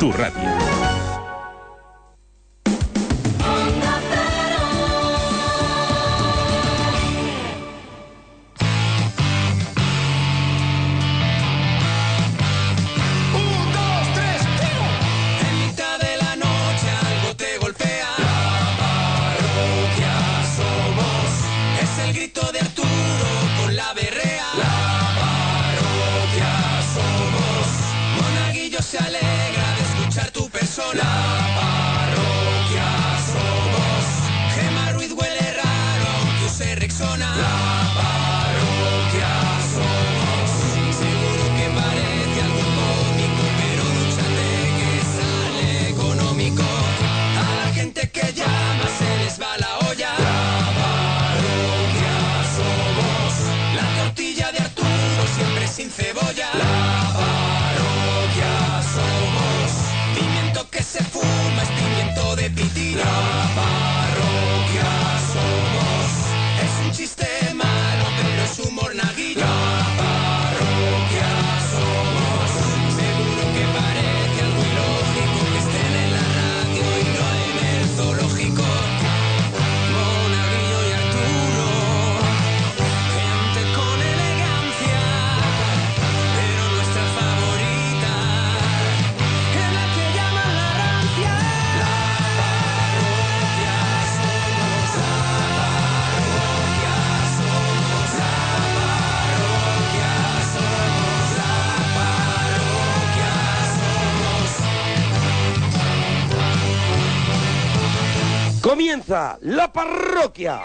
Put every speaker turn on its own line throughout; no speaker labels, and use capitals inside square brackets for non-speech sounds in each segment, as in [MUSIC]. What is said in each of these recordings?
tu radio.
Un, dos, tres, En mitad de la noche algo te golpea. La parroquia somos. Es el grito de Arturo con la berrea. La parroquia somos. Monaguillo se alegra de escuchar tu persona. La parroquia somos. Gema Ruiz huele raro aunque use Rexona. La parroquia somos. Seguro que parece algo cómico, pero dúchate que sale económico. A la gente que llama se les va la olla. La parroquia somos. La tortilla de Arturo siempre sin cebolla. La parroquia somos. Pimiento que se fuma es pimiento de pitilla. La parroquia somos. Es un chiste malo, pero es humor naguillo. La parroquia somos. Seguro que parece algo ilógico que estén en la radio y no en el zoológico. Monaguillo y Arturo, gente con elegancia, pero nuestra favorita es la que llaman la rancia. La parroquia somos, la parroquia somos, la parroquia somos, la parroquia
Comienza la parroquia.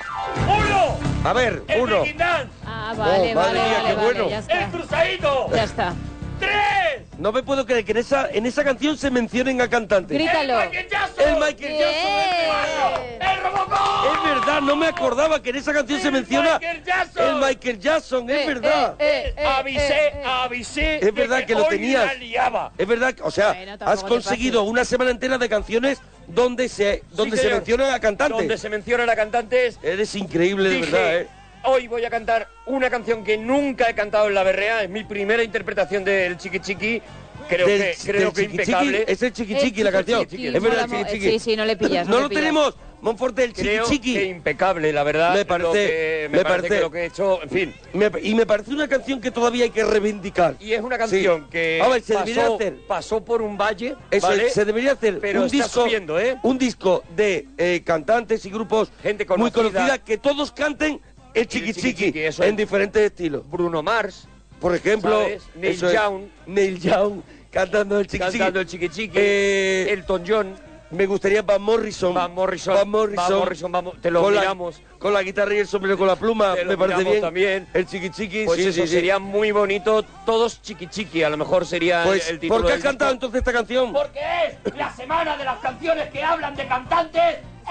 ¡Uno!
A ver,
¡El
uno.
Breaking Dance!
Ah,
Oh,
vale,
madre
vale,
mía,
vale,
qué
vale,
bueno.
ya
¡El
está.
cruzadito!
Ya está.
¡Tres!
No me puedo creer que en esa, en esa canción se mencionen a cantantes.
Grita- Quítalo.
¡El Michael Jackson!
El Michael Jackson.
Bien.
¡El Robocop!
Es verdad, no me acordaba que en esa canción se
El
menciona
Michael Jackson.
el Michael Jackson, es
Eh,
verdad.
eh, eh, eh,
avisé,
eh, eh.
avisé.
Es verdad
de
que lo
hoy
tenías.
La liaba.
Es verdad, o sea,
Bueno, tampoco
has
te
conseguido
pases.
una semana entera de canciones donde se donde
Sí,
se
señor.
mencionan a cantantes.
Donde se mencionan a cantantes.
Eres increíble de
Dije,
verdad, eh.
Hoy voy a cantar una canción que nunca he cantado en la berrea. Es mi primera interpretación del Chiqui Chiqui. Creo
Del-
que, creo
del
que
chiqui chiqui,
impecable.
es el chiqui
El
chiqui la
chiqui
canción.
chiqui,
es verdad, el
mola
chiqui
mo-
chiqui.
sí, sí, no le pillas,
No,
no le
lo
pillas.
tenemos. Monforte, el chiqui
Creo
chiqui.
que impecable, la verdad.
Me parece-
lo que- me,
me
parece,
parece-
que lo que he hecho, en fin.
Me- y me parece una canción que todavía hay que reivindicar.
Y es una canción
Sí.
que
A ver, se debería
pasó,
hacer.
pasó por un valle,
Eso es,
¿vale?
se debería hacer
Pero
un
está
disco
subiendo, ¿eh?
un disco de eh, cantantes y grupos
Gente
muy
conocida.
conocida que todos canten el
chiqui
chiqui chiqui,
chiqui, eso
en
es.
diferentes estilos.
Bruno Mars,
Por ejemplo,
¿Sabes? Neil
eso es,
Young.
Neil Young cantando el chiqui
cantando el
chiqui.
Chiqui Chiqui,
Eh,
Elton John,
Me gustaría Van Morrison.
Van Morrison,
Van Morrison.
Van Morrison, vamos, te lo
con
miramos.
La, con la guitarra y el sombrero con la pluma,
Te lo
me parece
miramos
bien.
también.
El chiqui chiqui.
pues
sí,
eso
sí, sí.
sería muy bonito, todos Chiqui Chiqui, a lo mejor sería
Pues,
el título
¿por qué
del
has cantado
disco.
entonces esta canción?
Porque es la semana de las canciones que hablan de cantantes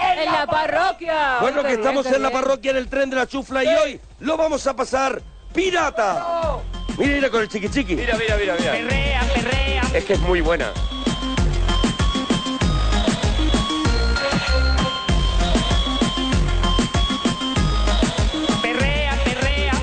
en,
En la parroquia.
Bueno,
Qué
que
bien,
estamos
qué
en la
bien.
parroquia en el tren de la chufla y hoy lo vamos a pasar pirata. Mira, mira con el chiqui chiqui.
Mira, mira, mira, mira.
Perrea, perrea.
Es que es muy buena.
Perrea, perrea.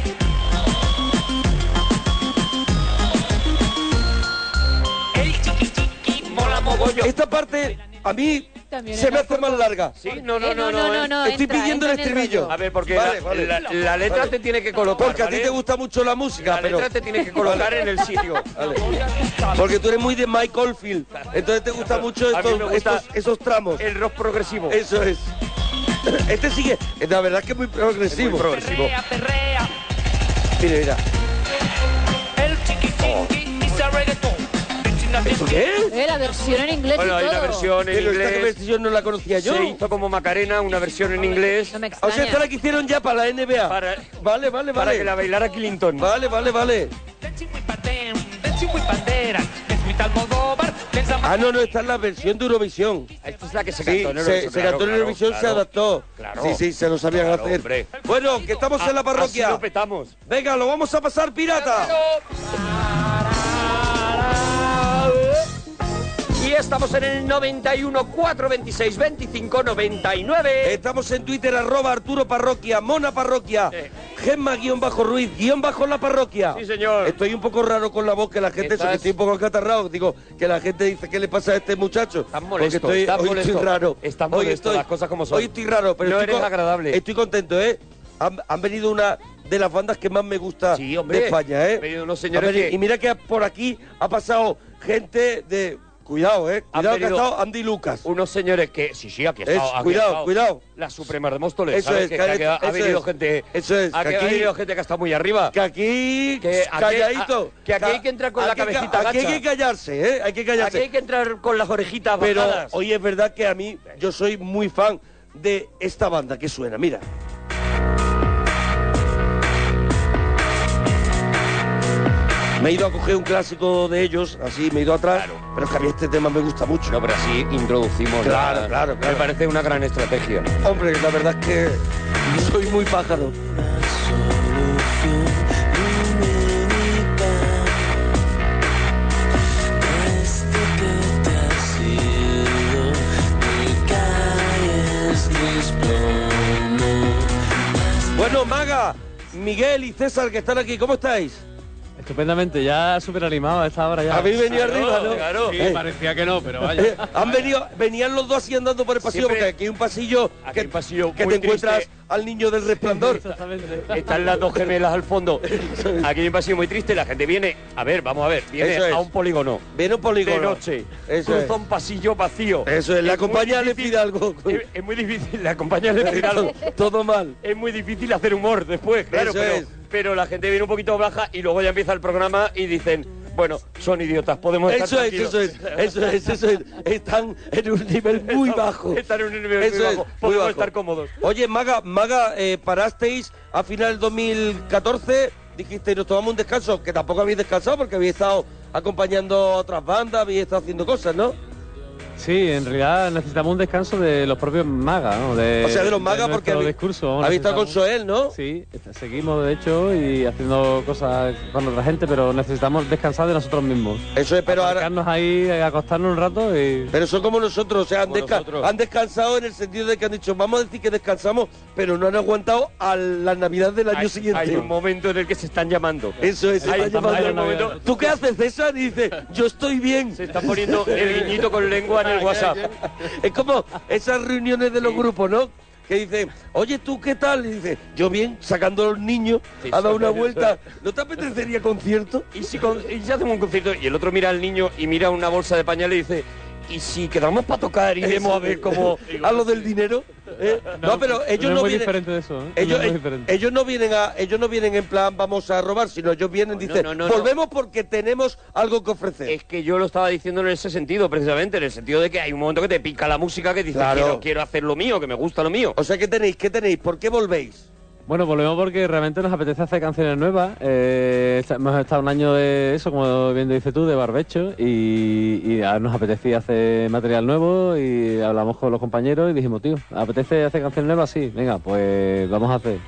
El chiqui chiqui mola mogollón.
Esta parte a mí
También
se me
está
hace más larga.
Sí, no, no,
Eh,
no, no.
no,
eh.
no,
Estoy
entra,
pidiendo
entra
el
en el
estrello.
rollo.
A ver, porque
Vale,
la,
vale.
la- la letra
Vale.
te tiene que colocar.
Porque a ti
¿vale?
te gusta mucho la música,
La
pero
letra te tiene que colocar en el sitio.
porque tú eres muy de Mike Oldfield, entonces te gusta mucho
A mí
estos,
me gusta
estos- esos tramos.
El rock progresivo.
Eso es. [CLEARS THROAT] Este sigue, la verdad es que es muy progresivo.
Es muy progresivo.
Perrea, perrea.
Mira, mira. Oh.
El chiqui chiqui es el reggaetón.
¿Eso qué es?
Eh, la versión en inglés
Bueno,
y
hay
todo.
una versión en
Pero esta
inglés.
conversación no la conocía yo.
Se hizo como Macarena, una versión en inglés.
No me
O
extraña.
sea, esta la que hicieron ya para la NBA.
Para-
vale, vale, vale.
Para que la bailara Clinton.
Vale, vale, vale.
Dancing with Bandera, Dancing with Bandera, es mi Almodóvar, piensa más
Ah, no, no, esta es la versión de Eurovisión.
Esta es la que se
Sí,
cantó en
se,
Eurovisión.
se cantó en
claro,
Eurovisión,
claro,
se adaptó.
Claro.
Sí, sí, se lo sabían
Claro,
hacer.
hombre. Ah,
Bueno, que estamos en la
Así
parroquia.
lo petamos.
Venga, lo vamos a pasar pirata.
Y
Y estamos en el 91 426 25 99.
Estamos en Twitter, arroba Arturo Parroquia, Mona Parroquia,
Eh.
Gemma guión bajo Ruiz, guión bajo la parroquia.
Sí, señor.
Estoy un poco raro con la voz que la gente, eso,
Estás-
que estoy un poco acatarrado. Digo, que la gente dice, ¿qué le pasa a este muchacho?
Estás molesto,
Porque estoy,
estás
hoy
molesto.
estoy raro.
Estás
Hoy
molesto,
estoy-
las cosas como son.
Hoy estoy raro, pero
No
estoy
eres
con-
agradable.
Estoy contento, ¿eh? Han, han venido una de las bandas que más me gusta
Sí, hombre.
de España, ¿eh?
Han venido unos señores
Han venido-
que-
Y mira que por aquí ha pasado gente de... Cuidado, ¿eh?
Han
Cuidado que ha
venido-
estado Andy Lucas.
Unos señores que. Sí, sí, aquí está.
Es- cuidado, cuidado.
La Suprema de Móstoles.
Eso
¿sabes?
es,
que,
que
que ha,
ha-
ha
eso
venido
es.
gente.
Eso es,
ha-
que
ha
aquí-
venido gente que está muy arriba.
Que aquí,
Que aquí-
calladito.
a- que aquí hay que entrar con la
Aquí hay que-
cabecita
Aquí hay
gacha.
que callarse, ¿eh? Hay que callarse.
Aquí hay que entrar con las orejitas
Pero
bajadas.
hoy es verdad que a mí, yo soy muy fan de esta banda que suena. Mira, me he ido a coger un clásico de ellos, así me he ido atrás.
Claro.
Pero es que a mí este tema me gusta mucho.
No, pero así introducimos.
Claro,
la-
claro, claro.
Me parece una gran estrategia.
Hombre, la verdad es que soy muy pájaro.
Desde que te has ido, me caes plomo.
Bueno, Maga, Miguel y César que están aquí, ¿cómo estáis?
Estupendamente, ya súper animado a esta hora ya.
Habéis venido
Claro,
arriba, ¿no?
claro.
Sí,
Eh,
parecía que no, pero vaya.
Eh, han venido, venían los dos así andando por el pasillo,
Siempre-
porque aquí hay un pasillo
Aquí
que,
hay un pasillo
que
muy
te encuentras
triste.
al niño del resplandor.
Exactamente.
Están las dos gemelas al fondo. Aquí hay un pasillo muy triste. La gente viene. A ver, vamos a ver. Viene
Eso es.
a un polígono.
Ven un polígono.
de noche.
Eso
cruza
es.
un pasillo vacío.
Eso es, la
muy
compañía le
difícil-
pide algo.
Es, es muy difícil, la compañía le pide algo.
[LAUGHS] Todo mal.
Es muy difícil hacer humor después, claro,
Eso
pero,
es.
pero la gente viene un poquito baja y luego ya empieza el programa y dicen, bueno, son idiotas, podemos estar
Eso es,
tranquilos.
eso es, eso es, eso es. Están en un nivel muy bajo.
Están en un nivel muy
Eso es,
bajo,
muy
podemos
bajo.
estar cómodos.
Oye, Maga, Maga, eh, parasteis a final del 2014, dijiste, nos tomamos un descanso, que tampoco habéis descansado porque habéis estado acompañando a otras bandas, habéis estado haciendo cosas, ¿no?
Sí, en realidad necesitamos un descanso de los propios magas, ¿no? De,
O sea, de los magas porque
nuestro
habéis,
discurso, vamos,
habéis estado con
necesitamos-
Soel, ¿no?
Sí, est- seguimos de hecho y haciendo cosas con otra gente, pero necesitamos descansar de nosotros mismos.
Eso es, pero ahora...
Aparcarnos ahí, eh, acostarnos un rato y...
Pero son como nosotros, o sea, han,
Como
desca-
nosotros.
han descansado en el sentido de que han dicho, vamos a decir que descansamos, pero no han aguantado a la Navidad del año
Hay,
siguiente.
hay un momento en el que se están llamando.
Eso es,
Hay-
se
hay
está llevando
un
el momento.
momento-
¿Tú qué haces, César? Y dice, yo estoy bien.
Se está poniendo el guiñito con lengua en el WhatsApp.
Es como esas reuniones de los grupos, ¿no? Que dicen, oye, ¿tú qué tal? Y dice, yo bien, sacando a los niños,
Sí,
ha dado una
sí, sí.
vuelta. ¿No te apetecería concierto?
¿Y si, con- y si hacemos un concierto y el otro mira al niño y mira una bolsa de pañales y dice, ¿y si quedamos para tocar y iremos a ver cómo...
[LAUGHS] a lo del dinero. ¿eh? No, pero ellos
es
no,
muy
vienen...
diferente de eso, ¿eh?
Ellos,
No es muy diferente.
ellos no vienen a, ellos no vienen en plan vamos a robar, sino ellos vienen
No,
dicen
no, no, no.
volvemos porque tenemos algo que ofrecer.
Es que yo lo estaba diciendo en ese sentido, precisamente, en el sentido de que hay un momento que te pica la música que dices,
Claro.
quiero, quiero hacer lo mío, que me gusta lo mío.
O sea, ¿qué tenéis? ¿Qué tenéis? ¿Por qué volvéis?
Bueno, volvemos porque realmente nos apetece hacer canciones nuevas. Eh, esta- hemos estado un año de eso, como bien dices tú, de barbecho y, y a- nos apetecía hacer material nuevo y hablamos con los compañeros y dijimos, tío, ¿apetece hacer canciones nuevas? Sí, venga, pues vamos a hacer.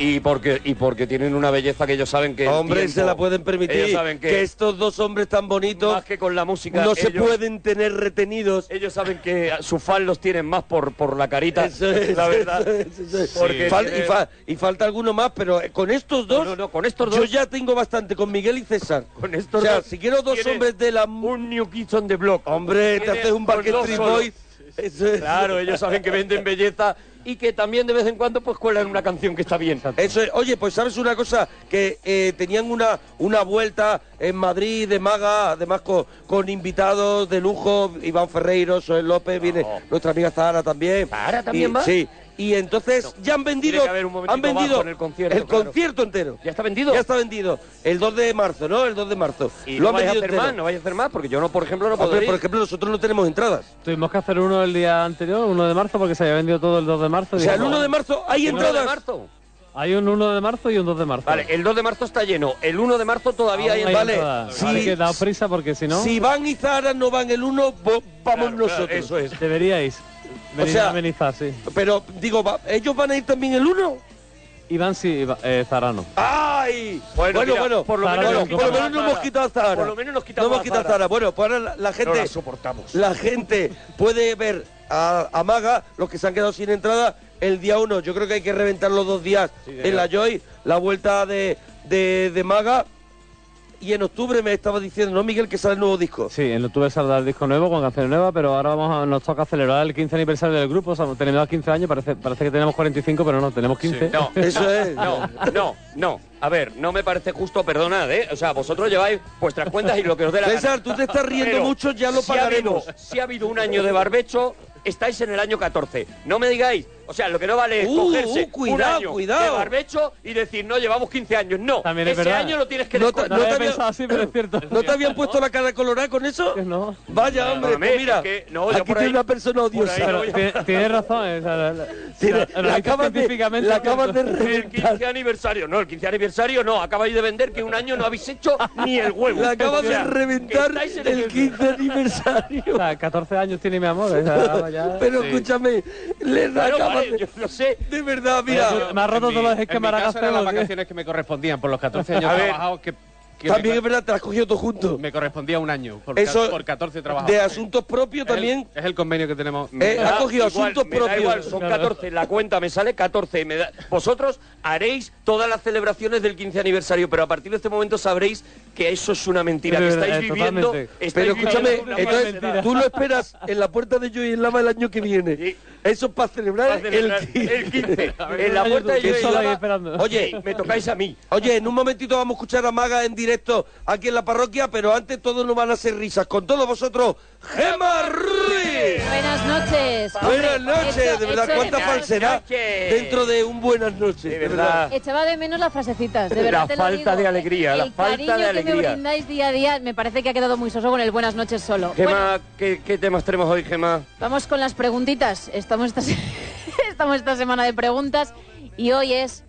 Y porque, y porque tienen una belleza que ellos saben que... el
Hombre,
tiempo-
se la pueden permitir.
Ellos saben que,
que estos dos hombres tan bonitos
más que con la música...
no se
ellos-
pueden tener retenidos.
Ellos saben que a sus fans los tienen más por, por la carita,
Eso es,
la verdad.
eso es, eso es.
Porque eh,
Fal- y,
tienen-
fa- y falta alguno más, pero eh, con estos dos,
No, no, no, con estos
yo
dos-
ya tengo bastante, con Miguel y César.
Con estos
o sea,
dos
si quiero dos
tienen
hombres de la...
Un New Kids on the Block.
Hombre, te
Tienen
haces un
con
Backstreet
dos solos.
Boys. Eso es.
Claro, ellos saben que venden belleza y que también de vez en cuando pues cuelan una canción que está bien.
Eso es. Oye, pues sabes una cosa, que eh, tenían una, una vuelta en Madrid de maga, además con, con invitados de lujo, Iván Ferreiro, Soel López, viene nuestra amiga Zahara también.
¿Zahara también
Y-
va?
Sí. Y entonces ya han vendido,
tiene que haber un momentito
han vendido
bajo en el concierto, claro.
concierto entero.
¿Ya está vendido?
Ya está vendido. El 2 de marzo, ¿no? El 2 de marzo.
Y
Lo
no
han
vais a
vendido
hacer
entero.
más, no vais a hacer más, porque yo no, por ejemplo, no
Hombre,
podré.
por
ir.
ejemplo, nosotros no tenemos entradas.
Tuvimos que hacer uno el día anterior, uno de marzo, porque se había vendido todo el 2 de marzo.
O sea, el
Dijimos,
1 de marzo hay
¿El 1 de
entradas.
marzo?
Hay un 1 de marzo y un 2 de marzo.
Vale, el 2 de marzo está lleno, el 1 de marzo todavía hay
Aún
entradas.
vale,
entradas.
si-
Así que daos prisa porque si no,
Si van y Zahara no van el 1, vamos nosotros.
Eso es.
deberíais. Venid
sea-
a amenizar, sí.
Pero digo, va- ¿ellos van a ir también el 1?
Iván sí, Iva- eh, Zarano.
¡Ay!
Bueno,
Bueno, bueno,
mira, por
por lo
Zara
menos,
nos
por lo
quitamos
menos
a
no
Zara.
hemos quitado a Zara.
Por lo menos nos quitamos
No hemos
a
quitado a
Zara.
Zara. Bueno, pues ahora la, la
No
gente,
la soportamos.
la gente puede ver a, a Maga, los que se han quedado sin entrada, el día 1. Yo creo que hay que reventar los dos días en la Joy, la vuelta de, de, de Maga. Y en octubre me estaba diciendo, ¿no, Miguel, que sale el nuevo disco?
Sí, en octubre saldrá el disco nuevo con canciones nuevas, pero ahora vamos a- nos toca celebrar el 15 aniversario del grupo. O sea, tenemos 15 años, parece, parece que tenemos 45, pero no, tenemos 15. [LAUGHS]
No,
Eso
no,
es.
No, no, no. A ver, no me parece justo, perdonad, ¿eh? O sea, vosotros lleváis vuestras cuentas y lo que os dé la gana.
César, tú te estás riendo
Pero
mucho, ya lo
si ha habido-
pagaremos.
si ha habido un año de barbecho, estáis en el año 14. No me digáis, o sea, lo que no vale es
Uh,
cogerse
uh, cuidado,
un año de
cuidado.
barbecho y decir, no, llevamos 15 años. No,
También es
ese
verdad.
año lo tienes que
No
descontar.
No
te
lo he
había-
pensado así, pero es cierto.
¿No te habían puesto la cara colorada con eso?
Que no.
Vaya, hombre,
Perdóname,
pues mira,
es que- no, yo
aquí
por
tiene
ahí-
una persona
por ahí
odiosa.
Pero
[LAUGHS] voy a-
ti- tienes razón. eh, o sea, la- la-
Tiene-
la- la-
la acabas de-
científicamente
la
es cierto.
acabas de re-
El 15 aniversario, no, el 15 aniversario no, acabáis de vender que un año no habéis hecho ni el huevo.
La acabas
O sea,
de reventar
estáis en
el 15 aniversario.
O sea, 14 años tiene mi amor.
[LAUGHS]
o sea, ahora ya-
Pero escúchame, le
Claro,
acabas
vale,
de...
yo no sé.
De verdad,
Oye,
mira.
me ha roto
En
todos
mi-
los esquemas
En mi caso eran
Aragastelo,
las
tío.
vacaciones que me correspondían por los 14 años
[LAUGHS] A ver,
trabajados que, que
También
me,
es
co-
verdad, te las has cogido todo junto.
me correspondía un año por, ca-
Eso
por 14 trabajados.
de
Es
asuntos propios
el-
también.
Es el convenio que tenemos.
Eh, ha
Ah,
cogido
igual,
asuntos
me da
propios.
igual, son 14, la cuenta me sale 14. me da- Vosotros haréis todas las celebraciones del 15 aniversario, pero a partir de este momento sabréis que eso es una mentira,
Es
que
verdad,
estáis
es
viviendo...
totalmente.
estáis
Pero
viviendo
escúchame,
una falsedad.
entonces tú lo esperas en la puerta de Joy en Lava el año que viene.
Sí.
Eso es para celebrar,
Va a celebrar
el 15.
el
[LAUGHS]
15. En la
Yo
puerta de
estoy
Joey
solo ahí
Lava-
esperando.
Oye, me tocáis a mí.
Oye, en un momentito vamos a escuchar a Maga en directo aquí en la parroquia, pero antes todos nos van a hacer risas. Con todos vosotros, Gemma Ruiz.
Buenas noches.
Buenas
Hombre,
noches,
echo-
de verdad,
echo
cuánta
de menos-
falsedad
noches.
dentro de un buenas noches,
De
de
verdad.
verdad.
Echaba de menos las frasecitas, de verdad.
La
te lo
falta
digo.
de alegría,
El
la falta
cariño
de
que me
alegría.
brindáis día a día me parece que ha quedado muy soso con el buenas noches solo. Bueno,
Gema, ¿qué, qué temas tenemos hoy, Gema?
vamos con las preguntitas. Estamos esta, se- [LAUGHS] estamos esta semana de preguntas y hoy es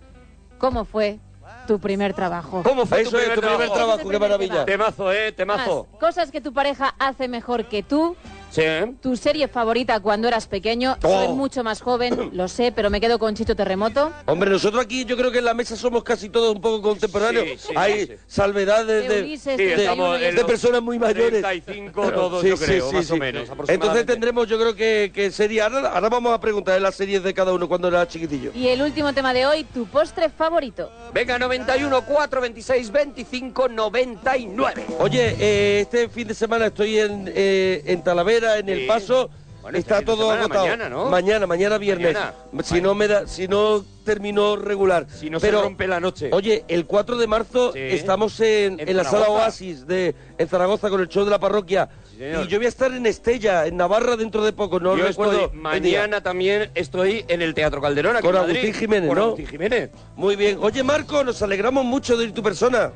¿Cómo fue tu primer trabajo?
¿Cómo fue
Eso
tu
es
primer
tu primer
trabajo?
trabajo, qué maravilla.
Temazo, ¿eh? Temazo.
Más, cosas que tu pareja hace mejor que tú.
Sí, ¿eh?
Tu serie favorita cuando eras pequeño. Soy
Oh.
mucho más joven, lo sé, pero me quedo con Chito Terremoto.
Hombre, nosotros aquí yo creo que en la mesa somos casi todos un poco contemporáneos.
Sí, sí,
Hay
sí, sí.
salvedades
De
de,
Ulises,
Sí,
de-
estamos
en
de
los
personas muy mayores.
35 todos, yo
Sí, sí,
creo,
sí,
más o
sí.
menos. aproximadamente.
Entonces tendremos yo creo que, que serie... Ahora, ahora vamos a preguntar las series de cada uno cuando era chiquitillo.
Y el último tema de hoy, tu postre favorito.
Venga, 91, 4, 26, 25, 99.
Oye, eh, este fin de semana estoy en, eh, en Talavera, en
Sí.
El Paso.
Bueno, este
Está
fin de
todo
semana,
agotado.
mañana, ¿no?
mañana, mañana viernes.
Mañana.
Si no me da, si no terminó regular.
Si no
Pero,
se rompe la noche.
Oye, el 4 de marzo
Sí.
estamos en,
En
en la sala
Zaragoza.
Oasis de en Zaragoza con el show de la parroquia.
Sí, señor.
y yo voy a estar en Estella, en Navarra dentro de poco, no
Yo
recuerdo.
estoy,
el día.
mañana también estoy en el Teatro Calderón. aquí
Con
en Madrid.
Agustín Jiménez,
Con
¿no?
Agustín Jiménez.
Muy bien. Oye, Marco, nos alegramos mucho de ir tu persona.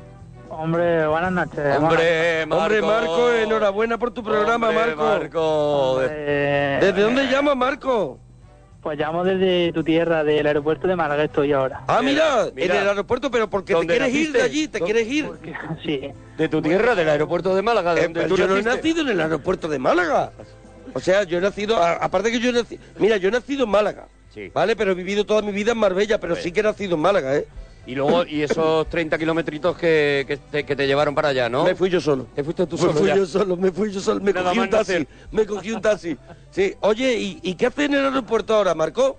Hombre, buenas
Eh,
noches.
Hombre, Marco.
Hombre, Marco, enhorabuena por tu programa,
Hombre,
Marco.
Marco.
Bueno, eh,
¿Desde dónde llamas, Marco?
Pues llamo desde tu tierra, del aeropuerto de Málaga estoy ahora.
Ah, mira,
Mira.
en el aeropuerto, pero porque te
¿Dónde
quieres ir
naciste?
de allí, te
¿Dó-
quieres ir.
Sí.
De tu tierra, del aeropuerto de Málaga. de
Eh,
donde
pero
tú
yo no he
naciste.
nacido en el aeropuerto de Málaga. O sea, yo he nacido, a- aparte que yo he nacido, mira, yo he nacido en Málaga,
Sí.
¿vale? Pero he vivido toda mi vida en Marbella, pero sí que he nacido en Málaga, ¿eh?
Y luego, y esos 30 kilometritos que, que te, que te llevaron para allá, ¿no?
Me fui yo solo.
Te fuiste tú
Me
solo.
fui
ya.
yo solo, me fui yo solo, me
Nada
cogí
más
un taxi,
nacer.
me cogí un taxi. Sí, oye, ¿y, y qué haces en el aeropuerto ahora, Marco?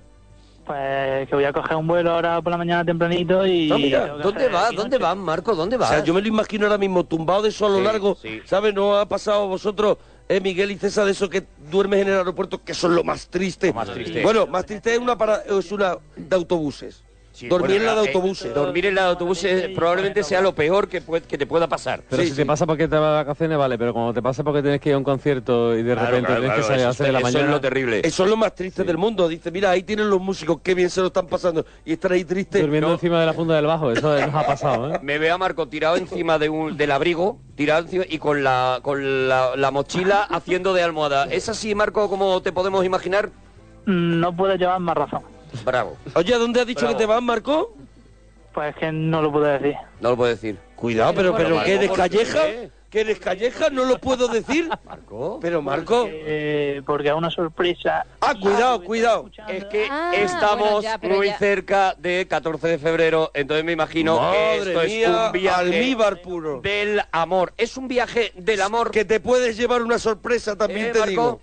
Pues que voy a coger un vuelo ahora por la mañana tempranito y...
No, Ah, mira,
tengo que
¿Dónde
hacer
vas?
aquí
¿Dónde
noche.
vas, Marco? ¿Dónde
O
vas?
sea, yo me lo imagino ahora mismo tumbado de eso a lo
Sí,
largo,
sí.
¿sabes? ¿No ha pasado a vosotros, eh, Miguel y César, de eso que duermes en el aeropuerto, que son lo más triste?
más triste.
Bueno, más triste es una, para, es una de autobuses.
Sí,
Dormir
bueno,
en la de
eh,
autobuses.
dormir en la de autobuses probablemente sea lo peor que, puede- que te pueda pasar.
Pero
Sí,
si
sí.
te pasa porque te vas de vacaciones, vale, pero cuando te pasa porque tienes que ir a un concierto y de
Claro,
repente
claro,
tienes que
claro,
salir a
eso
las 6 de la
está- eso
mañana.
es lo terrible.
Eso es lo más triste del mundo. Dice, mira, ahí tienen los músicos, qué bien se lo están pasando. Y estar ahí triste.
Durmiendo encima de la funda del bajo, eso nos ha pasado, ¿eh?
Me veo a Marco tirado encima de un, del abrigo, tirado encima y con la con la, la mochila haciendo de almohada. ¿Es así, Marco, como te podemos imaginar?
Mm, No puedo llevar más razón.
Bravo.
Oye, ¿a dónde has dicho que te vas, Marco?
Pues es que no lo puedo decir.
No lo puedo decir.
Cuidado, pero, pero,
Pero,
¿qué
Marco,
eres
¿por qué?
calleja?
¿Qué?
¿Qué, que eres calleja, no lo puedo decir.
Marco.
Pero Marco,
Pues Eh, porque es una sorpresa.
ah, cuidado, cuidado.
Es que
Ah,
estamos
bueno, ya, pero
muy
ya.
cerca de 14 de febrero, entonces me imagino que
Madre
esto es
mía,
un viaje
almíbar puro.
del amor. Es un viaje del amor.
Que te puedes llevar una sorpresa también
Eh,
te
Marco.
digo.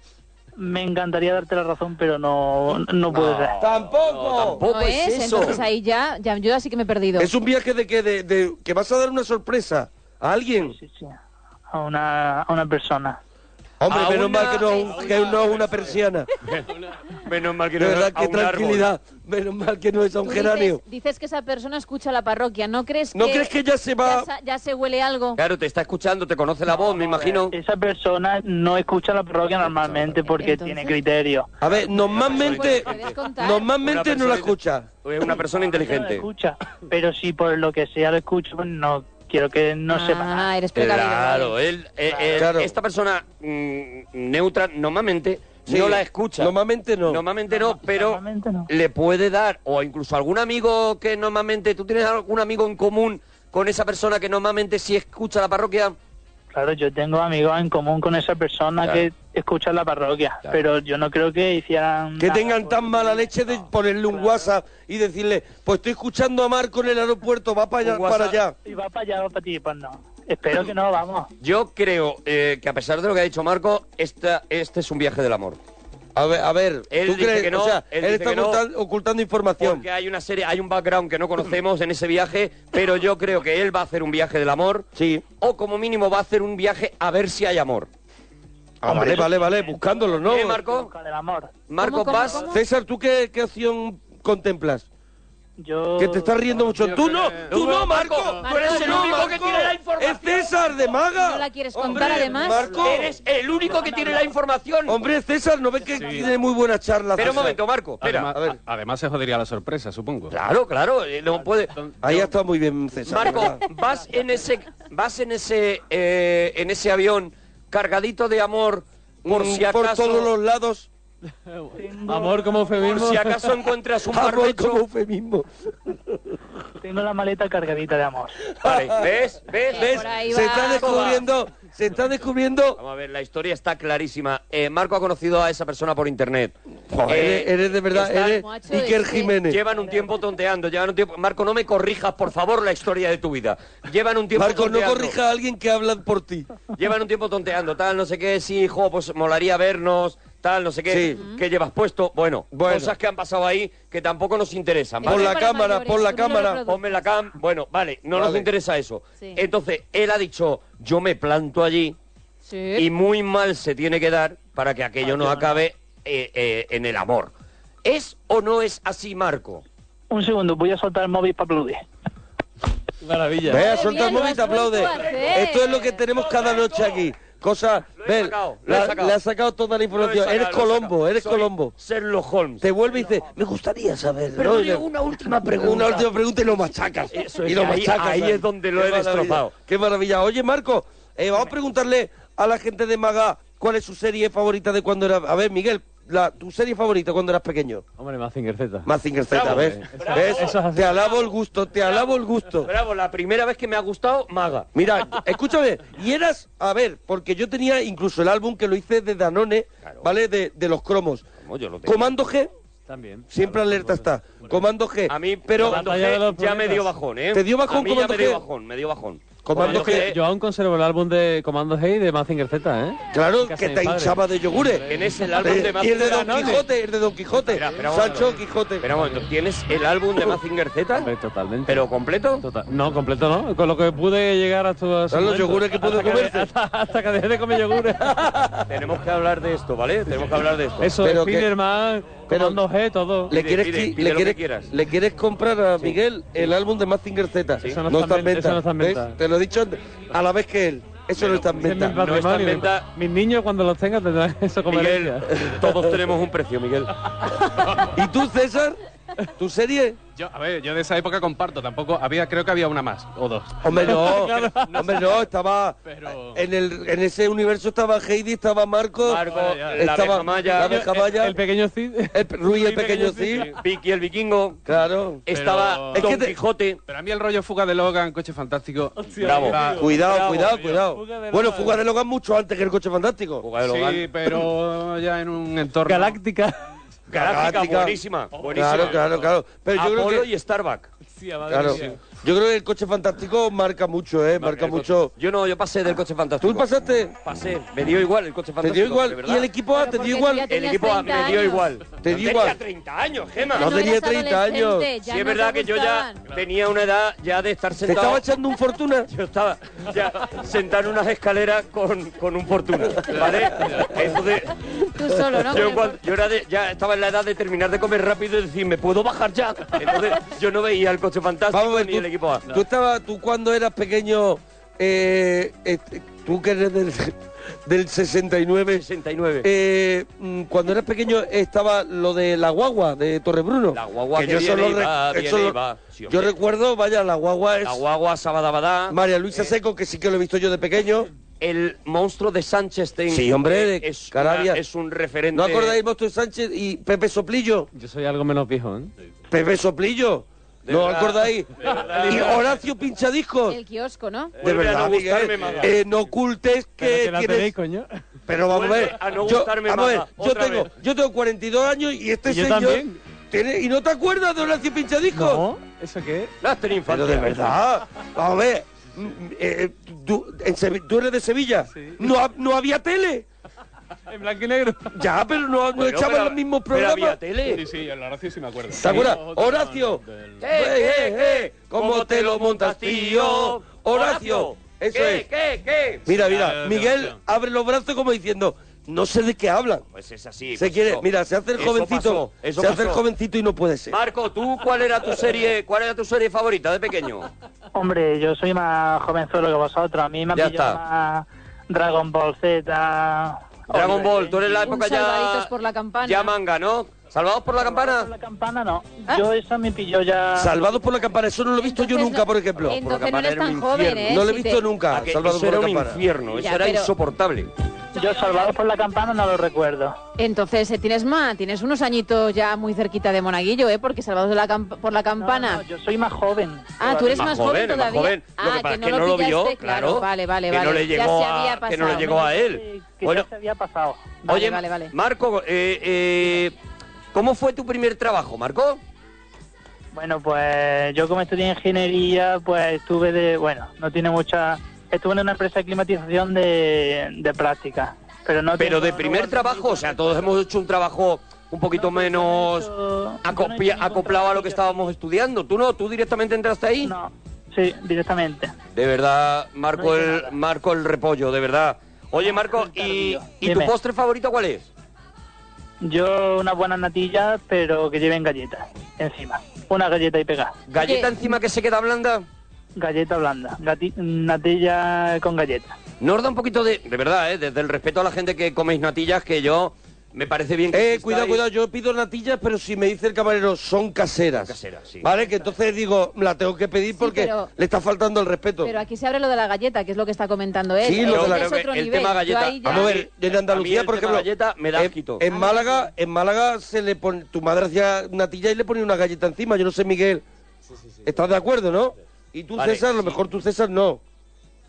Me encantaría darte la razón, pero no, no puede ser.
Tampoco.
No
Tampoco es,
es,
eso.
entonces ahí ya, ya, yo así que me he perdido.
Oh, pues Es un viaje de que de, de- que vas a dar una sorpresa a alguien.
Sí, sí. A una, a una persona.
Hombre,
A
menos
una-
mal que no, es un- que no es una persiana.
[LAUGHS] Menos mal que
De
no
verdad
era a
que
un árbol.
tranquilidad. Menos mal que no es
Tú
a un
dices-
geranio.
Dices, que esa persona escucha la parroquia, ¿no crees
¿No
que
crees que ya se va?
ya, sa- ya se huele algo?
Claro, te está escuchando, te conoce la voz, me imagino.
Esa persona no escucha la parroquia normalmente porque
Entonces-
tiene criterio. Pues,
A ver, normalmente
Bueno, ¿puedes contar?
normalmente
Una
no
persona-
la escucha.
Es una persona
[LAUGHS] No
inteligente.
escucha, pero si por lo que sea lo escucho, pues no quiero que no sepa
Ah,
nada.
eres precavido.
Claro,
vale.
él, eh,
Claro.
él-
Claro.
esta persona mm, neutra normalmente
Sí,
no la escucha.
Normalmente no.
Normalmente no, pero
Normalmente no.
le puede dar, o incluso algún amigo que normalmente, tú tienes algún amigo en común con esa persona que normalmente sí escucha la parroquia.
Claro, yo tengo amigos en común con esa persona
Claro.
que escucha la parroquia, pero yo no creo que hicieran...
Que
nada
tengan
por-
tan mala leche de ponerle un WhatsApp y decirle, pues estoy escuchando a Marco en el aeropuerto, va para allá.
Un
Para
WhatsApp.
allá.
Y va para allá, va para ti, pues no. Espero que no, vamos.
Yo creo eh, que a pesar de lo que ha dicho Marco, esta, este es un viaje del amor.
A ver, a ver,
Él
¿tú
dice
crees?
que no,
o sea,
él
él,
dice
está
que no.
ocultan- ocultando información.
Porque hay una serie, hay un background que no conocemos en ese viaje, pero yo creo que él va a hacer un viaje del amor.
Sí.
O como mínimo va a hacer un viaje a ver si hay amor.
Ah, vale, vale, vale, buscándolo, ¿no?
¿Eh, Marco?
Con el amor.
eh,
Marco
¿Cómo, cómo,
Paz.
cómo?
César, ¿tú qué, qué opción contemplas?
Yo...
Que te estás riendo mucho.
yo
¡Tú
creo
no!
que-
¡Tú no, Marco!
Marco,
¡Tú eres el
no,
único que
Marco.
tiene la información! ¡Es César de Maga!
No la quieres
Hombre,
contar, además.
Marco,
Eres el único que tiene la información.
hombre, César, ¿no ves que tiene muy buena charla?
Espera un
César?
momento, Marco. Espera.
además,
a ver.
a- además se jodería la sorpresa, supongo.
Claro, claro. eh, No puede.
Ahí ha estado muy bien, César.
Marco,
¿verdad?
vas en ese, vas en ese, eh, en ese avión cargadito de amor. Por si
Mm, por
acaso,
todos los lados,
Amor como
por
eufemismo.
si acaso encuentras
[LAUGHS]
un
amor
barbecho.
como eufemismo.
Tengo la maleta cargadita de amor.
[LAUGHS]
Vale, ¿ves? ¿Ves?
Eh,
¿Ves?
por ahí
Se
va.
está descubriendo, se está descubriendo...
Vamos a ver, la historia está clarísima. Eh, Marco ha conocido a esa persona por internet.
Joder,
Eh,
eres, eres de verdad,
están-
eres
Macho,
Iker
es que-
Jiménez.
Llevan un tiempo tonteando, llevan un tiempo... Marco, no me corrijas, por favor, la historia de tu vida. Llevan un tiempo
Marco, no
tonteando.
corrija a alguien que habla por ti.
Llevan un tiempo tonteando, tal, no sé qué, sí, hijo, pues molaría vernos, tal, no sé qué,
Sí.
qué llevas puesto. Bueno,
Bueno.
cosas que han pasado ahí que tampoco nos interesan,
Eso
¿vale?
es
la
para
cámara,
mayores,
pon
tú no
la
lo
cámara.
produces.
Ponme la cam... Bueno, vale, no nos
Vale.
interesa eso.
Sí.
Entonces, él ha dicho, yo me planto allí
Sí.
y muy mal se tiene que dar para que aquello no acabe eh, eh, en el amor. ¿Es o no es así, Marco?
Un segundo, voy a soltar el móvil para aplaudir.
Maravilla.
Vea,
Madre
suelta
mía,
el
lo
móvil,
has
te aplaude.
vuelto a hacer.
Esto es lo que tenemos cada noche aquí. Cosa,
Lo he
ver,
sacado, lo he
la-
sacado.
le has sacado toda la
Lo he
información.
sacado,
Eres
lo he sacado.
Colombo, eres
Soy
Colombo.
Sherlock Holmes.
Te vuelve y dice, me gustaría saber. ¿no? Y le-
última
Una última pregunta y lo machacas.
Eso es,
y lo
ahí-
machacas.
ahí
¿sabes?
es donde lo
Qué
he
maravilla,
destrozado.
Qué maravilla. Oye, Marco, eh, vamos a preguntarle a la gente de Maga cuál es su serie favorita de cuando era. A ver, Miguel, la- tu serie favorita cuando eras pequeño.
Hombre, Mazinger Z.
Mazinger Z,
eh.
¿ves?
Bravo.
¿Ves?
Eso es así.
Te alabo el gusto, te alabo el gusto.
Bravo, la primera vez que me ha gustado, maga.
Mira, escúchame, y eras, a ver, porque yo tenía incluso el álbum que lo hice de Danone,
Claro.
¿vale? De, de los cromos.
Como yo lo tengo.
Comando G,
También.
siempre alerta está. Comando G.
A mí,
pero
Comando
Batalla de los
G ya me dio
planetas.
bajón, ¿eh?
¿Te dio bajón
A mí ya
Comando
me dio
G?
bajón, me dio bajón.
Comando
Yo,
G.
que- yo aún conservo el álbum de Comando G y de Mazinger Z, ¿eh?
claro
En casa
que
de
te
mi padre.
hinchaba de yogures.
Tienes el álbum
Eh,
de
y el de
Mazinger
Don
Danone.
Quijote, el de Don Quijote.
Espera, espera,
Sancho
bueno.
Quijote.
Espera un momento, ¿tienes el álbum de Mazinger Z?
Hombre, Eh, totalmente.
¿Pero completo?
Total- No, completo no. Con lo que pude llegar hasta. Son
Son los yogures que pude comerse.
Hasta, hasta que dejé de comer yogures.
Tenemos que hablar de esto, ¿vale? Tenemos que hablar de esto.
Eso,
Pero que-
Spiderman,
pero-
Comando G, todo.
¿Le
Pide,
quieres,
pide,
qui-
pide lo
le,
que
quieres,
quieras.
le quieres comprar a Miguel el álbum de Mazinger Z?
Eso no está
no está
en
en
venta, eso no
venta.
está en
¿ves?
venta.
Te lo he dicho antes, a la vez que él. Eso no está en
Ese es mi
venta.
no está en
patrimonio.
venta.
Mis niños, cuando los
[LAUGHS]
tengan, tendrán eso como
[LAUGHS] Miguel,
herencia.
todos tenemos un precio, Miguel.
¿Y tú, César? ¿Tu serie?
Yo, a ver, yo de esa época comparto, tampoco había, creo que había una más o dos.
Hombre,
[LAUGHS]
no. Hombre, no, estaba.
Pero-
En, el, en ese universo estaba Heidi, estaba Marco.
Marco,
Vaya,
la
estaba-
abeja maya,
la abeja maya,
El pequeño Cid.
el pe- Ruy el pequeño Cid.
Vicky el vikingo,
Claro.
estaba
Es que
Don
te-
Quijote.
Pero a mí el rollo fuga de Logan, coche fantástico.
Bravo.
la-
Cuidado,
Bravo,
cuidado,
tío.
cuidado.
Fuga de
bueno,
Logan.
Fuga de Logan mucho antes que el coche fantástico.
Fuga de Logan.
Sí, pero ya en un entorno.
Galáctica.
Galáctica,
Galáctica.
buenísima, buenísima.
Claro, claro, claro. Pero yo
Apolo
creo que.
y Starbuck.
Claro. Yo creo que el coche fantástico marca mucho, ¿eh? Marca mucho.
Yo no, yo pasé del coche fantástico.
¿Tú pasaste?
Pasé, me dio igual el coche
Te
fantástico.
dio
de
igual.
verdad.
¿Y el equipo A
Pero
te
porque tú ya
dio igual?
te-
El
Tenías
equipo A
30
me dio
años.
igual.
Te dio
Tenía
igual.
30 años, Gema.
No
No
tenía
eras
30 años.
adolescente, ya
Sí, es
no te
verdad que yo ya
gustaban.
tenía una edad ya de estar
¿Te
sentado.
estaba echando un fortuna?
[LAUGHS] Yo estaba ya sentado en unas escaleras con, con un fortuna, ¿vale? Entonces,
Tú solo, ¿no?
yo, en cuan- yo era de- ya estaba en la edad de terminar de comer rápido y decir, ¿me puedo bajar ya? Entonces, yo no veía el coche fantástico
Vamos a ver,
ni el equipo A.
Tú estabas, tú cuando eras pequeño, eh, este, tú que eres del, del 69,
69.
eh, mm, cuando eras pequeño estaba lo de la guagua de Torrebruno.
La guagua que
yo
viene
solo
y
re-
va,
eso
viene y
lo-
va. Sí,
yo
hombre.
recuerdo, vaya, la guagua es
La guagua Sabadabadá. eh,
María Luisa Seco, que sí que lo he visto yo de pequeño.
El monstruo de Sánchez Ten-
Sí, hombre, de
es, una-
Canarias.
es un referente.
¿No acordáis Mosto Sánchez y Pepe Soplillo?
Yo soy algo menos viejo, ¿eh?
Pepe Soplillo.
De
¿No
verdad.
acordáis? Y Horacio Pinchadiscos.
El kiosco, ¿no?
De
Vuelve a
verdad,
no gustarme,
Miguel,
Maga.
eh, no ocultes que
la
tienes-
tenéis, coño.
Pero vamos a
Vuelve
ver.
a no
yo,
gustarme,
vamos a ver,
Maga,
yo
otra
tengo,
vez.
yo tengo 42 años y este
Y yo
señor
también.
tiene y no te acuerdas de Horacio Pinchadisco.
No, ¿eso qué?
No has tenido infancia.
Pero de verdad. Vamos a ver. mm, eh, tú, en Sevi- tú eres de Sevilla. No, ha- no había tele.
En blanco y negro.
Ya, pero no, no
Bueno,
echaban
pero-
los mismos
pero
programas.
había tele.
Sí, sí, el Horacio sí me acuerdo.
¿Te acuerdas?
Sí.
Horacio.
¡Eh,
Eh,
eh,
eh, eh,
¿Cómo te lo montas, tío?
Horacio. Eso
¿Qué,
es.
¿Qué, qué?
Mira,
la-
mira,
la-
Miguel
la-
abre los brazos como diciendo, no sé de qué hablan.
Pues es así.
Se
pues
quiere,
eso.
mira, se hace el
Eso
jovencito,
pasó, eso
se hace el
pasó.
jovencito y no puede ser.
Marco, ¿tú cuál era tu serie, cuál era tu serie favorita de pequeño?
Hombre, yo soy más jovenzuelo que vosotros. A mí me ha
Ya
pillado
está.
más Dragon Ball Z.
Dragon Ball, tú eres la
Un
época
Salvaditos
ya
por la campana.
ya manga, ¿no? Salvados por la
La
campana.
campana no.
Ah.
Yo esa me pilló ya.
Salvados por la campana, eso no lo he visto yo
Entonces
nunca,
no-
por ejemplo.
entonces
Por la
no
campana
eres
era un
tan
infierno.
joven, ¿eh?
No lo he
Si
visto
te-
nunca,
Ah, que
Salvados
eso
por
era
la
un
campana.
infierno, eso
Ya,
era
pero-
insoportable.
Yo salvado por la campana no lo recuerdo.
Entonces, eh, tienes más, tienes unos añitos ya muy cerquita de Monaguillo, ¿eh? Porque salvados de la camp- por la
No,
campana.
no, yo soy más joven.
Ah, tú eres
Más
más, joven,
joven, más
todavía.
joven. Lo
Ah,
que pasa es
no
que no lo
pillaste,
vio, claro,
Vale, vale,
que no
vale.
le llegó
ya se
a-
había pasado.
que no le llegó a él.
Que- Que
Bueno.
ya se había pasado.
Vale,
Oye,
vale, vale.
Marco, eh, eh, ¿cómo fue tu primer trabajo, Marco?
Bueno, pues yo como estudié ingeniería, pues estuve de, bueno, no tiene mucha, estuve en una empresa de climatización de, de práctica, pero no.
Pero
tengo-
de
no
primer
guardo
trabajo, o
ningún-
sea, todos hemos hecho un trabajo un poquito
No, pero yo no he
menos
hecho- yo no he
acopi-
hecho ningún
acoplado a lo
trabajillo.
que estábamos estudiando. ¿Tú no? ¿Tú directamente entraste ahí?
No, sí, directamente.
De verdad, Marco
No hice
el
nada.
Marco el repollo, de verdad. Oye, Marco, ¿y, y tu
Dime.
postre favorito cuál es?
Yo unas buenas natillas, pero que lleven galletas encima, una galleta y pegar,
¿Galleta
Oye.
encima que se queda blanda?
galleta blanda, gati- natilla con galleta.
Nos da un poquito de... De verdad, ¿eh? Desde el respeto a la gente que coméis natillas, que yo... Me parece bien que...
Eh,
existáis-
cuidado, cuidado, yo pido natillas, pero si me dice el camarero, son caseras.
Caseras, sí.
Vale, que entonces digo, la tengo que pedir porque
pero-
le está faltando el respeto.
Pero aquí se abre lo de la galleta, que es lo que está comentando él.
Sí, lo
Ese
de la-
es otro
el
nivel.
tema
Yo
galleta.
ahí ya- Ah,
Vamos a ver,
A mí-
en Andalucía,
a mí
por
el tema
ejemplo,
galleta me da
en-
asquito.
En, Málaga, en Málaga se le pone, tu madre hacía natilla y le ponía una galleta encima. Yo no sé, Miguel, ¿estás de acuerdo, no? Y tú,
Vale,
César, a lo mejor tú, César, no.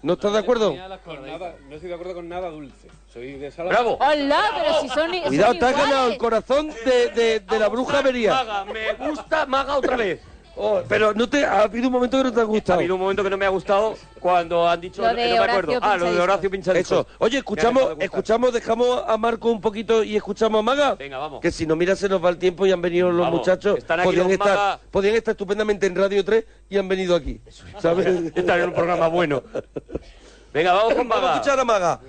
¿No estás de acuerdo?
Con nada- No estoy de acuerdo con nada dulce. Soy de sala.
¡Bravo!
Hola, pero si son. son
Cuidado, te has
iguales.
ganado el corazón de, de- de la bruja avería.
Maga, me gusta Maga otra vez.
Oh, pero no te, ha habido un momento que no te ha
Ha
gustado.
habido un momento que no me ha gustado cuando han dicho...
Lo
no-
de
no me
Horacio
acuerdo. Ah, lo de
Pinchadiscos.
Horacio Pinchadiscos.
Eso. Oye,
Me ha
escuchamos,
dejado de gustar.
escuchamos, dejamos a Marco un poquito y escuchamos a Maga.
Venga, vamos.
Que si no mira se nos va el tiempo y han venido los
Vamos,
muchachos.
están aquí
podían,
los
estar,
Maga.
podían estar estupendamente en Radio 3 y han venido aquí.
[LAUGHS]
¿Sabes?
Está en un programa bueno. Venga, vamos con
Vamos a
Maga.
escuchar a Maga.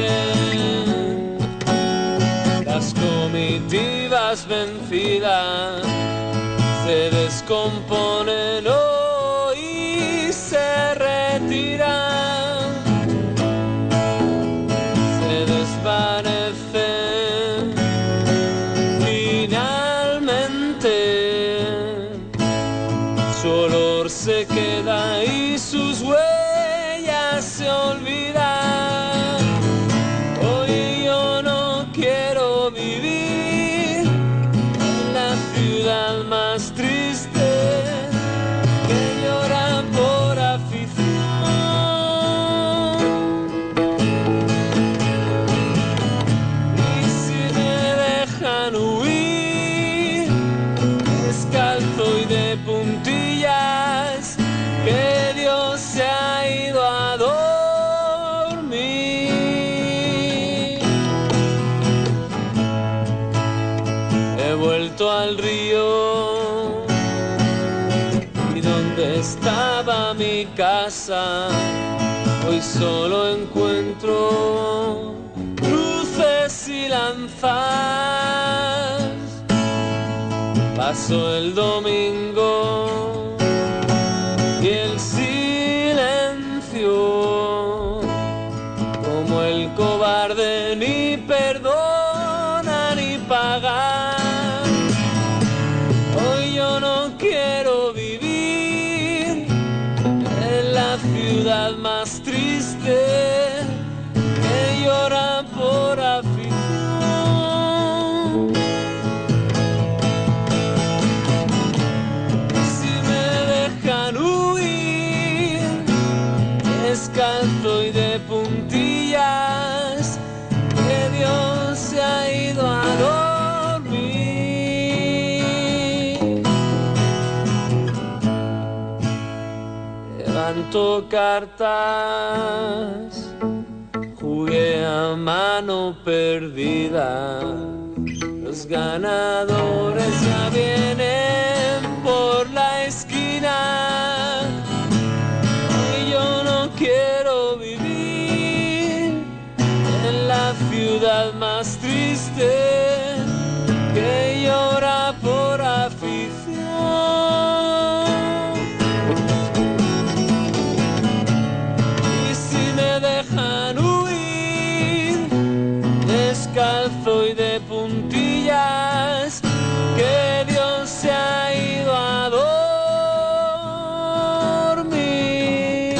desaparecen las comitivas vencidas se descomponen hoy
río. Y donde estaba mi casa, hoy solo encuentro luces y lanzas. Pasó el domingo y el silencio, como el cobarde ni perdona ni paga. Hoy yo no quiero vivir en la ciudad más triste que llora por afición. Si me dejan huir, descalzo y de puntillas, que Dios se ha ido a dormir. Levanto cartas, jugué a mano perdida. Los ganadores ya vienen por la esquina. Y yo no quiero vivir en la ciudad más triste que llora por afición. Y si me dejan huir, descalzo y de puntillas, que Dios se ha ido a dormir.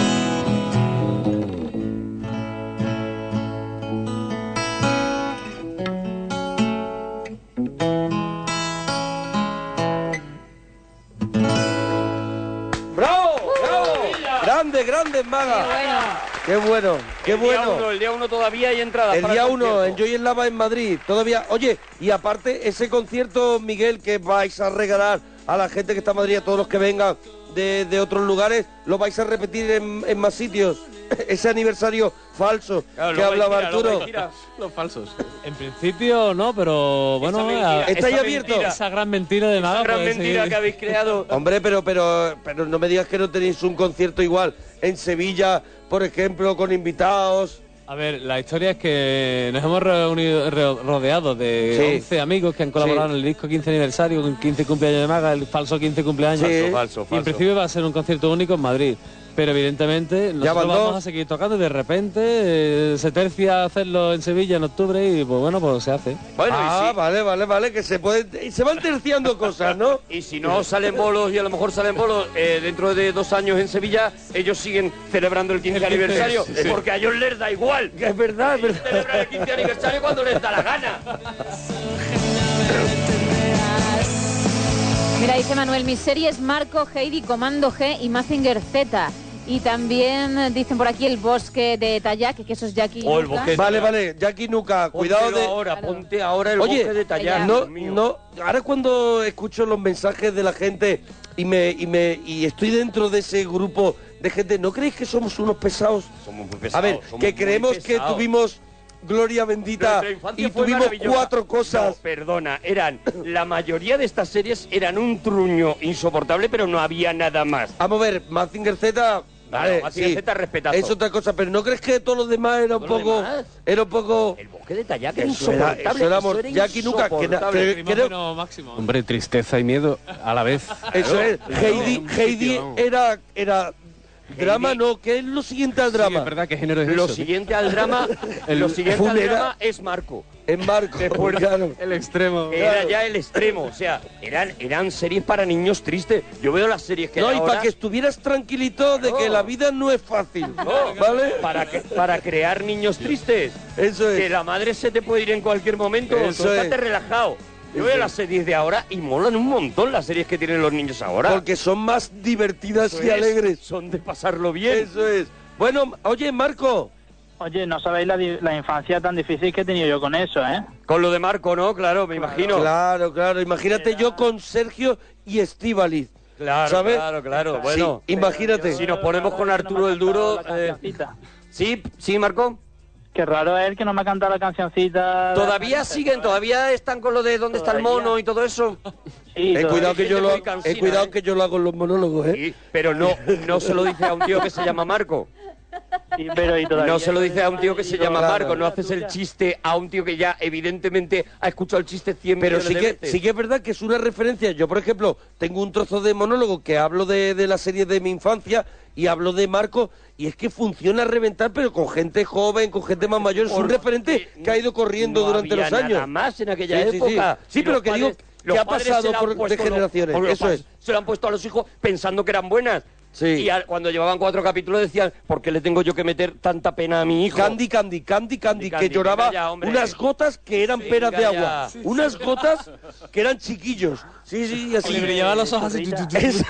¡Bravo!
¡Uh!
¡Bravo! ¡Grande, grande, Maga! ¡Qué bueno! ¡Qué
El día
bueno!
uno, el día uno todavía hay entradas.
El
para
día
el
1
concierto.
en Joy en Lava en Madrid. Todavía, oye, y aparte ese concierto, Miguel, que vais a regalar a la gente que está en Madrid, a todos los que vengan de, de otros lugares, lo vais a repetir en, en más sitios. [LAUGHS] ese aniversario falso
Claro,
que
luego hay
hablaba
gira, luego hay
Arturo.
gira, Los falsos.
En principio no, pero bueno,
mentira,
a-
¿Está ahí
esa
abierto?
mentira, Esa gran mentira de pues, Maga.
gran
puede seguir.
mentira que habéis
[LAUGHS]
creado.
Hombre, pero, pero, pero no me digas que no tenéis un concierto igual en Sevilla, por ejemplo, con invitados.
A ver, la historia es que nos hemos reunido, re- rodeado de
Sí.
11 amigos que han colaborado
Sí.
en el disco 15 aniversario, con 15 cumpleaños de Maga, el falso 15 cumpleaños.
Sí. Falso,
falso,
Y en
falso.
principio va a ser un concierto único en Madrid. Pero evidentemente
Ya
nosotros
van
vamos
dos.
a seguir tocando y de repente eh, se tercia hacerlo en Sevilla en octubre y pues bueno, pues se hace.
Bueno,
ah,
y,
vale, vale, vale, que se puede, y se van terciando cosas, ¿no?
si, [LAUGHS] y si no salen bolos y a lo mejor salen bolos eh, dentro de dos años en Sevilla, ellos siguen celebrando el 15 aniversario
Sí, sí.
porque a ellos les da igual.
Que es verdad, es verdad.
Celebran el 15 aniversario cuando les da la gana.
Mira, dice Manuel, mis series Marco, Heidi, Comando G y Mazinger Z. Y también eh, dicen por aquí el bosque de Tayak, que eso es Jackie.
Oh, el
Luca.
bosque de-
Vale, vale, Jackie Nuca, cuidado
Póntelo
de...
ahora,
Claro.
ponte ahora el
Oye,
bosque de Tallar,
no,
Dios mío.
no, ahora cuando escucho los mensajes de la gente y me, y me y estoy dentro de ese grupo de gente, ¿no creéis que somos unos pesados?
Somos muy
A
pesados,
ver,
somos
que
muy
creemos que
pesados.
tuvimos gloria bendita
Nuestra infancia
y
fue
tuvimos
maravillosa.
cuatro cosas.
No, perdona, eran la mayoría de estas series eran un truño insoportable, pero no había nada más.
Vamos a ver, Mazinger Z, vale,
Mazinger
sí,
Z, respetazo.
Es otra cosa, pero ¿no crees que todos los demás era un
¿Todos los
poco
demás?
era un poco
El bosque de Tallac era
eso era,
insoportable.
eso era amor.
eso era
Jackie Nuca, que na-
insoportable.
que- que no-
Primero máximo.
Hombre, tristeza y miedo a la vez.
Eso es. Heidi,
un sitio,
Heidi
vamos.
era, era drama, ¿no? ¿Qué es lo siguiente al
Sí, es
drama?
verdad que género es
Lo
eso, tío?
siguiente al
[LAUGHS]
drama,
El
lo siguiente al
funera-
drama es Marco.
en Marco. claro.
El extremo.
que Era ya el extremo, o sea, eran, eran series para niños tristes. Yo veo las series que
No,
hay
y
ahora
para que estuvieras tranquilito de que
Claro.
la vida no es fácil,
No,
¿vale?
para, que- para crear niños tristes.
Eso
Que
es.
la madre se te puede ir en cualquier momento.
Eso
Tú estate
es.
relajado. Yo
Eso
veo
es.
las series de ahora y molan un montón las series que tienen los niños ahora.
Porque son más divertidas
Eso
y
es,
alegres.
Son de pasarlo bien.
Eso es. Bueno, oye, Marco.
Oye, no sabéis la, di- la infancia tan difícil que he tenido yo con eso, ¿eh?
Con lo de Marco, ¿no? Claro, me imagino.
Claro, claro. Imagínate yo con Sergio y Estíbaliz.
Claro,
¿sabes?
claro, claro.
Sí,
Bueno,
imagínate.
Si nos ponemos con Arturo el Duro,
La
eh,
cancioncita.
sí, sí, Marco.
Que Qué raro es el que no me ha cantado la cancioncita.
¿Todavía siguen? ¿Todavía están con lo de dónde está el mono y todo eso?
Sí,
Eh,
todavía.
cuidado
Hay
que yo
gente
lo,
muy cansina,
eh, cuidado
¿eh?
que yo lo hago en los monólogos, ¿eh?
Pero no, no se lo dice a un tío que se llama Marco.
Sí, pero y todavía-
no se lo dice a un tío que se
Claro.
llama Marco, no haces el chiste a un tío que ya evidentemente ha escuchado el chiste 100
Pero
millones
sí
de
que,
veces.
sí que es verdad que es una referencia. Yo, por ejemplo, tengo un trozo de monólogo que hablo de, de la serie de mi infancia y hablo de Marco y es que funciona a reventar, pero con gente joven, con gente más mayor. Es un
Por- eh,
referente que ha ido corriendo
no
durante
había
los años.
nada más en aquella
Sí, sí, sí.
época.
Sí,
Y
pero
los
que digo
padres- los
que ha
padres se
pasado
la han
por, de
puesto a los-
generaciones.
por los
Eso
padres
es.
Se lo han puesto a los hijos pensando que eran buenas.
Sí.
Y al- cuando llevaban cuatro capítulos decían, ¿por qué le tengo yo que meter tanta pena a mi hijo?
Candy, Candy, Candy, Candy, que
Candy,
lloraba
venga ya, hombre.
unas gotas que eran
Venga
peras de
ya.
agua.
Sí,
Unas gotas que eran chiquillos. Sí, sí, así.
Le brillaban los ojos así, tu, tu, tu.
Eso.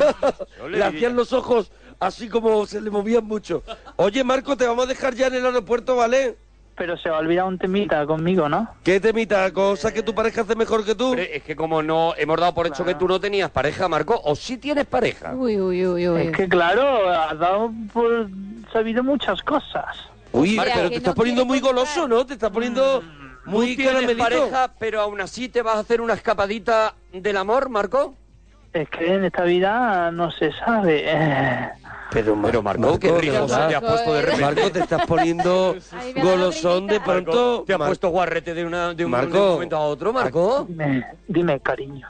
Ole,
Le hacían los ojos así como se le movían mucho. Oye, Marco, te vamos a dejar ya en el aeropuerto, ¿vale?
Pero se va a olvidar un temita conmigo, ¿no?
¿Qué temita? ¿Cosa que tu pareja hace mejor que tú?
Es que como no hemos dado por hecho que tú no tenías pareja, Marco, o sí tienes pareja.
Uy, uy, uy, uy.
Es que claro, has dado por sabido muchas cosas.
Uy,
Mira,
pero
que
te
no
estás poniendo muy goloso, ¿no? Te estás poniendo muy
Mm, Tú tienes
caramelito.
pareja, pero aún así te vas a hacer una escapadita del amor, Marco.
Es que en esta vida no se sabe.
Ah,
Pero, Mar-
Pero, Marco, qué rico
Marco,
te has puesto de repente.
Marco, te
[LAUGHS]
estás poniendo
Ay, me ha dado
golosón de
grita.
pronto.
te ha
Mar-
puesto guarrete de, una, de, un,
Marco.
de un momento a otro, Marco.
Ah, Dime, dime, cariño.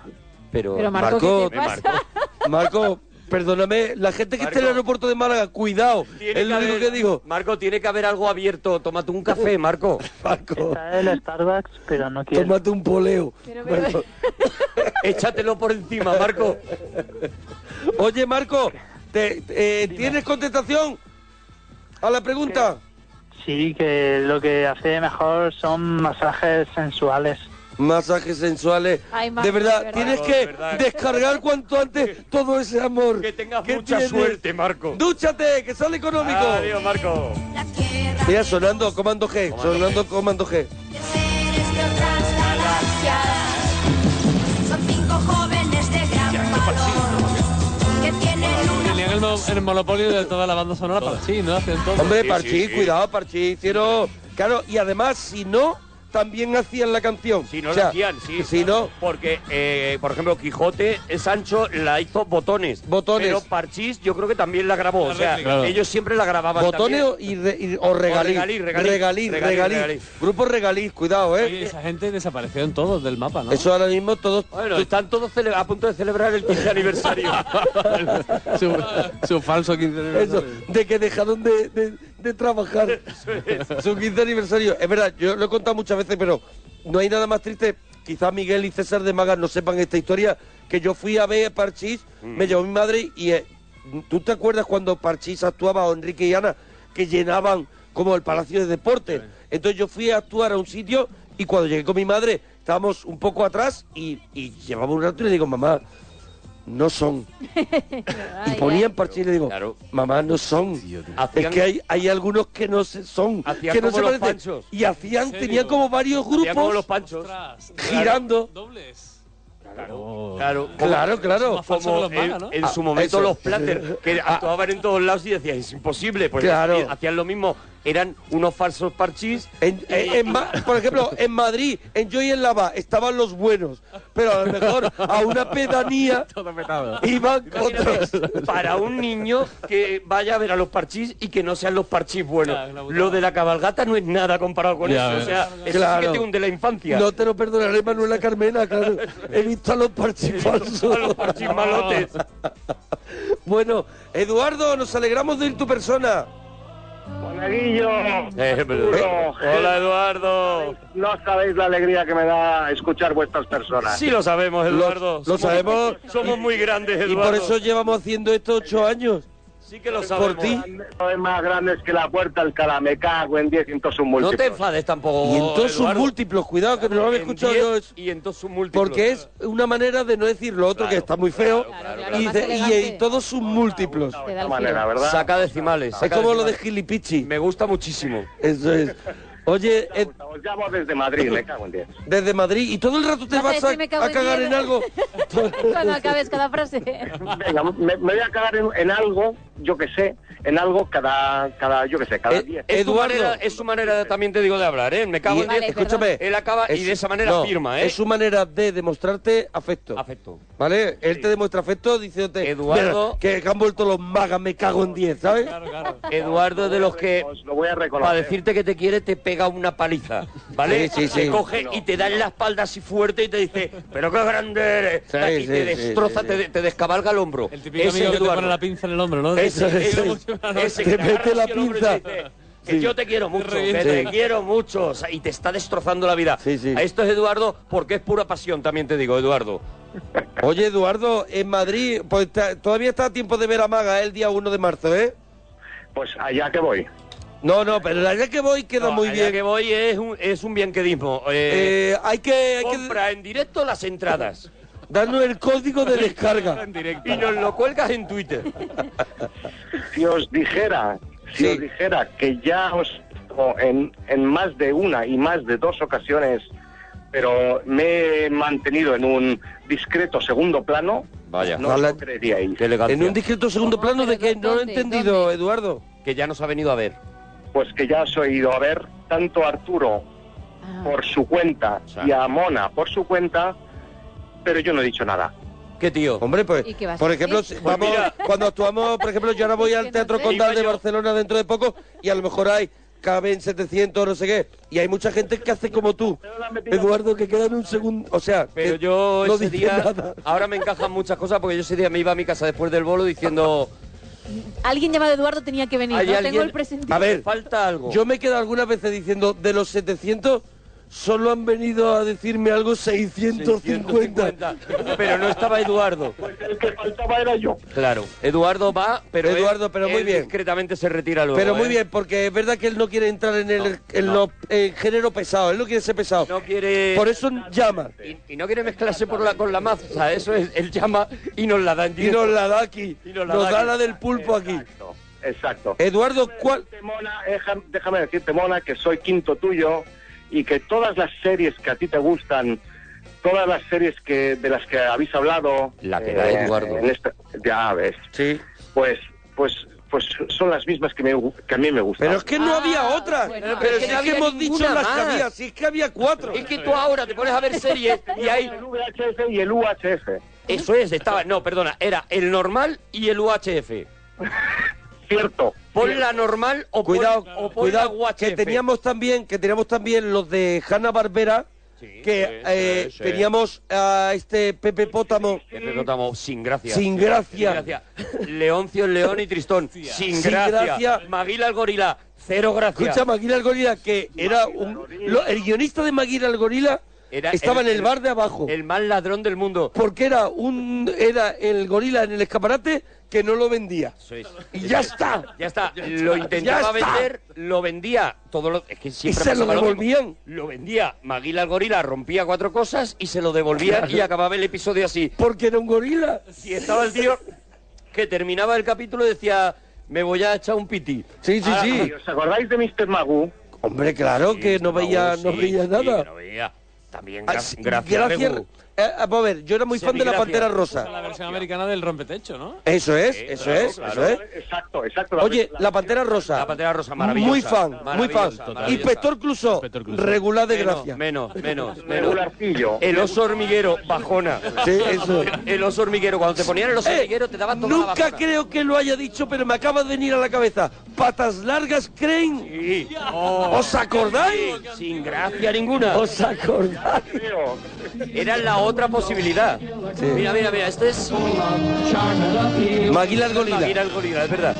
Pero,
Pero Marco, ¿qué
Marco,
te pasa?
Marco, perdóname, la gente que está en el
Marco.
aeropuerto de Málaga, cuidado.
tiene
Es lo único
haber-
que digo.
Marco, tiene que haber algo abierto. Tómate un café, Marco.
Marco,
Está el Starbucks, pero no quiero.
tómate un poleo.
Pero, pero-
Marco.
[LAUGHS] Échatelo por encima, Marco.
Oye, Marco, te- eh, ¿tienes contestación a la pregunta?
Sí, que lo que hace mejor son masajes sensuales.
Masajes sensuales.
Ay, Marco,
de verdad,
de verdad.
tienes
Marco, de
que
verdad. eh.
descargar cuanto antes todo ese amor.
Que tengas mucha
tienes.
suerte, Marco.
Dúchate, que sale económico.
Adiós, Marco.
Mira, sonando Comando G, sonando Comando G.
Seres de otras galaxias. Son cinco jóvenes de gran valor que tienen una
Tenían el, mo- el monopolio de toda la banda sonora para sí, ¿no? Hacían todo.
Hombre,
Sí,
Parchí,
sí, sí.
cuidado, Parchí, hicieron... Ah, Claro, y además, si no, también hacían la canción.
Si no
O sea,
lo hacían, sí.
Si no,
Porque, eh, por ejemplo, Quijote, eh, Sancho la hizo botones.
Botones.
Pero Parchís yo creo que también la grabó. o sea,
réplica.
ellos siempre la grababan
botones
también.
o, y re- y- o regalí.
regalí, regalí.
regalí,
Regalí,
regalí.
regalí.
Grupo regalí, cuidado, ¿eh?
Oye, esa gente desaparecieron todos del mapa, ¿no?
Eso ahora mismo todos...
Bueno, están todos cele- a punto de celebrar el 15
[LAUGHS]
aniversario.
[LAUGHS] su, su falso 15
Eso,
aniversario.
de que dejaron de, de- de trabajar. Su 15 aniversario. Es verdad, yo lo he contado muchas veces, pero no hay nada más triste. Quizás Miguel y César de Magas no sepan esta historia, que yo fui a ver Parchís, me llevó mi madre y... eh, ¿Tú te acuerdas cuando Parchís actuaba o Enrique y Ana, que llenaban como el Palacio de Deportes? Entonces yo fui a actuar a un sitio y cuando llegué con mi madre estábamos un poco atrás y, y llevaba un rato y le digo, mamá, no son. Y
Ay,
ponían parche y le digo,
Claro.
mamá, no son. es
Hacían-
que hay, hay algunos que no se- son,
Hacían
que no
como
se
los
parecen.
panchos.
Y hacían, tenían como varios
Hacían como los
grupos
panchos.
girando.
Dobles.
Claro,
Oh. Claro, claro.
más fácil.
Como
Los maga,
en,
¿no?
en su
Ah,
momento
eso.
los Platters,
[LAUGHS]
que actuaban en todos lados y decían, es imposible, pues
Claro.
hacían- hacían lo mismo, eran unos falsos parchís.
En- en- en Ma- por ejemplo, en Madrid, en Joy en Lava, estaban los buenos, pero a lo mejor a
[LAUGHS]
una pedanía
Todo petado.
iban
Imagínate,
otros.
para un niño que vaya a ver a los parchís y que no sean los parchís buenos.
Ya, es una putada.
lo de la cabalgata no es nada comparado con
Ya
eso.
ves.
O sea, eso sí
Claro.
que te hunde la infancia.
No te lo perdonaré, Manuela Carmena, claro. He visto a los parches
[LAUGHS] a los
falsos.
parchís malotes.
[LAUGHS] Bueno, Eduardo, nos alegramos de ir tu persona.
Eh, pero- Hola, Eduardo.
No sabéis la alegría que me da escuchar vuestras personas.
Sí lo sabemos,
Lo-
Eduardo.
lo
Somos-
sabemos.
Somos muy grandes,
Y
Eduardo.
por eso llevamos haciendo esto ocho años.
sí que lo sabemos.
Por ti.
Sois más grandes que la puerta Alcalá. Me cago en 10 y en todos sus
No
múltiplos.
te enfades tampoco.
Y en todos sus
Eduardo.
múltiplos, cuidado, que no lo había
En
escuchado
10
yo. es-
Y en todos sus múltiplos.
Porque es una manera de no decir lo otro, que
Claro,
está muy feo.
claro, claro,
claro.
y,
Más
de- y
elegante.
en todos sus múltiplos.
Te
de
da
esta
el
manera,
giro.
¿verdad?
Saca decimales.
Es
saca
como lo de
decimales.
Gilipichi.
Me gusta muchísimo.
Eso es. Oye, Ed,
Os llamo desde Madrid, me cago en 10.
desde Madrid, ¿y todo el rato te
Vas a
vas a,
decir, "Me cago
a
en
cagar
diez". [LAUGHS]
en algo? [LAUGHS]
Cuando acabes cada frase.
Venga, me, me voy a cagar en, en algo yo qué sé, en algo cada, cada yo qué sé,
Eh,
cada 10.
Es su manera- es su manera también te digo de hablar, ¿eh? Me cago
Y-
en diez.
escúchame,
Él acaba y
es-
de esa manera
no,
firma, ¿eh?
Es su manera de demostrarte afecto.
Afecto.
¿Vale? Él te demuestra afecto diciéndote
Eduardo-
"Mira, que, que han vuelto los magas, me cago en 10, ¿sabes?
[LAUGHS] Eduardo es de los que
lo voy a reconocer.
para decirte que te quiere te pega una paliza, ¿vale?
Sí, sí, sí.
Te coge y te da en la espalda así fuerte y te dice, pero qué grande eres.
Sí,
y
sí,
te
sí,
destroza,
sí,
Te,
sí.
de- te descabalga el hombro. El
típico amigo que te pone la pinza en el hombro, ¿no?
Ese,
Eso,
ese,
eso.
[LAUGHS]
ese
Te
que te agarra
mete la
así el hombro y te
pinza.
dice, Que
Sí.
yo te quiero mucho,
revienta.
que te
Sí.
quiero mucho, o sea, y te está destrozando la vida. A esto es Eduardo porque es pura pasión, también te digo, Eduardo.
Oye, Eduardo, en Madrid, pues ta- todavía está a tiempo de ver a Maga ¿eh? el día 1 de marzo, ¿eh?
Pues allá que voy.
No, no, pero allá que voy queda
No,
muy
allá
bien.
que voy es un, es un bienquedismo.
Eh, hay que... Hay
compra en directo las entradas.
Danos el
[LAUGHS]
código de descarga.
y nos lo cuelgas en Twitter.
Si os dijera, si os dijera que ya os o en, en más de una y más de dos ocasiones, pero me he mantenido en un discreto segundo plano,
Vaya.
no os lo creeríais.
En un discreto segundo plano de que no lo he entendido, Eduardo.
Que ya nos ha venido a ver.
Pues que ya os he ido a ver tanto a Arturo por su cuenta y a Mona por su cuenta, pero yo no he dicho nada.
¿Qué tío?
Hombre, pues,
¿Y qué vas a
por ejemplo,
decir?
si- vamos,
Pues mira.
cuando actuamos, por ejemplo, yo ahora
[LAUGHS]
voy al Teatro Condal de Barcelona dentro de poco y a lo mejor hay, caben 700, no sé qué, y hay mucha gente que hace como tú, Eduardo, que queda en un segundo, o sea,
Pero
que
yo
no
ese
dice
día,
nada.
ahora me encajan muchas cosas porque yo ese día me iba a mi casa después del bolo diciendo,
Alguien llamado Eduardo tenía que venir,
¿Hay
¿no?
alguien?
Tengo el presentimiento.
A ver,
falta algo.
Yo me quedo algunas veces diciendo, de los 700, solo han venido a decirme algo 650.
pero no estaba Eduardo.
Pues El que faltaba era yo.
Claro, Eduardo va, pero
Eduardo,
él-
pero muy
él
bien.
discretamente se retira luego.
Pero muy
¿eh?
bien, porque es verdad que él no quiere entrar en el en lo- en género pesado, él no quiere ser pesado.
No quiere.
Por eso llama.
Y, y no quiere mezclarse por la, con la maza, eso es, él llama y nos la da en
Y
directo.
nos la da aquí.
Y
nos
nos la da
da
aquí.
la del pulpo aquí.
Exacto.
Eduardo, ¿cuál?
Mona, deja- déjame decirte, Mona, que soy quinto tuyo y que todas las series que a ti te gustan, todas las series que de las que habéis hablado,
La que da Eduardo.
Eh, en esta- ya ves,
sí,
pues, pues, pues son las mismas que, me gu- que a mí me gustan.
Pero es que
Ah,
no había otra.
bueno,
pero
es
si
que no
es que
había
hemos dicho
ninguna
las que
más.
había, si es que había cuatro.
Es que tú ahora te pones a ver series y hay...
El VHF y el UHF.
Eso es, estaba... No, perdona, era el normal y el UHF.
[LAUGHS] Cierto.
Pon la normal o pon-
Cuidado,
o pon
cuidado,
la UHF.
que teníamos también, que teníamos también los de Hanna Barbera, que eh,
sí, sí.
teníamos a este Pepe Pótamo.
Pepe Cotamo, sin gracia.
Sin gracia.
gracia. Leoncio el León y Tristón, sin
Sin
gracia.
gracia.
Maguila el Gorila, cero gracia.
Escucha, Maguila el Gorila, que era un. lo- el guionista de Maguila el Gorila
Era
estaba
el-
en el
el-
bar de abajo.
El más ladrón del mundo.
Porque era un. Era el gorila en el escaparate que no lo vendía.
Eso es.
Y ya está.
Ya está, lo intentaba
Ya está.
vender, lo vendía, todo lo... Es que siempre
Y se lo
pasaba mismo.
devolvían.
Lo vendía, Maguila el gorila rompía cuatro cosas y se lo devolvía
[LAUGHS]
y acababa el episodio así.
Porque era un gorila.
Y estaba el tío que terminaba el capítulo y decía, me voy a echar un piti.
Sí, sí,
Ahora-
sí.
¿Y ¿Os acordáis de Mr. Magoo?
Hombre, claro que no veía, no
Sí,
veía
sí, que
nada.
no veía. También
Ah,
gra-
sí,
gracias.
gracias.
Rebu.
Eh, vamos a ver, yo era muy fan de la
Semigracias.
Pantera
La
Rosa.
versión americana del rompetecho, ¿no?
Eso es,
Sí,
eso
claro,
es,
claro.
eso es.
Exacto, exacto.
Oye, la Pantera Rosa.
La Pantera Rosa, maravillosa.
Muy fan, muy fan.
Maravillosa, maravillosa.
Inspector Clouseau, regular de
Menos,
gracia.
Menos, menos, menos.
Regularcillo.
El oso hormiguero, bajona.
Sí, eso.
El oso hormiguero, cuando te ponían el oso
Eh,
hormiguero te daban toda la
Nunca
bajona.
creo que lo haya dicho, pero me acaba de venir a la cabeza. Patas largas, creen. Oh.
Sí.
¿Os acordáis?
Sin gracia ninguna.
¿Os acordáis?
Era la otra posibilidad. Mira, mira, mira, esto es.
Maguila el Gorila.
Maguila el Gorila, es verdad.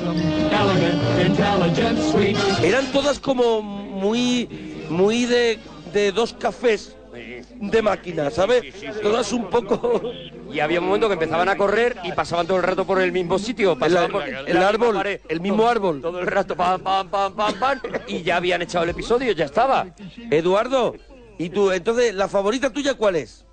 Eran todas como muy, muy de, de dos cafés de máquina, ¿sabes? Todas un poco
Y había un momento que empezaban a correr y pasaban todo el rato por el mismo sitio. pasaban
El-
por
el
la misma
árbol,
pared,
el
todo-
mismo árbol.
Todo el rato, pam, pam, pam, pam, pam. Y ya habían echado el episodio, ya estaba.
Eduardo, ¿y tú? Entonces, ¿la favorita tuya cuál es?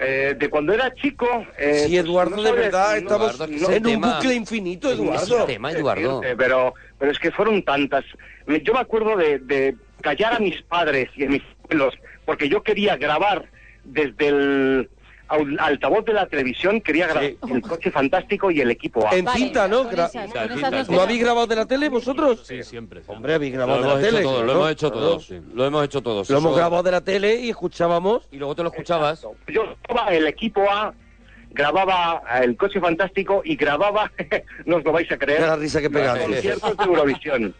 Eh, de cuando era chico. eh,
sí,
pues,
Eduardo,
no
de
sabría
verdad,
decir-
estamos
Eduardo, es que es un
en un
tema.
bucle infinito,
Es un
Eduardo.
tema, Eduardo.
decirte, pero, pero es que fueron tantas. Me- Yo me acuerdo de, de callar a mis padres y a mis abuelos, porque yo quería grabar desde el al altavoz de la televisión quería grabar el coche fantástico y el equipo A.
En cinta, ¿no? Gra- ¿No habéis grabado de la tele vosotros?
Sí, siempre.
Hombre, habéis grabado
Lo
de la
hemos hecho
tele.
todos, lo
claro,
hemos hecho
claro.
todos. Lo hemos hecho todos.
Lo hemos
Eso-
grabado de la tele y escuchábamos.
Y luego te lo escuchabas.
Yo grababa el equipo A, grababa eh, el coche fantástico y grababa, [LAUGHS] no os lo vais a creer,
Mira la risa que pega.
los conciertos de Eurovisión.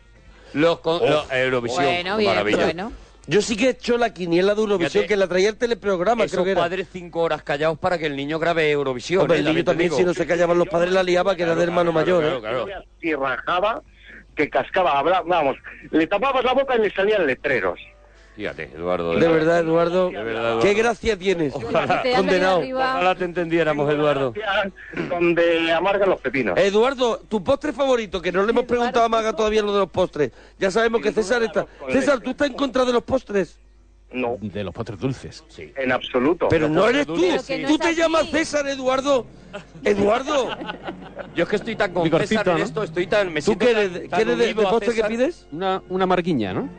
Los
Oh.
con, los- Eurovisión.
Bueno, bien,
maravilla.
bueno.
Yo sí que he hecho la quiniela de Eurovisión,
Fíjate.
que la traía el teleprograma,
Esos
creo que era.
padres cinco horas callados para que el niño grabe Eurovisión.
Hombre,
¿eh?
el niño
te
también,
digo.
si no se callaban los padres, la liaba, que era de hermano mayor. ¿eh?
Y rajaba, que cascaba, habla- vamos, le tapabas la boca y le salían letreros. [LAUGHS]
Fíjate, Eduardo.
De verdad, Eduardo.
verdad,
Qué
Eduardo.
gracia tienes.
Ojalá. Te han
Condenado.
venido arriba.
Ojalá te entendiéramos, Eduardo.
Donde amargan los pepinos.
Eduardo, tu postre favorito, que no le hemos preguntado a Maga todavía lo de los postres. Ya sabemos que César está. César, ¿tú estás en contra de los postres?
No,
De los postres dulces.
Sí.
en absoluto.
Pero
Los
no
postres
eres tú.
dulces, sí.
Tú te llamas César, Eduardo. Eduardo.
Yo es que estoy tan con
Picorcito,
César en
¿no?
esto, estoy tan. Me
¿Tú
siento
qué
tan-
eres?
tan
¿Qué eres de,
unido
de
a
postre que
César.
pides?
Una, una marquiña, ¿no?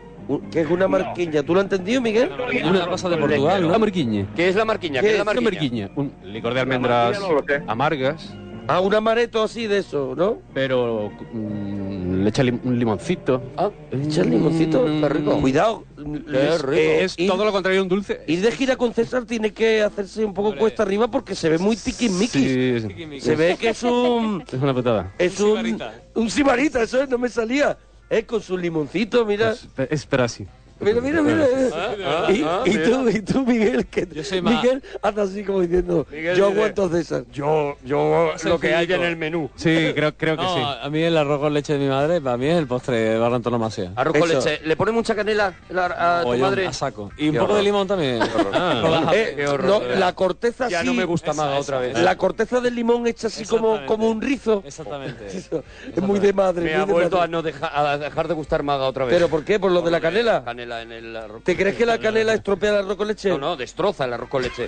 Que es una marquilla. ¿Tú lo has entendido, Miguel?
Una rosa de Portugal, ¿no? Una marquiña.
¿Qué es la marquiña?
¿Qué
¿Qué, es
es?
la
Una
marquiña?
marquiña. Un licor de almendras
no lo sé.
amargas,
Ah, un amareto así de eso, ¿no?
pero mm, le echa lim- un limoncito.
Ah, echa el limoncito,
Mm.
está rico. Cuidado. Luis, eh,
Es
ir-
todo lo contrario a un dulce.
Ir de gira con César tiene que hacerse un poco cuesta arriba porque se ve muy tiquismiquis.
Sí, sí.
Se ve que es un...
Es una putada.
Es un... Un sibarita, eso es, no me salía. Eh, con su limoncito, mira.
Es, es perasi.
Pues,
Mira, mira, mira.
Ah,
Ah,
y, y tú, y tú, Miguel, que
Yo soy más-
Miguel anda así como diciendo,
Miguel
yo
dice-
aguanto a César.
Yo, yo,
Soy
lo que haya en
cínico.
el menú.
Sí, creo, creo que
No,
sí.
a mí el arroz con leche de mi madre, para mí es el postre de barra antonomasia.
Arroz con
Eso.
leche. ¿Le pone mucha canela la- a tu
Ollón,
madre?
a saco. Y un
Qué
poco
horror.
de limón también.
[LAUGHS]
Ah,
Eh,
Qué horror, de
no,
verdad.
la corteza
Ya
sí,
no me gusta
Esa,
más
esa,
otra vez.
esa.
la corteza del limón hecha así como,
Exactamente.
como un rizo.
Exactamente.
[LAUGHS] Eso, Es muy de madre.
Me
muy
ha
de
vuelto
madre.
a no dejar a dejar de gustar maga otra vez.
¿Pero por qué? ¿Por lo de la canela?
Canela en el arroz.
¿Te crees que la canela estropea el arroz con leche?
No, no, destroza el arroz con
[LAUGHS]
leche.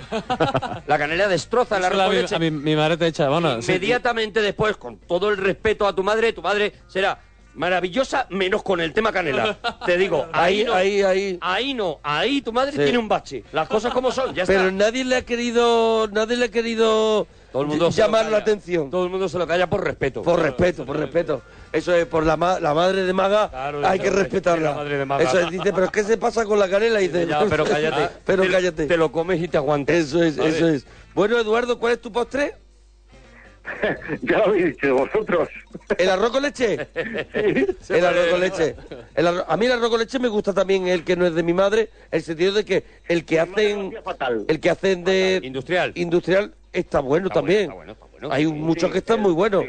la canela destroza el
Eso
arroz
la-
con
mi-
leche.
a mi, mi madre te echa, bueno, sí,
Inmediatamente después, con todo el respeto a tu madre, tu madre será maravillosa menos con el tema canela. Te digo, ahí,
[LAUGHS] Ahí,
no, ahí,
ahí, ahí.
no, ahí tu madre
Sí.
tiene un bache. Las cosas como son, ya
Pero
está.
nadie le ha querido, nadie le ha querido
Todo el mundo se lo
llamar la
calla.
atención.
Todo el mundo se lo calla por respeto.
Por respeto, por respeto. Eso es, por la, ma- la madre de Maga
Claro,
hay
eso
que
es,
respetarla.
la madre de Maga.
Eso es, dice, pero ¿qué se pasa con la canela? Y dice,
Ya, pero cállate.
[LAUGHS] pero
Te-
cállate.
Te lo comes y te aguantas.
Eso es,
A ver.
eso es. Bueno, Eduardo, ¿cuál es tu postre?
Ya lo habéis dicho vosotros.
¿El arroz con leche? el arroz con leche. El arro- a mí el arroz con leche me gusta también el que no es de mi madre, en el sentido de que el que hacen...
Hacía fatal.
El que hacen de
Industrial.
industrial está bueno
Está
también.
bueno, está bueno, está bueno.
Hay
Sí,
muchos que están muy buenos.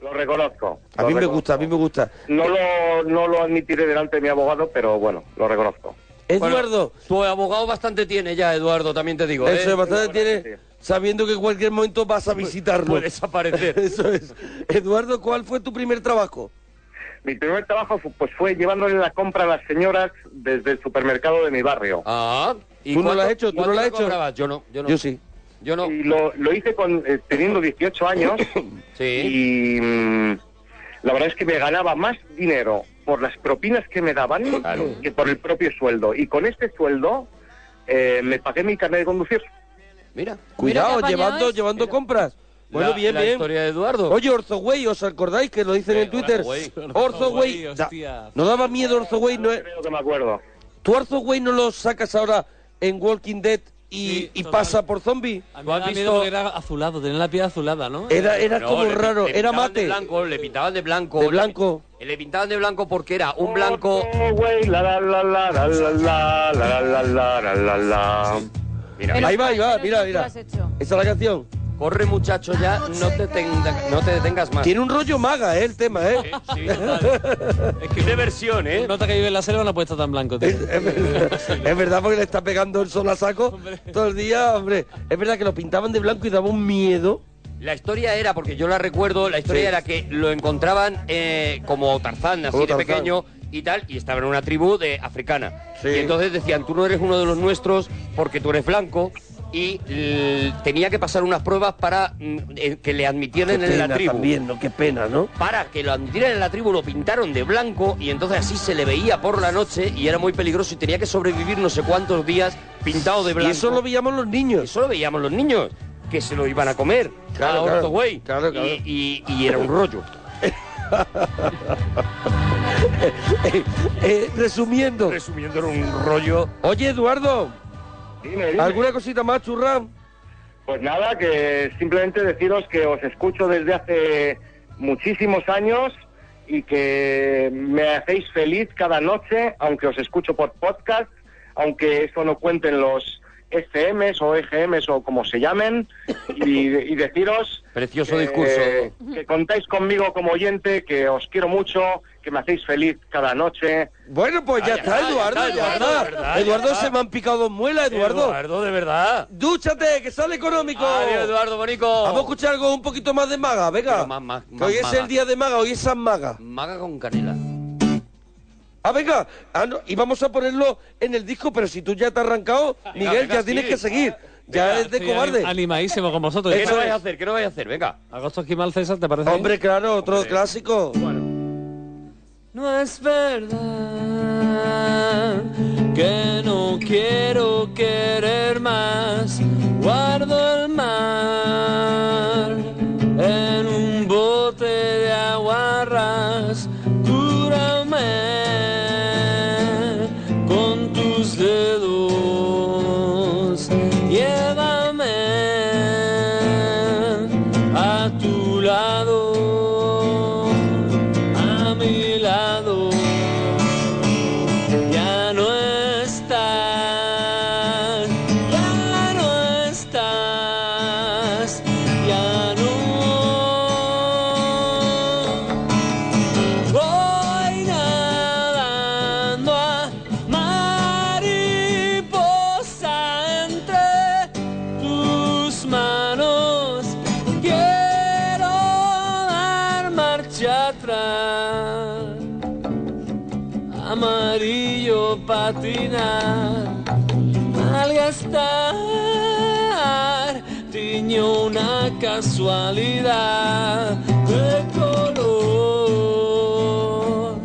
Lo reconozco.
A
lo
mí me
reconozco.
gusta, a mí me gusta.
No lo, no lo admitiré delante de mi abogado, pero bueno, lo reconozco.
Bueno,
Eduardo,
tu abogado bastante tiene ya, Eduardo, también te digo.
eso
¿eh?
es bastante
bueno,
tiene, sabiendo que en cualquier momento vas a visitarlo.
Puedes aparecer.
[LAUGHS] Eso es. Eduardo, ¿cuál fue tu primer trabajo?
Mi primer trabajo fu- pues fue llevándole la compra a las señoras desde el supermercado de mi barrio.
Ah, ¿y
Tú no lo
cuánto-
has hecho, tú no
cuánto
lo has
le
hecho.
cobrabas? Yo no, yo no.
Yo sí.
Yo no.
Y lo, lo hice con eh, teniendo 18 años
[COUGHS] Sí.
y mm, la verdad es que me ganaba más dinero por las propinas que me daban
Claro.
que por el propio sueldo. Y con este sueldo eh, me pagué mi carnet de conducir.
Mira.
Cuidado,
qué apañado
llevando,
es.
llevando compras. Bueno,
La-
bien,
la
bien.
historia de Eduardo.
Oye, Orzoway, ¿os acordáis que lo dicen en Twitter?
Orzoway.
Orzoway.
Orzoway,
da-
hostia.
No daba miedo Orzoway. No es...
Creo que me acuerdo.
¿Tú Orzoway no lo sacas ahora en Walking Dead y,
Sí,
y
total.
pasa por zombie?
A mí
¿Tú
me
has
da
visto-
miedo porque era azulado, tenía la piel azulada, ¿no?
Era, era
No,
como
le-
raro,
le
era
pintaban De
mate.
blanco, le pintaban de blanco.
De blanco.
Le, le pintaban de blanco porque era un blanco.
Oh, güey, la, la, la, la, la, la, la, la, la, la, la, la, la.
Pero-
Mira, mira.
Ahí va, ahí va,
Pero
mira,
tú
mira.
has hecho.
Esa es la canción.
corre muchacho ya, no te, tenga- no te detengas más.
Tiene un rollo maga, ¿eh? El tema, ¿eh?
Sí,
[LAUGHS]
total. es que de versión, ¿eh?
Nota que vive en la selva no puede estar tan blanco, tío.
Es verdad,
[LAUGHS]
es verdad, porque le está pegando el sol a saco todo el día, hombre. Es verdad que lo pintaban de blanco y daba un miedo.
La historia era, porque yo la recuerdo, la historia
Sí.
era que lo encontraban eh, como Tarzán, así
Como
de
Tarzán.
pequeño y tal, y estaba en una tribu de africana.
Sí.
Y entonces decían, tú no eres uno de los nuestros porque tú eres blanco. Y l- tenía que pasar unas pruebas para mm, eh, que le
Qué
admitieran en
pena
la tribu.
también, ¿no? Qué pena, ¿no?
Para que lo admitieran en la tribu lo pintaron de blanco y entonces así se le veía por la noche y era muy peligroso y tenía que sobrevivir no sé cuántos días pintado de
Y
blanco.
eso lo veíamos los niños.
Eso lo veíamos los niños. que se lo iban a comer
Claro,
a
claro,
Ortoway.
claro, claro.
Y, y- y era un rollo.
resumiendo.
Resumiendo era un rollo.
Oye, Eduardo.
Dime, dime.
¿Alguna cosita más, churra?
Pues nada, que simplemente deciros que os escucho desde hace muchísimos años y que me hacéis feliz cada noche, aunque os escucho por podcast, aunque eso no cuenten los FMs o EGMs o como se llamen, y, y deciros...
Precioso discurso.
Que contáis conmigo como oyente, que os quiero mucho, que me hacéis feliz cada noche.
Bueno, pues ya, está, Eduardo, ya, está. Eduardo se me han picado dos muelas, Eduardo.
Eduardo, de verdad.
Dúchate, que sale económico.
Adiós, Eduardo, bonico.
Vamos a escuchar algo un poquito más de maga, venga.
Pero más- más-
Que
más
hoy es
maga.
el día de maga, hoy es San Maga.
Maga con canela.
Ah, venga, ah, no, y vamos a ponerlo en el disco, pero si tú ya te has arrancado, Miguel,
venga,
ya tienes
sí.
que seguir. Ya eres de
Estoy
cobarde.
anim- Animadísimo con vosotros.
¿Qué no
Eso
vais a
es.
hacer? ¿Qué no vais a hacer? Venga.
Agosto Esquimal César, ¿te parece?
Hombre, claro, otro clásico.
No es verdad que no quiero querer más. Guardo el mar en un bote de aguarras. Cúrame con tus dedos. Llévame a tu lado a mi lado ya no estás, ya no estás, ya no voy nadando a mariposa entre tus manos quiero dar marcha atrás amarillo patinar malgastar tiño una casualidad de color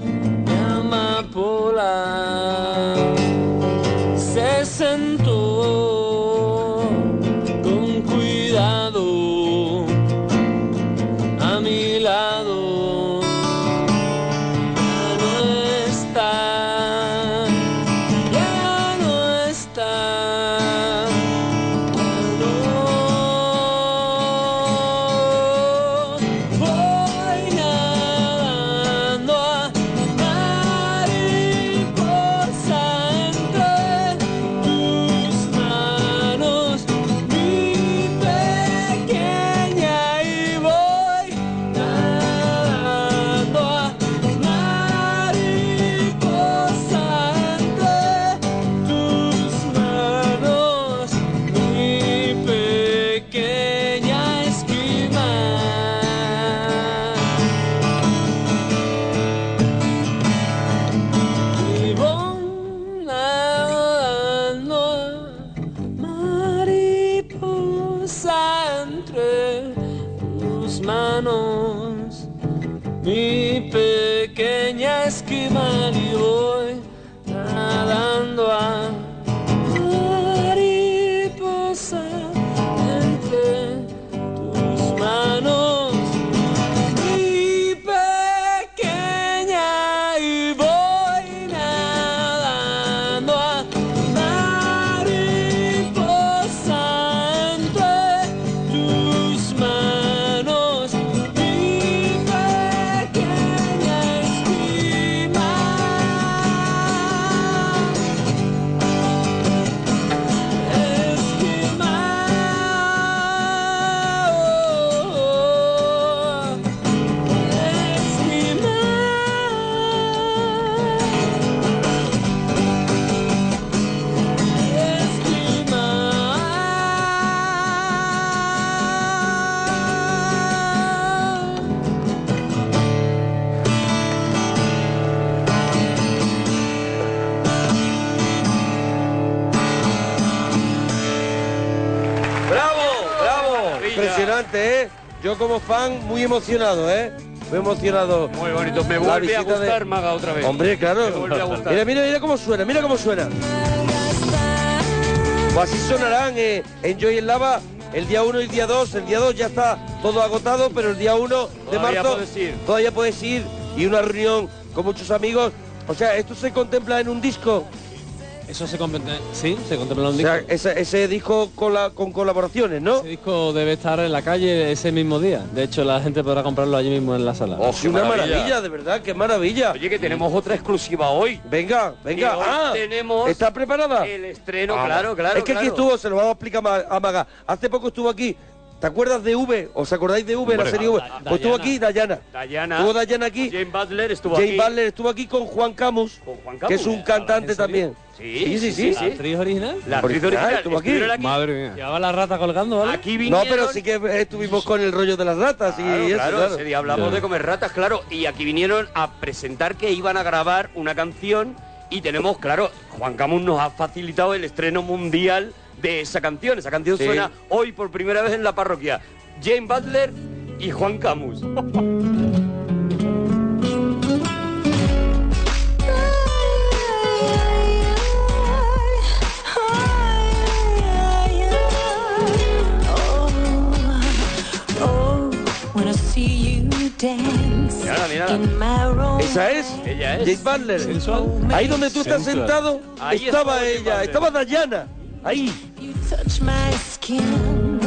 de amapola se sentó con cuidado a mi lado. Ya no está, ya no está, ya no. Oh. Voy nadando a mariposa entre tus manos, mi pequeña y voy nadando a mariposa entre tus manos, mi pequeña esquima. Y volando mariposa entre tus manos, mi pequeña esquimal y voy nadando a mariposa entre tus manos, mi pequeña y voy nadando a mariposa entre tus manos, mi pequeña esquima, esquima. oh, oh, oh.
¡Bravo! ¡Bravo!
Maravilla.
Impresionante, ¿eh? Yo como fan, muy emocionado, ¿eh? Muy emocionado.
Muy bonito. Me
La
vuelve a
visita de-
gustar Maga otra vez.
Hombre, claro.
Me vuelve a gustar.
Mira, mira, mira cómo suena, mira cómo suena. Pues así sonarán eh, en Joy en Lava el día 1 y el día 2. El día 2 ya está todo agotado, pero el día 1 de
Todavía
marzo
puedes ir.
todavía puedes ir y una reunión con muchos amigos. O sea, esto se contempla en un disco.
Eso se contempla, sí, se contempla en un
disco. O sea, ese, ese disco con, la- con colaboraciones, ¿no?
Ese disco debe estar en la calle ese mismo día. De hecho, la gente podrá comprarlo allí mismo en la sala.
Es una maravilla. de verdad, qué maravilla.
Oye, que tenemos otra exclusiva hoy.
Venga, venga.
Y hoy
ah,
tenemos
¿Está preparada?
el estreno,
Ah,
claro, claro,
Es que aquí
claro.
estuvo, se lo vamos a explicar ma- a Maga. Hace poco estuvo aquí. ¿Te acuerdas de V? ¿Os acordáis de V, la
Hombre,
serie V?
Da-
Pues estuvo
Dayana.
aquí Dayana.
Dayana.
Estuvo Dayana aquí.
Jane Butler estuvo
Jane
aquí.
Butler estuvo aquí con Juan Camus,
Juan
que
Camus.
es un cantante también.
Sí,
sí, sí.
¿La actriz
original?
La actriz original.
estuvo aquí.
Estuvieron aquí.
Madre mía. Llevaba la rata colgando, ¿vale?
Aquí
No,
vinieron...
pero sí que estuvimos con el rollo de las ratas
Claro,
y eso,
claro,
claro.
ese día hablamos
Ya.
de comer ratas, claro. Y aquí vinieron a presentar que iban a grabar una canción y tenemos, claro, Juan Camus nos ha facilitado el estreno mundial de esa canción. Esa canción
Sí.
suena hoy por primera vez en la parroquia. Jane Butler y Juan Camus.
Oh,
Mírala,
mírala. Esa es.
Ella
es. Jade Butler. Ahí donde tú estás
Sensual.
sentado,
Ahí
estaba
estaba Jade
eh.
ella,
Butler.
estaba Dayana. Ahí.
touch my skin,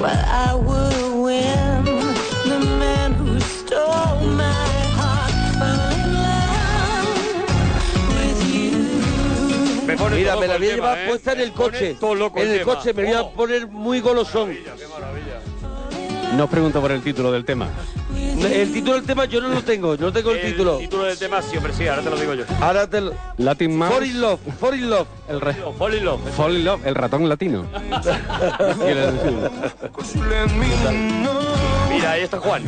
well, I will win. The man who stole my heart fell in love with you.
Me pone
Mira,
todo
me la
loco
voy a
el
llevar
tema, ¿eh?
puesta en el
Me pone
coche.
todo loco el
en el
tema. Oh.
coche me voy a poner muy golosón.
Nos pregunto por el título del tema.
El título del tema yo no lo tengo, no tengo el, título.
título del tema sí, hombre, sí, ahora te lo digo yo.
Ahora te lo...
Latin Mouse.
For in love, for in love.
El re-
Fall in love.
Fall in Love, el ratón
[LAUGHS]
latino. Y el-
[LAUGHS] Mira, ahí está Juan.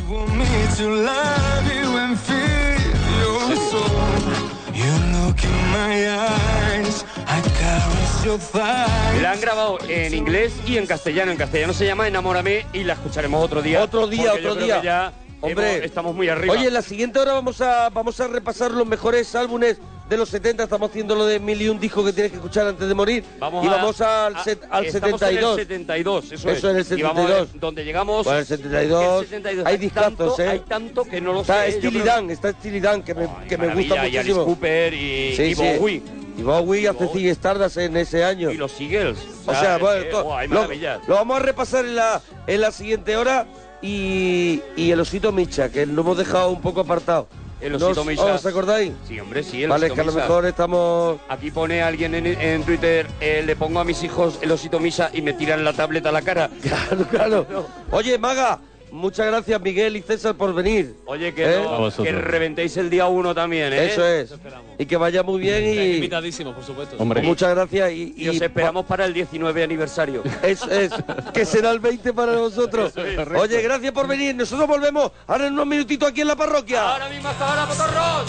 La han grabado en inglés y en castellano. En castellano se llama Enamórame y la escucharemos otro día.
Otro día,
porque yo
otro
creo
día.
que ya
Hombre.
hemos- estamos muy arriba.
Oye, en la siguiente hora vamos a, vamos a repasar los mejores álbumes de los 70. Estamos haciendo lo de mil y un disco que tienes que escuchar antes de morir.
Vamos
y
a-
vamos al,
a-
set- al
estamos
72.
En el 72, eso,
Eso
es.
en el
Y vamos a ver
72.
donde llegamos.
Bueno, el 72,
el 72,
hay
tanto-
discazos, ¿eh?
Hay tanto que no lo
está
sé. yo
Steely
creo-
Dan, está Steely Dan, que me, que me
maravilla,
gusta
y Alice
muchísimo.
Cooper y- y Bowie.
Y Bowie hace Ziggy Stardust en ese año.
Y los Eagles.
O sea,
es
bueno,
que,
to-
oh, hay
lo,
maravillas.
lo vamos a repasar en la, en la siguiente hora y, y el osito Micha, que lo hemos dejado un poco apartado.
El
¿No
osito
os-
Micha.
¿Os acordáis?
Sí, hombre, sí. El
vale, es
osito
que a lo
Misa.
mejor estamos...
Aquí pone alguien en, en Twitter, eh, le pongo a mis hijos el osito misa y me tiran la tableta a la cara.
[LAUGHS] Claro, claro. Oye, Maga, muchas gracias Miguel y César por venir.
Oye, que,
¿Eh?
no,
A vosotros.
que reventéis el día uno también, ¿eh?
Eso es. Y que vaya muy bien
Estáis
y...
invitadísimos, por supuesto.
Pues Muchas gracias y...
Y os
y-
esperamos para el 19
[LAUGHS]
aniversario.
Es, es, que será el 20 para nosotros.
Eso es, correcto.
Oye, gracias por venir. Nosotros volvemos ahora en unos minutitos aquí en la parroquia.
Ahora mismo, hasta ahora, potorros.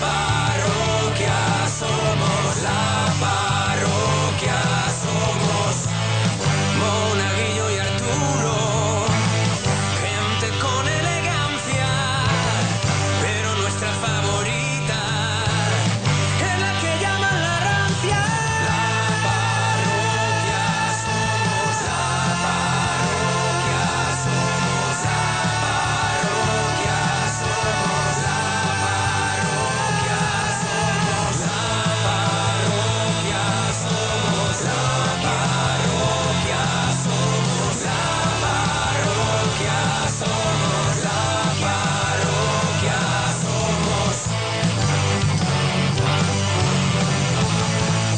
parroquia somos, la parroquia somos. Monaguillo y Arturo, gente con elegancia, pero nuestra favorita es la que llaman la rancia. La parroquia somos, la parroquia somos, la parroquia somos, la parroquia somos, la parroquia somos, la parroquia somos, la parroquia somos, la parroquia somos.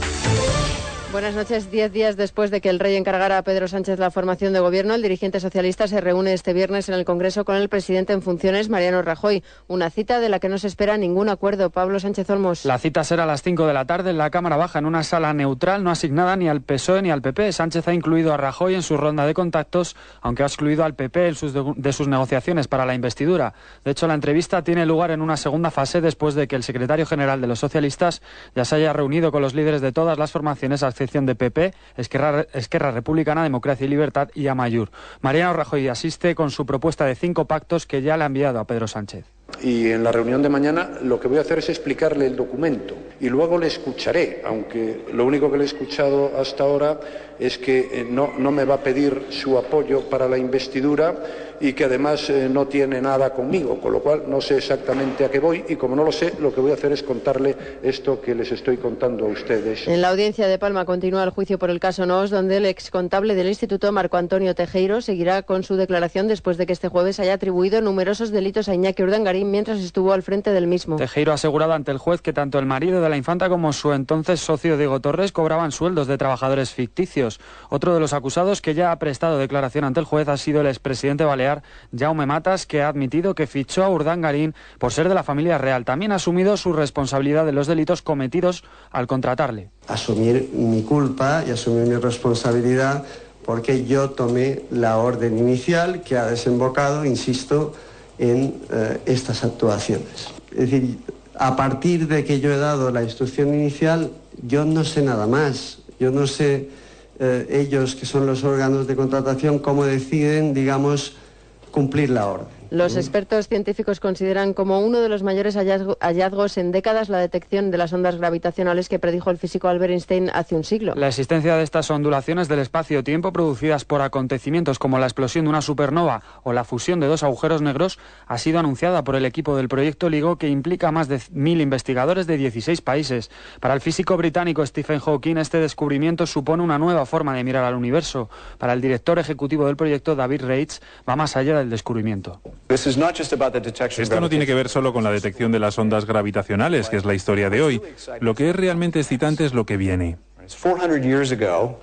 Buenas noches. Diez días después de que el rey encargara a Pedro Sánchez la formación de gobierno, el dirigente socialista se reúne este viernes en el Congreso con el presidente en funciones, Mariano Rajoy. Una cita de la que no se espera ningún acuerdo. Pablo Sánchez Olmos.
La cita será a las 5 de la tarde en la Cámara Baja, en una sala neutral, no asignada ni al PSOE E ni al PP. Sánchez ha incluido a Rajoy en su ronda de contactos, aunque ha excluido al PP en sus de, de sus negociaciones para la investidura. De hecho, la entrevista tiene lugar en una segunda fase después de que el secretario general de los socialistas ya se haya reunido con los líderes de todas las formaciones, a excepción de PP, Esquerra, Esquerra Republicana, Democracia y Libertad y Amayur. Mariano Rajoy asiste con su propuesta de cinco pactos que ya le ha enviado a Pedro Sánchez.
Y en la reunión de mañana lo que voy a hacer es explicarle el documento y luego le escucharé, aunque lo único que le he escuchado hasta ahora es que eh, no, no me va a pedir su apoyo para la investidura y que además eh, no tiene nada conmigo, con lo cual no sé exactamente a qué voy y como no lo sé, lo que voy a hacer es contarle esto que les estoy contando a ustedes.
En la audiencia de Palma continúa el juicio por el caso Nos, donde el ex contable del Instituto Marco Antonio Tejero seguirá con su declaración después de que este jueves haya atribuido numerosos delitos a Iñaki Urdangarín mientras estuvo al frente del mismo.
Tejero ha asegurado ante el juez que tanto el marido de la infanta como su entonces socio Diego Torres cobraban sueldos de trabajadores ficticios. Otro de los acusados que ya ha prestado declaración ante el juez ha sido el expresidente Balear Jaume Matas, que ha admitido que fichó a Urdangarín por ser de la familia real. También ha asumido su responsabilidad de los delitos cometidos al contratarle.
Asumir mi culpa y asumir mi responsabilidad porque yo tomé la orden inicial que ha desembocado, insisto, en eh, estas actuaciones. Es decir, a partir de que yo he dado la instrucción inicial, yo no sé nada más. Yo no sé eh, ellos, que son los órganos de contratación, cómo deciden, digamos, cumplir la orden.
Mm.
Los expertos científicos consideran como uno de los mayores hallazgo, hallazgos en décadas la detección de las ondas gravitacionales que predijo el físico Albert Einstein hace un siglo.
La existencia de estas ondulaciones del espacio-tiempo producidas por acontecimientos como la explosión de una supernova o la fusión de dos agujeros negros ha sido anunciada por el equipo del proyecto LIGO que implica más de mil investigadores de 16 países. Para el físico británico Stephen Hawking este descubrimiento supone una nueva forma de mirar al universo. Para el director ejecutivo del proyecto David Reitz va más allá del descubrimiento.
Esto no tiene que ver solo con la detección de las ondas gravitacionales, que es la historia de hoy. Lo que es realmente excitante es lo que viene.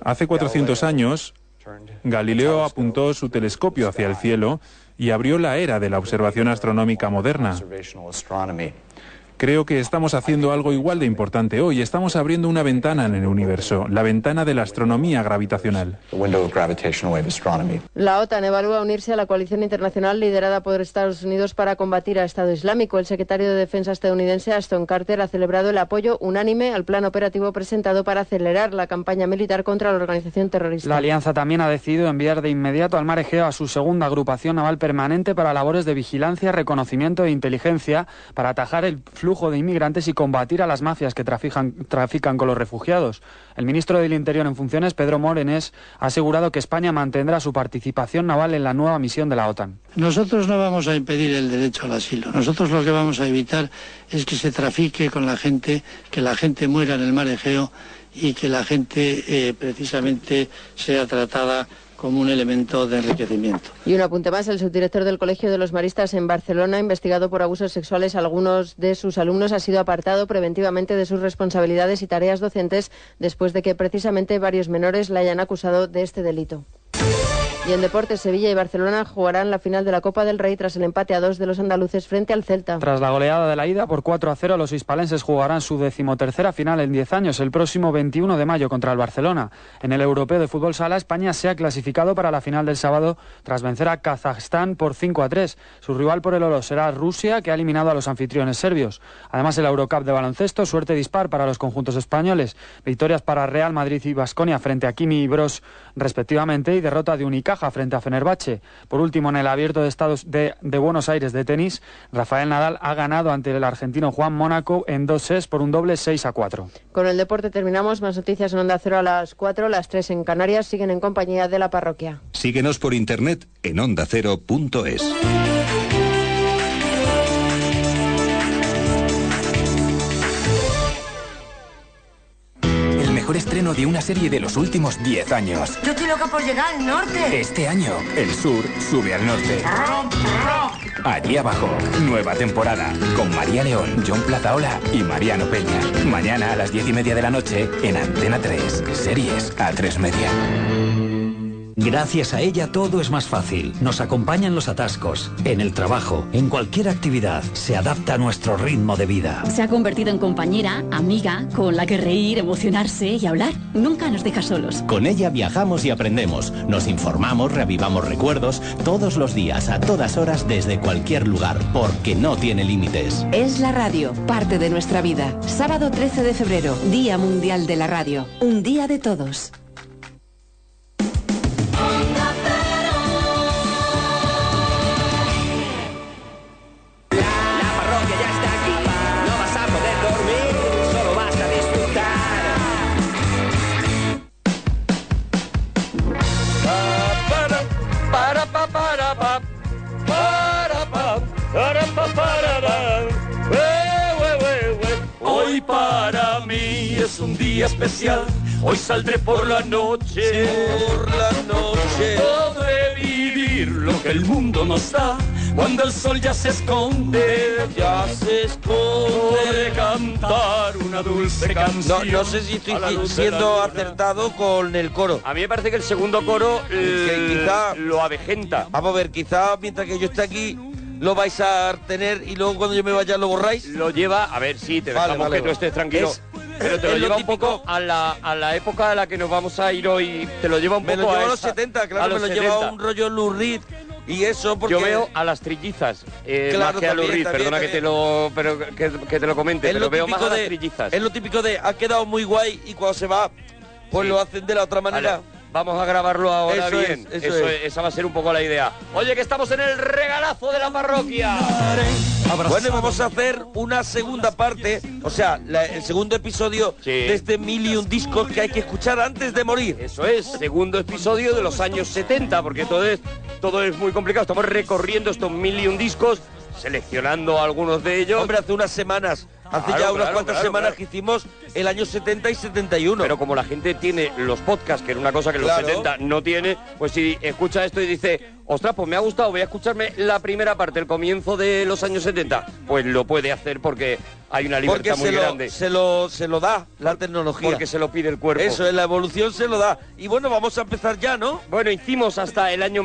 Hace 400 años, Galileo apuntó su telescopio hacia el cielo y abrió la era de la observación astronómica moderna. Creo que estamos haciendo algo igual de importante hoy. Estamos abriendo una ventana en el universo, la ventana de la astronomía gravitacional.
La OTAN evalúa unirse a la coalición internacional liderada por Estados Unidos para combatir a Estado Islámico. El secretario de Defensa estadounidense Aston Carter ha celebrado el apoyo unánime al plan operativo presentado para acelerar la campaña militar contra la organización terrorista.
La alianza también ha decidido enviar de inmediato al mar Egeo a su segunda agrupación naval permanente para labores de vigilancia, reconocimiento e inteligencia para atajar el flujo flujo de inmigrantes y combatir a las mafias que trafican, trafican, con los refugiados. El ministro del Interior en funciones, Pedro Morenes, ha asegurado que España mantendrá su participación naval en la nueva misión de la OTAN.
Nosotros no vamos a impedir el derecho al asilo. Nosotros lo que vamos a evitar es que se trafique con la gente, que la gente muera en el mar Egeo y que la gente eh, precisamente sea tratada como un elemento de enriquecimiento.
Y un apunte más, el subdirector del Colegio de los Maristas en Barcelona, investigado por abusos sexuales a algunos de sus alumnos, ha sido apartado preventivamente de sus responsabilidades y tareas docentes después de que precisamente varios menores la hayan acusado de este delito. Y en deportes, Sevilla y Barcelona jugarán la final de la Copa del Rey tras el empate a dos de los andaluces frente al Celta.
Tras la goleada de la ida por 4 a 0, los hispalenses jugarán su decimotercera final en 10 años, el próximo 21 de mayo contra el Barcelona. En el Europeo de Fútbol Sala, España se ha clasificado para la final del sábado tras vencer a Kazajstán por 5 a 3. Su rival por el oro será Rusia, que ha eliminado a los anfitriones serbios. Además, el Eurocup de baloncesto, suerte dispar para los conjuntos españoles. Victorias para Real Madrid y Basconia frente a Kimi y Bros, respectivamente, y derrota de Unicaja frente a Fenerbahce. Por último, en el abierto de, Estados de, de, Buenos Aires de tenis, Rafael Nadal ha ganado ante el argentino Juan Mónaco en dos sets por un doble 6 a 4.
Con el deporte terminamos. Más noticias en Onda Cero a las 4, las 3 en Canarias. Siguen en compañía de la parroquia.
Síguenos por internet en ondacero.es.
estreno de una serie de los últimos 10 años.
Yo estoy loca por llegar al norte.
Este año, el sur sube al norte.
Allí abajo. Nueva temporada. Con María León, John Plazaola y Mariano Peña. Mañana a las 10 y media de la noche en Antena 3. Series a 3 media.
Gracias a ella todo es más fácil. Nos acompañan los atascos, en el trabajo, en cualquier actividad. Se adapta a nuestro ritmo de vida.
Se ha convertido en compañera, amiga, con la que reír, emocionarse y hablar. Nunca nos deja solos.
Con ella viajamos y aprendemos, nos informamos, revivamos recuerdos, todos los días, a todas horas, desde cualquier lugar, porque no tiene límites.
Es la radio, parte de nuestra vida. Sábado 13 de febrero, Día Mundial de la Radio. Un día de todos.
parroquia ya está aquí, no vas a poder dormir, solo vas a disfrutar.
Para, para, pa, para, pa, para, pa, para, pa, para, pa. Ue, ue, ue, ue.
Hoy para mí es un día especial. Hoy saldré por la noche, por la noche. Podré vivir lo que el mundo nos da. Cuando el sol ya se esconde, ya se esconde. Podré cantar una dulce
No,
canción.
no sé si estoy
a la
si-
luz de la
siendo
luna.
acertado con el coro.
A mí me parece que el segundo coro eh,
quizá,
lo avejenta.
Vamos a ver, quizás mientras que yo esté aquí lo vais a tener y luego cuando yo me vaya lo borráis.
Lo lleva, a ver, sí, te dejamos que tú estés tranquilo. pero te lo
es lo
lleva un poco a la, a la época a la que nos vamos a ir hoy. Te lo lleva un
Me lo
poco
lleva
a,
a los
esa-
70, claro,
a los
me lo lleva
70.
un rollo Lou Reed y eso porque...
Yo veo a las trillizas, eh,
Claro,
más que a Lou
también,
Reed,
también,
perdona que te lo pero que, que te lo comente,
Es
pero
lo
veo
típico
más a las
de-
trillizas.
Es lo típico de, ha quedado muy guay y cuando se va, pues lo hacen de la otra manera.
Vamos a grabarlo ahora
Eso
bien.
es,
eso
eso
es- esa va a ser un poco la idea. Oye, que estamos en el regalazo de la parroquia.
Bueno, y vamos a hacer una segunda parte, o sea, la- el segundo episodio de este mil y un discos que hay que escuchar antes de morir.
Eso es, segundo episodio de los años 70, porque todo es, todo es muy complicado. Estamos recorriendo estos mil y un discos, seleccionando algunos de ellos. Hombre,
hace unas semanas, hace ya unas cuantas semanas que hicimos el año 70 y 71.
Pero como la gente tiene los podcasts, que era una cosa que
Claro.
los 70 no tiene, pues si escucha esto y dice, ostras, pues me ha gustado, voy a escucharme la primera parte, el comienzo de los años 70, pues lo puede hacer porque hay una libertad
Porque
muy
se lo,
grande.
se, lo, se lo da la tecnología.
Porque se lo pide el cuerpo.
Eso es, la evolución se lo da. Y bueno, vamos a empezar ya, ¿no?
Bueno, hicimos hasta el año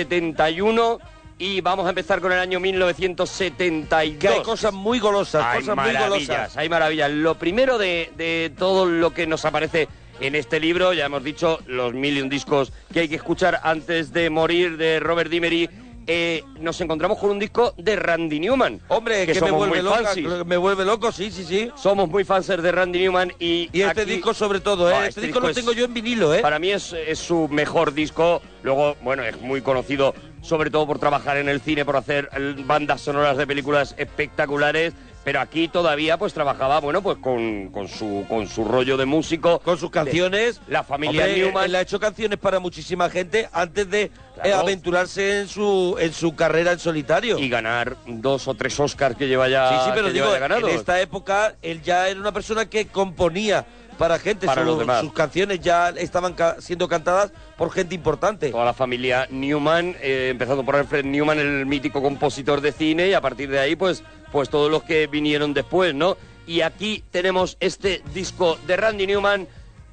1971 y vamos a empezar con el año 1972.
Que hay cosas muy golosas,
Hay
cosas muy
maravillas,
golosas.
hay maravillas. Lo primero de, de todo lo que nos aparece en este libro, ya hemos dicho, los mil y un discos que hay que escuchar antes de morir de Robert Dimery. eh, nos encontramos con un disco de Randy Newman.
Hombre, que me
somos
vuelve
muy
loca,
fansis.
que me vuelve loco, sí, sí, sí.
Somos muy fans de Randy Newman y.
Y este disco sobre todo, ¿eh?
Ah,
Este disco lo tengo yo en vinilo, ¿eh?
Para mí es, es su mejor disco. Luego, bueno, es muy conocido, sobre todo por trabajar en el cine, por hacer eh, bandas sonoras de películas espectaculares. Pero aquí todavía pues trabajaba, bueno, pues con, con su con su rollo de músico. Con sus
canciones.
la familia
Hombre,
Newman.
Él ha hecho canciones para muchísima gente antes de eh,
Claro.
aventurarse en su, en su carrera en solitario.
Y ganar dos o tres Oscars que lleva ya.
sí, sí, pero
que
digo,
lleva ya ganados.
en esta época él ya era una persona que componía para gente.
Para
Su-
los demás.
Sus canciones ya estaban ca- siendo cantadas por gente importante.
Toda la familia Newman, eh, empezando por Alfred Newman, el mítico compositor de cine, y a partir de ahí, pues, pues todos los que vinieron después, ¿no? Y aquí tenemos este disco de Randy Newman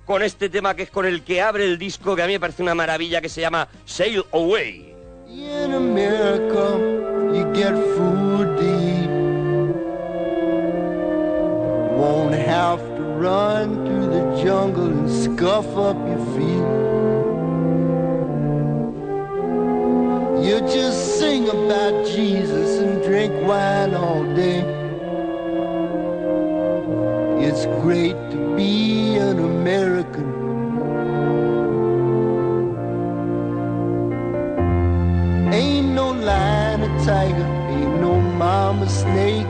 con este tema que es con el que abre el disco, que a mí me parece una maravilla, que se llama Sail Away.
In America, you get food to eat. Won't have to run through the jungle and scuff up your feet. You just sing about Jesus and drink wine all day. It's great to be an American. Ain't no lion or tiger, ain't no mama snake.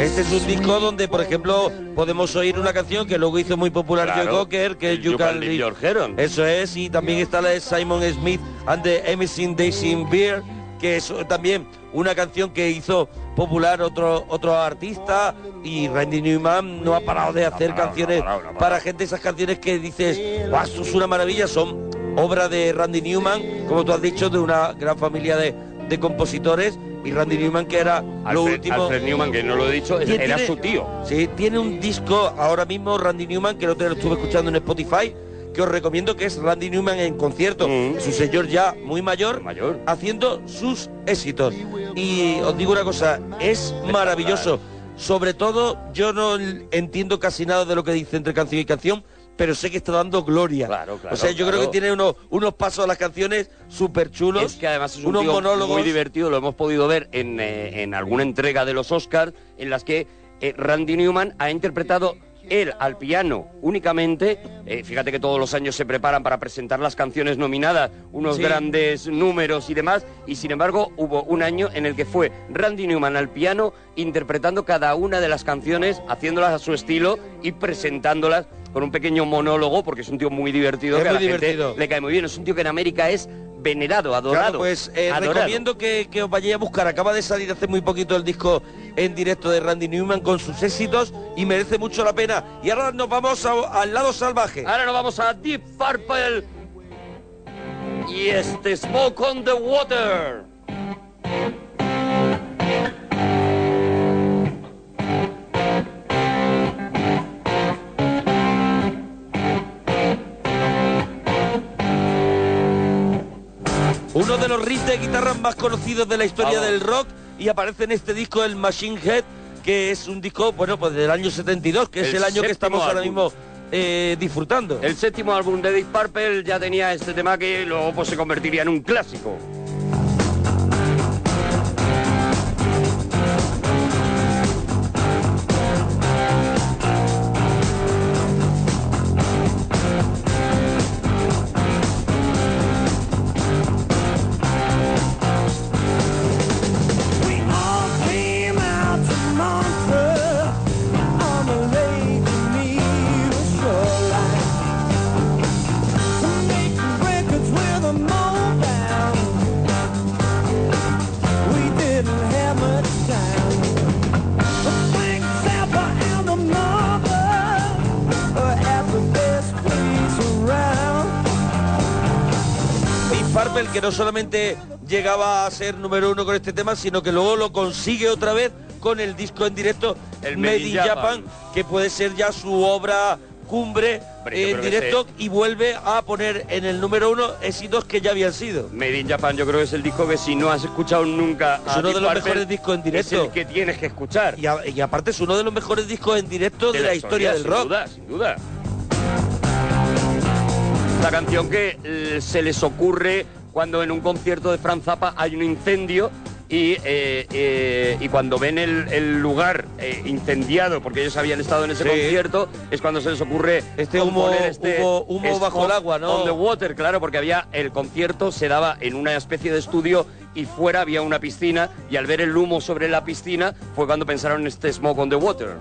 Este es un disco donde, por ejemplo, podemos oír una canción que luego hizo muy popular Joe Cocker, que es You Can Leave Your Eso es, y también está la de Simon Smith and the Amazing Days in Beer, que es eh, también una canción que hizo popular otro, otro artista, y Randy Newman no ha parado de hacer
parado, no ha
canciones
parado, no ha parado.
para gente, esas canciones que dices, "Guau, esto es una maravilla, son
obra de Randy Newman, como tú has dicho, de una gran familia de, de compositores. Y Randy Newman, que era lo
Alfred-
último.
Alfred Newman, que no lo he dicho,
Que
era su tío.
Sí, tiene un disco ahora mismo, Randy Newman, que el otro día lo estuve escuchando en Spotify, que os recomiendo que es Randy Newman en concierto.
Mm.
Es un señor ya muy mayor, haciendo sus éxitos. Y os digo una cosa, es maravilloso. Sobre todo, yo no l- entiendo casi nada de lo que dice entre canción y canción, pero sé que está dando gloria.
claro,
o sea, yo
claro.
creo que tiene unos, unos pasos a las canciones súper chulos.
Es que además es un
unos
tío
monólogos.
muy divertido, lo hemos podido ver en, eh, en alguna entrega de los Oscars, en las que eh, Randy Newman ha interpretado él al piano únicamente. Eh, fíjate que todos los años se preparan para presentar las canciones nominadas, unos
Sí.
grandes números y demás, y sin embargo hubo un año en el que fue Randy Newman al piano interpretando cada una de las canciones, haciéndolas a su estilo y presentándolas con un pequeño monólogo, porque es un tío muy divertido,
Es
que a
muy
la gente
divertido.
le cae muy bien, es un tío que en América es venerado, adorado.
Claro, pues eh,
adorado.
recomiendo que, que os vayáis a buscar. Acaba de salir hace muy poquito el disco en directo de Randy Newman con sus éxitos y merece mucho la pena. Y ahora nos vamos a- al lado salvaje.
Ahora nos vamos a Deep Purple y este Smoke on the Water.
Uno de los riffs de guitarras más conocidos de la historia del rock y aparece en este disco el Machine Head, que es un disco, bueno, pues del año 72, que es
El
el año que
séptimo
estamos ahora
álbum.
mismo eh, disfrutando.
El séptimo álbum de Deep Purple ya tenía este tema que luego pues, se convertiría en un clásico.
Deep Purple que no solamente llegaba a ser número uno con este tema, sino que luego lo consigue otra vez con el disco en directo
El
Made in Japan, que puede ser ya su obra cumbre
Hombre, yo
en
creo que
directo y vuelve a poner en el número uno éxitos que ya habían sido.
Made in Japan yo creo que es el disco que si no has escuchado nunca
Es
a
uno de
Deep
los
Purple,
mejores discos en directo.
es el que tienes que escuchar.
Y, a- y aparte es uno de los mejores discos en directo de, la historia, del
sin
rock.
duda, sin duda. La canción que eh, se les ocurre cuando en un concierto de Franz Zappa hay un incendio y, eh, eh, y cuando ven el, el lugar eh, incendiado, porque ellos habían estado en ese
Sí.
concierto, es cuando se les ocurre
Este humo-
componer
humo- humo
es
bajo el
on-
agua, ¿no?
on the water, claro, porque había el concierto se daba en una especie de estudio y fuera había una piscina y al ver el humo sobre la piscina fue cuando pensaron en este smoke on the water.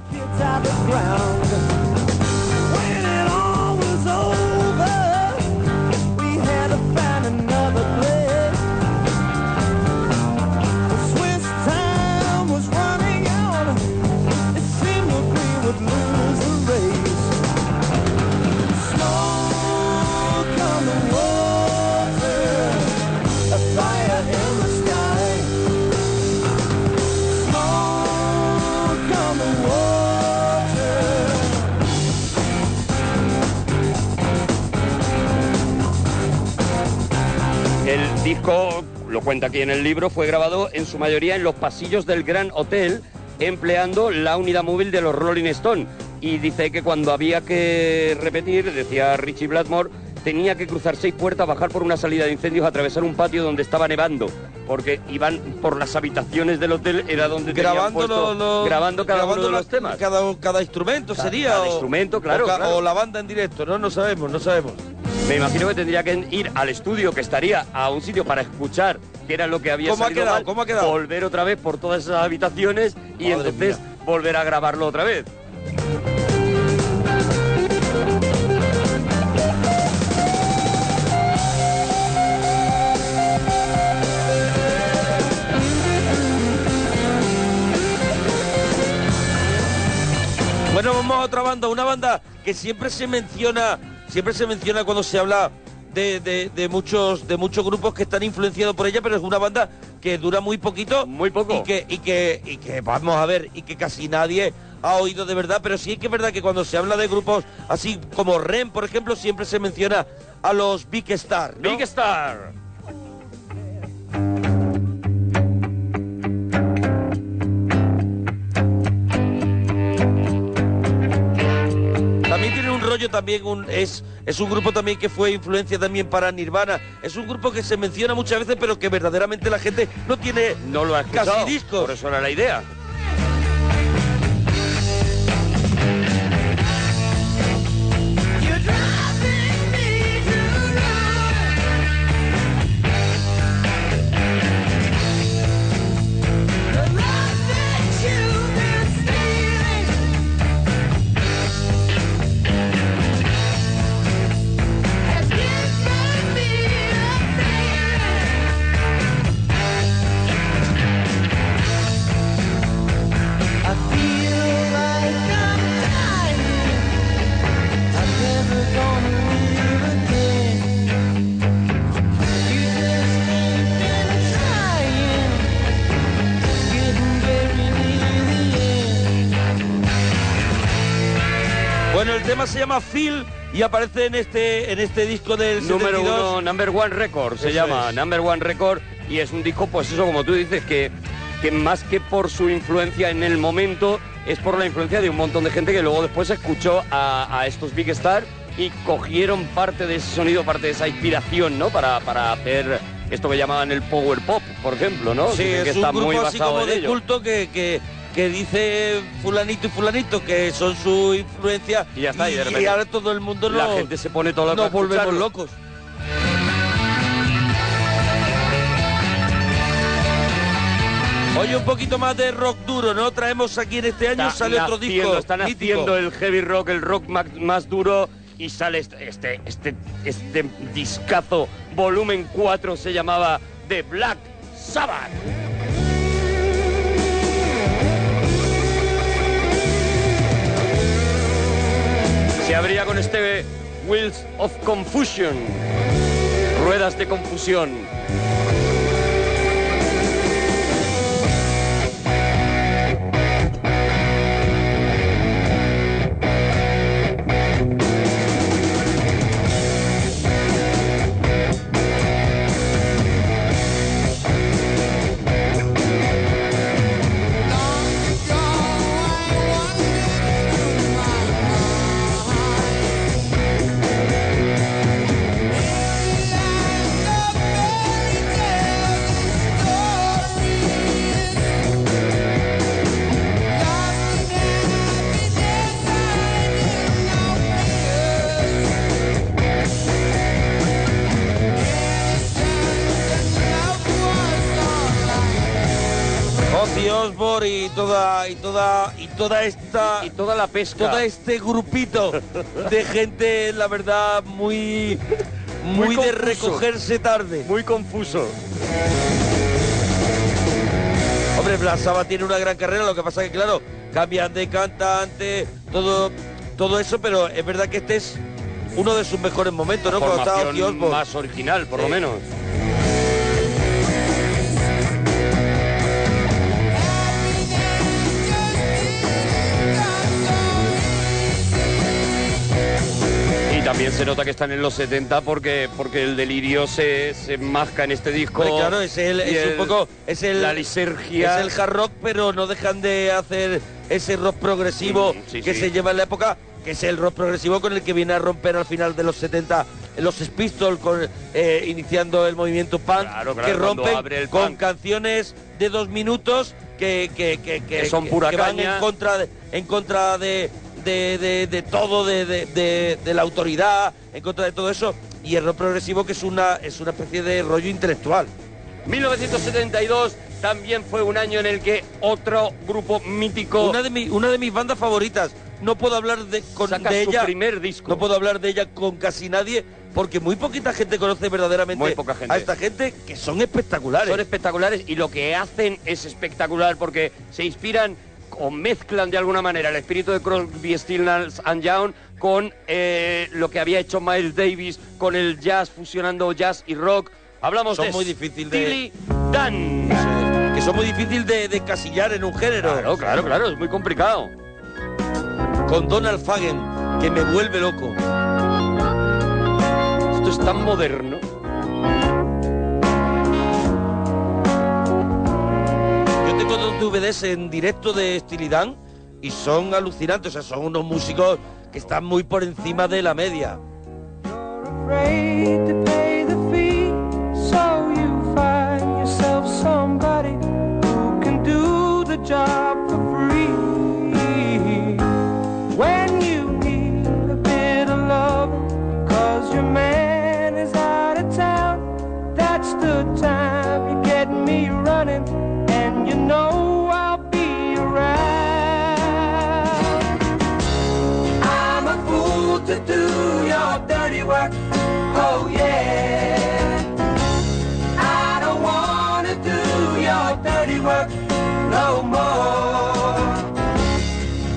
El disco, lo cuenta aquí en el libro, fue grabado en su mayoría en los pasillos del Gran Hotel, empleando la unidad móvil de los Rolling Stone. Y dice que cuando había que repetir, decía Richie Blackmore, tenía que cruzar seis puertas, bajar por una salida de incendios, atravesar un patio donde estaba nevando, porque iban por las habitaciones del hotel, era donde tenían
grabando
puesto-
los- los-
grabando cada uno de
grabando
los
las- Cada, cada instrumento sería.
cada
o-
instrumento, claro,
O, ca-
claro.
o la banda en directo, ¿no? No sabemos, no sabemos.
Me imagino que tendría que ir al estudio, que estaría a un sitio para escuchar qué era lo que había
¿Cómo ha
salido
quedado?
mal,
¿Cómo ha quedado?
volver otra vez por todas esas habitaciones y entonces volver a grabarlo otra vez.
Bueno, vamos a otra banda, una banda que siempre se menciona, siempre se menciona cuando se habla
de, de- de muchos, de muchos grupos que están influenciados por ella, pero es una banda que dura muy poquito. Muy poco. Y que, y que, y que vamos a ver, y que casi nadie ha oído de verdad, pero sí que es verdad que cuando se habla de grupos así como Ren, por ejemplo, siempre se menciona a los Big Star. ¿no?
Big Star.
También tiene un rollo también, un, es, es un grupo también que fue influencia también para Nirvana. Es un grupo que se menciona muchas veces, pero que verdaderamente la gente no tiene
no lo ha
casi
escuchado,
discos.
Por eso era la idea.
Bueno, el tema se llama Feel y aparece en este, en este disco del
Número
72.
uno, Number One Record se
Eso
llama,
es.
Number One Record, y es un disco, pues eso, como tú dices, que, que más que por su influencia en el momento, es por la influencia de un montón de gente que luego después escuchó a, a estos Big Star y cogieron parte de ese sonido, parte de esa inspiración, ¿no? Para, para hacer esto que llamaban el Power Pop, por ejemplo, ¿no?
Sí,
Dicen
es
que
un
está
grupo
muy
así
basado
como
en
de
ello.
culto que, que, que dice fulanito y fulanito que son su influencia y ya
está, y de
y,
repente
ahora todo el mundo
la
nos-
gente se pone todo loco a
nos volvemos
escucharlo.
locos. Oye, un poquito más de rock duro, ¿no? Traemos aquí en este año,
Está
sale otro
naciendo,
disco.
Están
mítico.
haciendo el heavy rock, el rock ma- más, duro y sale este, este, este, este discazo, volumen 4 se llamaba The Black Sabbath. Se abría con este Wheels of Confusion, ruedas de confusión.
Ozzy Osbourne y toda y toda y toda esta y
toda la pesca.
Todo este grupito de gente, la verdad, muy muy, de recogerse tarde.
Muy confuso.
Hombre, Blasaba tiene una gran carrera, lo que pasa que claro, cambian de cantante, todo todo eso, pero es verdad que este es uno de sus mejores momentos, ¿no? Cuando está Ozzy
Formación
Osbourne.
más original, por lo
Sí.
menos. Y también se nota que están en los 70 porque, porque el delirio se, se masca en este disco.
Hombre, claro, es el-
Y
es un poco- es el-
la lisergia.
Es el hard rock, pero no dejan de hacer ese rock progresivo
Mm, sí,
que
sí.
se lleva en la época, que es el rock progresivo con el que viene a romper al final de los 70 los Sex Pistols, con, eh, iniciando el movimiento punk,
claro,
que
cuando
rompen
abre el
con
punk.
canciones de dos minutos que, que, que,
Que son pura
van
caña.
en contra de, en contra de, de, de- de todo, de, de- de- de la autoridad, en contra de todo eso. Y el rock progresivo que es una, es una especie de rollo intelectual.
1972 también fue un año en el que otro grupo mítico.
Una de, mi- una de mis bandas favoritas. No puedo hablar de, con,
Saca
de
su
ella.
primer disco.
No puedo hablar de ella con casi nadie porque muy poquita gente conoce verdaderamente
Muy poca gente.
a esta gente que son espectaculares.
Son espectaculares y lo que hacen es espectacular porque se inspiran o mezclan de alguna manera el espíritu de Crosby, Still, Nash and Young con eh, lo que había hecho Miles Davis con el jazz, fusionando jazz y rock. Hablamos
Son
de
muy difícil de-
Steely Dan.
Que son muy difícil de, de encasillar en un género.
Claro, claro, claro, es muy complicado.
Con Donald Fagen, que me vuelve loco.
Esto es tan moderno.
Yo tengo dos DVDs en directo de Steely Dan y son alucinantes. O sea, son unos músicos que están muy por encima de la media.
afraid to pay the fee, so you find yourself somebody who can do the job for free. When you need a bit of love, cause your man is out of town, that's the time you get me running, and you know I'll be around. I'm a fool to do your dirty work. Oh yeah. I don't wanna do your dirty work no more.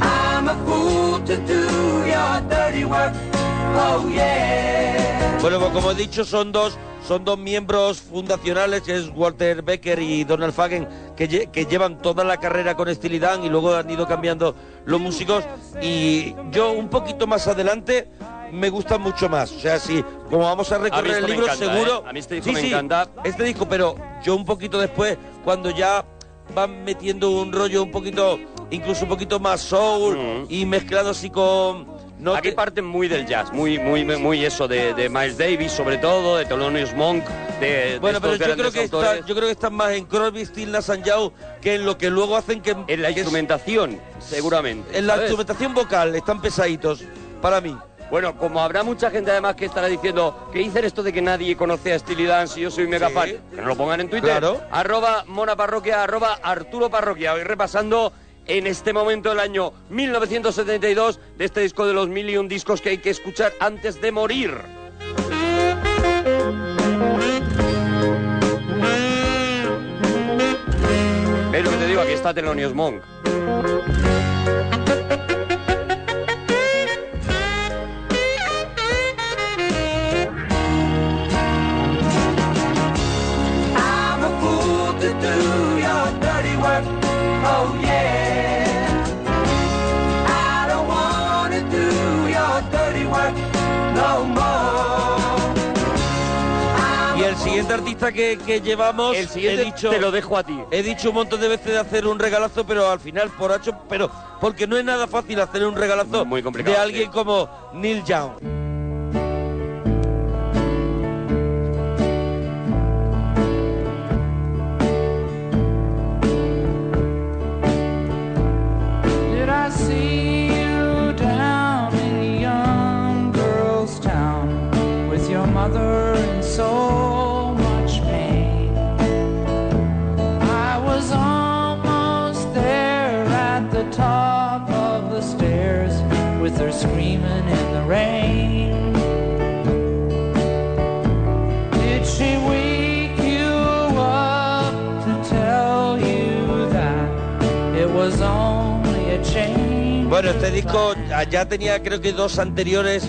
I'm a fool to do your dirty work. Oh yeah.
Bueno, pues como he dicho, son dos, son dos miembros fundacionales, que es Walter Becker y Donald Fagen, que, lle- que llevan toda la carrera con Steely Dan y luego han ido cambiando los músicos. Y yo un poquito más adelante me gusta mucho más. O sea, sí, como vamos a recorrer
A mí
el
esto me
libro,
encanta,
seguro.
¿eh? A mí este disco me encanta.
Este disco, pero yo un poquito después, cuando ya van metiendo un rollo un poquito, incluso un poquito más soul y mezclado así con. No
Mm. Aquí parten muy del jazz, muy, muy, muy eso de, de Miles Davis, sobre todo, de Thelonious Monk, de, de
Bueno, pero
estos
yo creo,
grandes
que está-
autores.
yo creo que están más en Crosby, Stills, Nash and Young que en lo que luego hacen que... En
la instrumentación, seguramente.
En la
¿sabes?
instrumentación vocal, están pesaditos, para mí.
Bueno, como habrá mucha gente además que estará diciendo que dicen esto de que nadie conoce a Steely Dan si yo soy mega
Sí.
fan, que nos lo pongan en Twitter.
Claro.
Arroba Mona Parroquia, arroba Arturo Parroquia. Hoy repasando en este momento del año 1972 de este disco de los mil y un discos que hay que escuchar antes de morir. ¿Ves lo que te digo? Aquí está Thelonious Monk.
I'm a fool to do your dirty work. Oh yeah. I don't wanna do your dirty work no more.
Y el siguiente artista que, que llevamos... El
siguiente te lo dejo a ti.
He dicho un montón de veces de hacer un regalazo, pero al final por ocho... Pero porque no es nada fácil hacer un regalazo Muy
complicado,
de alguien como Neil Young.
Did I see you down in a young girl's town with your mother in so much pain? I was almost there at the top of the stairs with her screaming in the rain. Did she wake you up to tell you that it was only a change?
Bueno, este disco ya tenía creo que dos anteriores,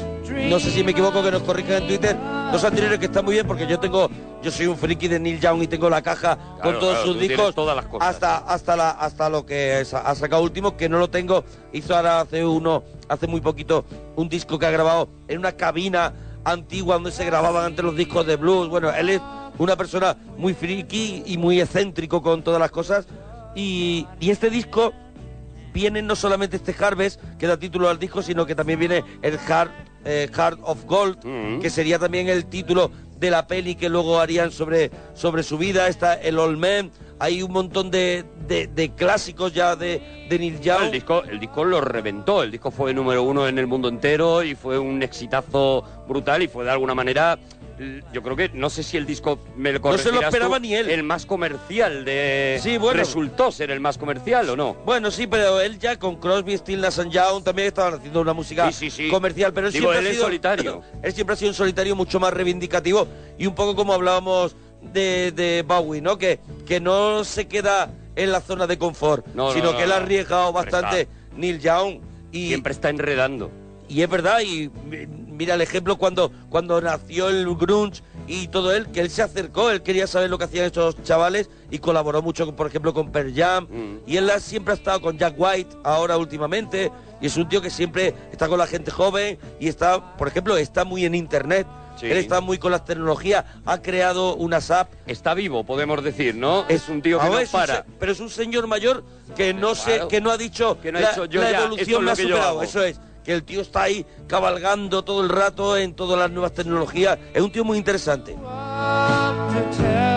no sé si me equivoco que nos corrijan en Twitter, dos anteriores que están muy bien porque yo tengo, yo soy un friki de Neil Young y tengo la caja con
Claro,
todos
claro,
sus
tú tienes
discos,
todas las cosas.
hasta hasta la, hasta lo que sa- ha sacado último que no lo tengo, hizo ahora hace uno, hace muy poquito un disco que ha grabado en una cabina antigua donde se grababan antes los discos de blues. Bueno, él es una persona muy friki y muy excéntrico con todas las cosas y, y este disco viene no solamente este Harvest, que da título al disco, sino que también viene el Heart, eh, Heart of Gold, que sería también el título de la peli que luego harían sobre, sobre su vida. Está el Old Man, hay un montón de, de- de clásicos ya de, de Neil Young.
El disco, el disco lo reventó, el disco fue número uno en el mundo entero y fue un exitazo brutal y fue de alguna manera, l- yo creo que, no sé si el disco me lo
No se lo
corregirás tú,
esperaba ni él.
El más comercial de...
Sí, bueno.
Resultó ser el más comercial o no.
Bueno, sí, pero él ya con Crosby, Stills, Nash and Young también estaban haciendo una música
Sí, sí, sí.
comercial, pero él
Digo,
siempre
él
ha
en
sido
solitario.
[CLEARS THROAT] él siempre ha sido un solitario mucho más reivindicativo y un poco como hablábamos de, de Bowie, ¿no? Que, que no se queda
en la zona de confort,
No, no,
sino
no,
que él ha
no.
arriesgado
Siempre
bastante
está.
Neil Young. Y, Siempre
está enredando.
Y es verdad, y eh, mira el ejemplo cuando, cuando nació el grunge y todo él, que él se acercó, él quería saber lo que hacían estos chavales y colaboró mucho, con, por ejemplo, con Pearl Jam.
Mm.
Y él ha- siempre ha estado con Jack White ahora últimamente. Y es un tío que siempre está con la gente joven y está, por ejemplo, está muy en internet.
Sí.
Él está muy con las tecnologías, ha creado unas apps.
Está vivo, podemos decir, ¿no? Es un tío que
Ahora
no
es un
para.
se- pero es un señor mayor que no sé,
Claro.
que no ha dicho
Que no ha
la,
dicho, yo
la
ya, esto es
evolución me
lo
ha
que yo hago.
superado. Eso es. Que el tío está ahí cabalgando todo el rato en todas las nuevas tecnologías. Es un tío muy interesante.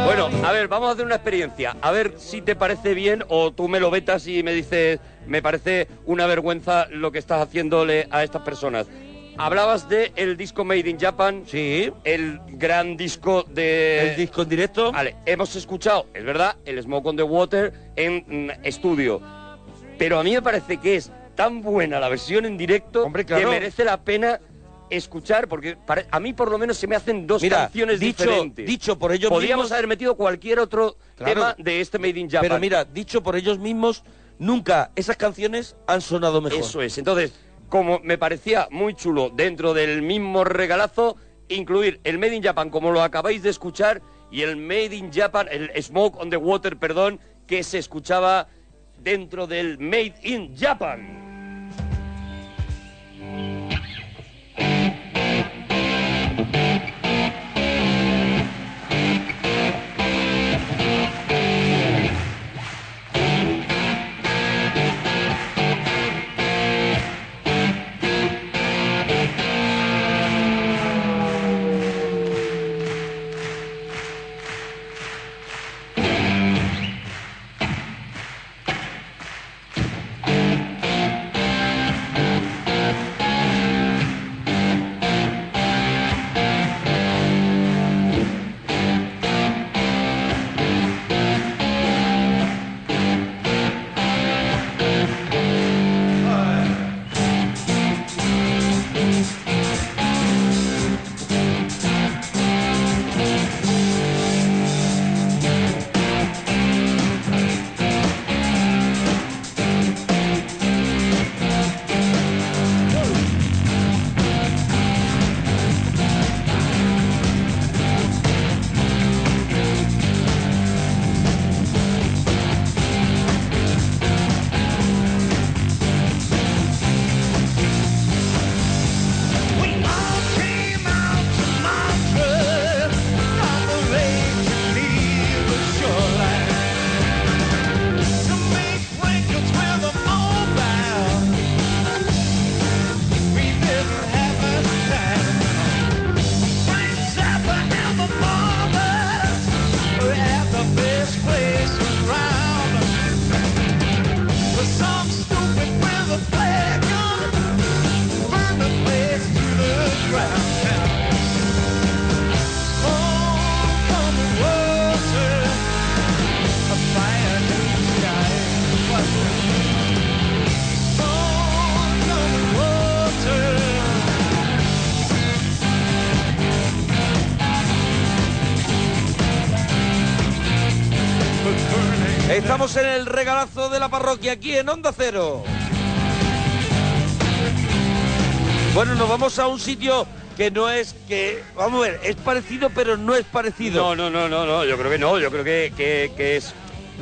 Bueno, a ver, vamos a hacer una experiencia. A ver si te parece bien o tú me lo vetas y me dices, me parece una vergüenza lo que estás haciéndole a estas personas. Hablabas de el disco Made in Japan.
Sí.
El gran disco de... El
disco en directo.
Vale, hemos escuchado, es verdad, el Smoke on the Water en mm, estudio. Pero a mí me parece que es tan buena la versión en directo que
claro.
merece la pena escuchar, porque pare- a mí por lo menos se me hacen dos
Mira,
canciones
dicho-
diferentes.
dicho por ellos
Podríamos
mismos-
haber metido cualquier otro
Claro.
tema de este Made in Japan.
Pero mira, dicho por ellos mismos, nunca esas canciones han sonado mejor.
Eso es. Entonces, como me parecía muy chulo dentro del mismo regalazo, incluir el Made in Japan, como lo acabáis de escuchar, y el Made in Japan, el Smoke on the Water, perdón, que se escuchaba dentro del Made in Japan.
Estamos en el regalazo de la parroquia aquí en Onda Cero. Bueno, nos vamos a un sitio que no es que. Vamos a ver, es parecido, pero no es parecido.
No, no, no, no, no, yo creo que no, yo creo que, que- que es...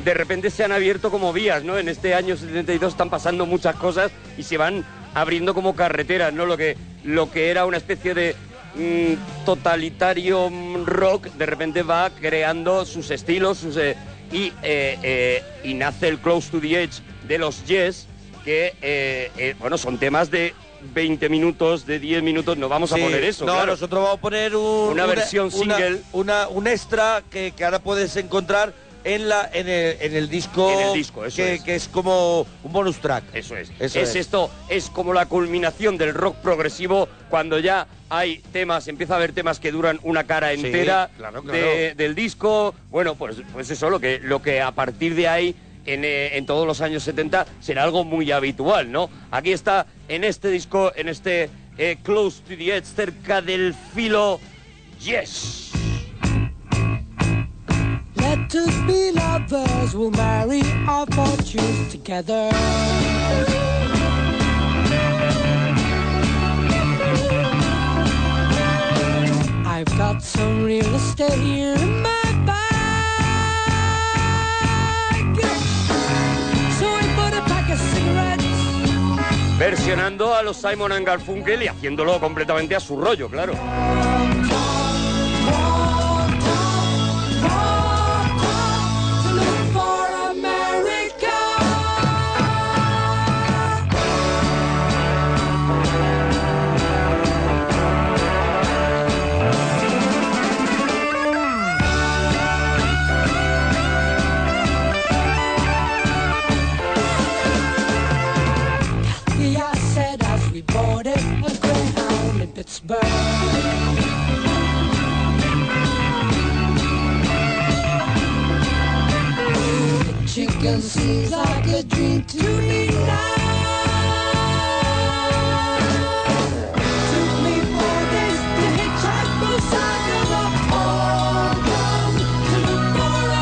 De repente se han abierto como vías, ¿no? En este año 72 están pasando muchas cosas y se van abriendo como carreteras, ¿no? Lo que, lo que era una especie de mm, totalitario mm, rock, de repente va creando sus estilos sus, eh, y, eh, eh, y nace el Close to the Edge de los Yes, que, eh, eh, bueno, son temas de 20 minutos, de 10 minutos, no vamos
Sí,
a poner eso,
No,
claro.
nosotros vamos a poner un-
Una versión
una-
single.
Una, un extra que, que ahora puedes encontrar en, la, en, el, en el disco.
En el disco, eso
que,
es.
que es como un bonus track.
Eso es.
Eso
es,
es.
esto, es como la culminación del rock progresivo cuando ya hay temas, empieza a haber temas que duran una cara
Sí,
entera
claro,
de-
claro.
del disco. Bueno, pues, pues eso, lo que, lo que a partir de ahí, en, eh, en todos los años 70, será algo muy habitual, ¿no? Aquí está, en este disco, en este eh, Close to the Edge, cerca del filo, Yes.
Let
to be lovers, we'll marry our fortunes together. I've got some real estate here in my bag. So I bought a pack of cigarettes.
Versionando a los Simon and Garfunkel y haciéndolo completamente a su rollo, claro.
for America. Kathy, I said as we boarded a Greyhound in Pittsburgh. Chicken seems like a dream to me now. Took me four days to hitchhike from Saginaw, Oregon, to look for a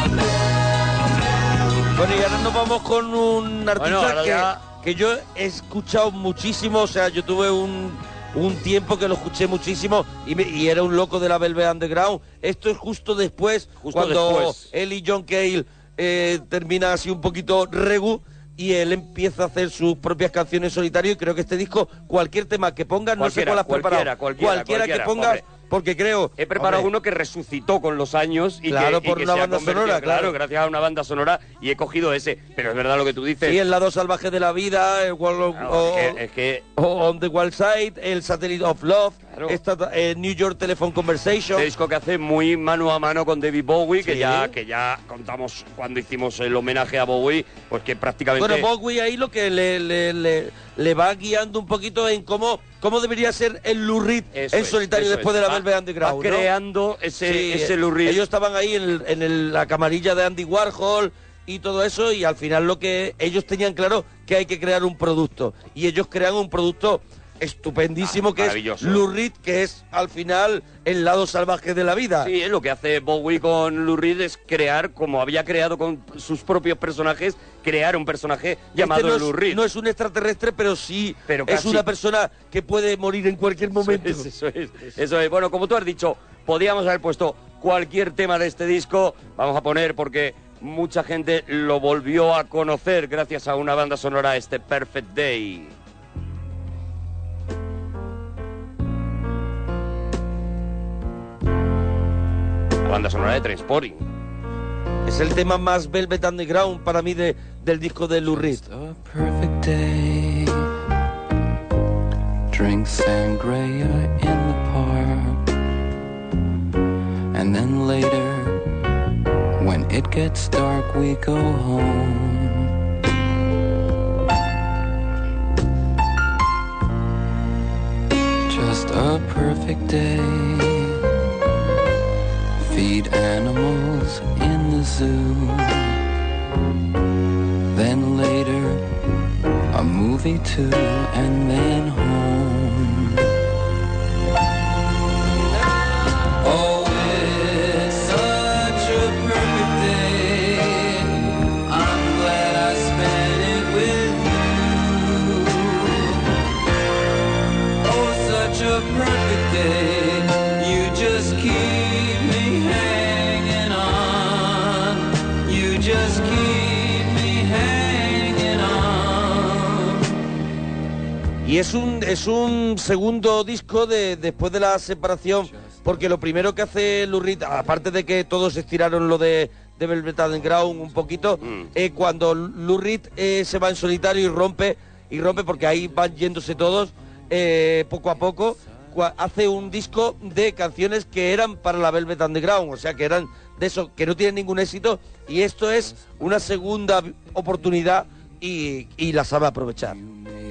Bueno, y ahora nos vamos con un artista
Bueno, ahora
que,
ya-
que yo he escuchado muchísimo, o sea, yo tuve un, un tiempo que lo escuché muchísimo y, me- y era un loco de la Velvet Underground. Esto es justo después, cuando
después.
él y John Cale eh, termina así un poquito regu y él empieza a hacer sus propias canciones en solitario y creo que este disco, cualquier tema que pongas, no sé
Cualquiera,
cuál has
cualquiera,
preparado,
cualquiera,
que
cualquiera,
pongas,
hombre.
porque creo...
He preparado
Hombre.
uno que resucitó con los años y
Claro,
que, y
por
que
una
se ha
banda
convertido,
sonora, claro.
gracias a una banda sonora y he cogido ese. Pero es verdad lo que tú dices.
Sí, el lado salvaje de la vida, el Wall of- o-
es Ah, que- eh. es que-
o On the Wild Side, el Satellite of Love, esta, ta- eh, New York Telephone Conversation.
Este disco que hace muy mano a mano con David Bowie, que ya que ya contamos cuando hicimos el homenaje a Bowie, pues que prácticamente
Bueno, Bowie ahí lo que le, le- le- le va guiando un poquito en cómo, cómo debería ser el Lurid
Eso
en
es,
solitario
eso
después
es.
de
Va-
la Velvet Underground.
va
¿no?
creando ese- ese
eh,
Lou Reed.
Ellos estaban ahí en, el- en el- la camarilla de Andy Warhol y todo eso y al final lo que ellos tenían claro que hay que crear un producto y ellos crean un producto estupendísimo que es
Ah, maravilloso.
Lurid que es al final el lado salvaje de la vida.
Sí, es lo que hace Bowie con Lou Reed es crear, como había creado con sus propios personajes, crear un personaje llamado
Este no es-
Lou Reed.
no es un extraterrestre, pero sí
Pero
es
casi.
una persona que puede morir en cualquier momento.
Eso es, eso
[LAUGHS]
es, eso es. Bueno, como tú has dicho, podíamos haber puesto cualquier tema de este disco. Vamos a poner porque mucha gente lo volvió a conocer gracias a una banda sonora, este Perfect Day. La banda sonora de Transporting.
Es el tema más Velvet Underground para mí de, del disco de Lou Reed.
perfect day. Drink sangria in the park. And then later, when it gets dark, we go home. Just a perfect day. Feed animals in the zoo. Then later, a movie too, and then home. Oh, it's such a perfect day. I'm glad I spent it with you. Oh, such a perfect day. You just keep me hanging on. You just keep me hanging on.
Y es un, es un segundo disco de, después de la separación, porque lo primero que hace Lou Reed, aparte de que todos estiraron lo de, de Velvet Underground un poquito, eh, cuando Lou Reed eh, se va en solitario y rompe, y rompe porque ahí van yéndose todos, eh, poco a poco, cua- hace un disco de canciones que eran para la Velvet Underground, o sea, que eran de eso, que no tienen ningún éxito, y esto es una segunda oportunidad y, y la sabe aprovechar.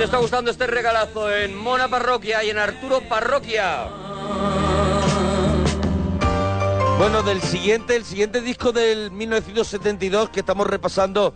está gustando este regalazo en Mona Parroquia y en Arturo Parroquia.
Bueno, del siguiente, el siguiente disco del 1972 que estamos repasando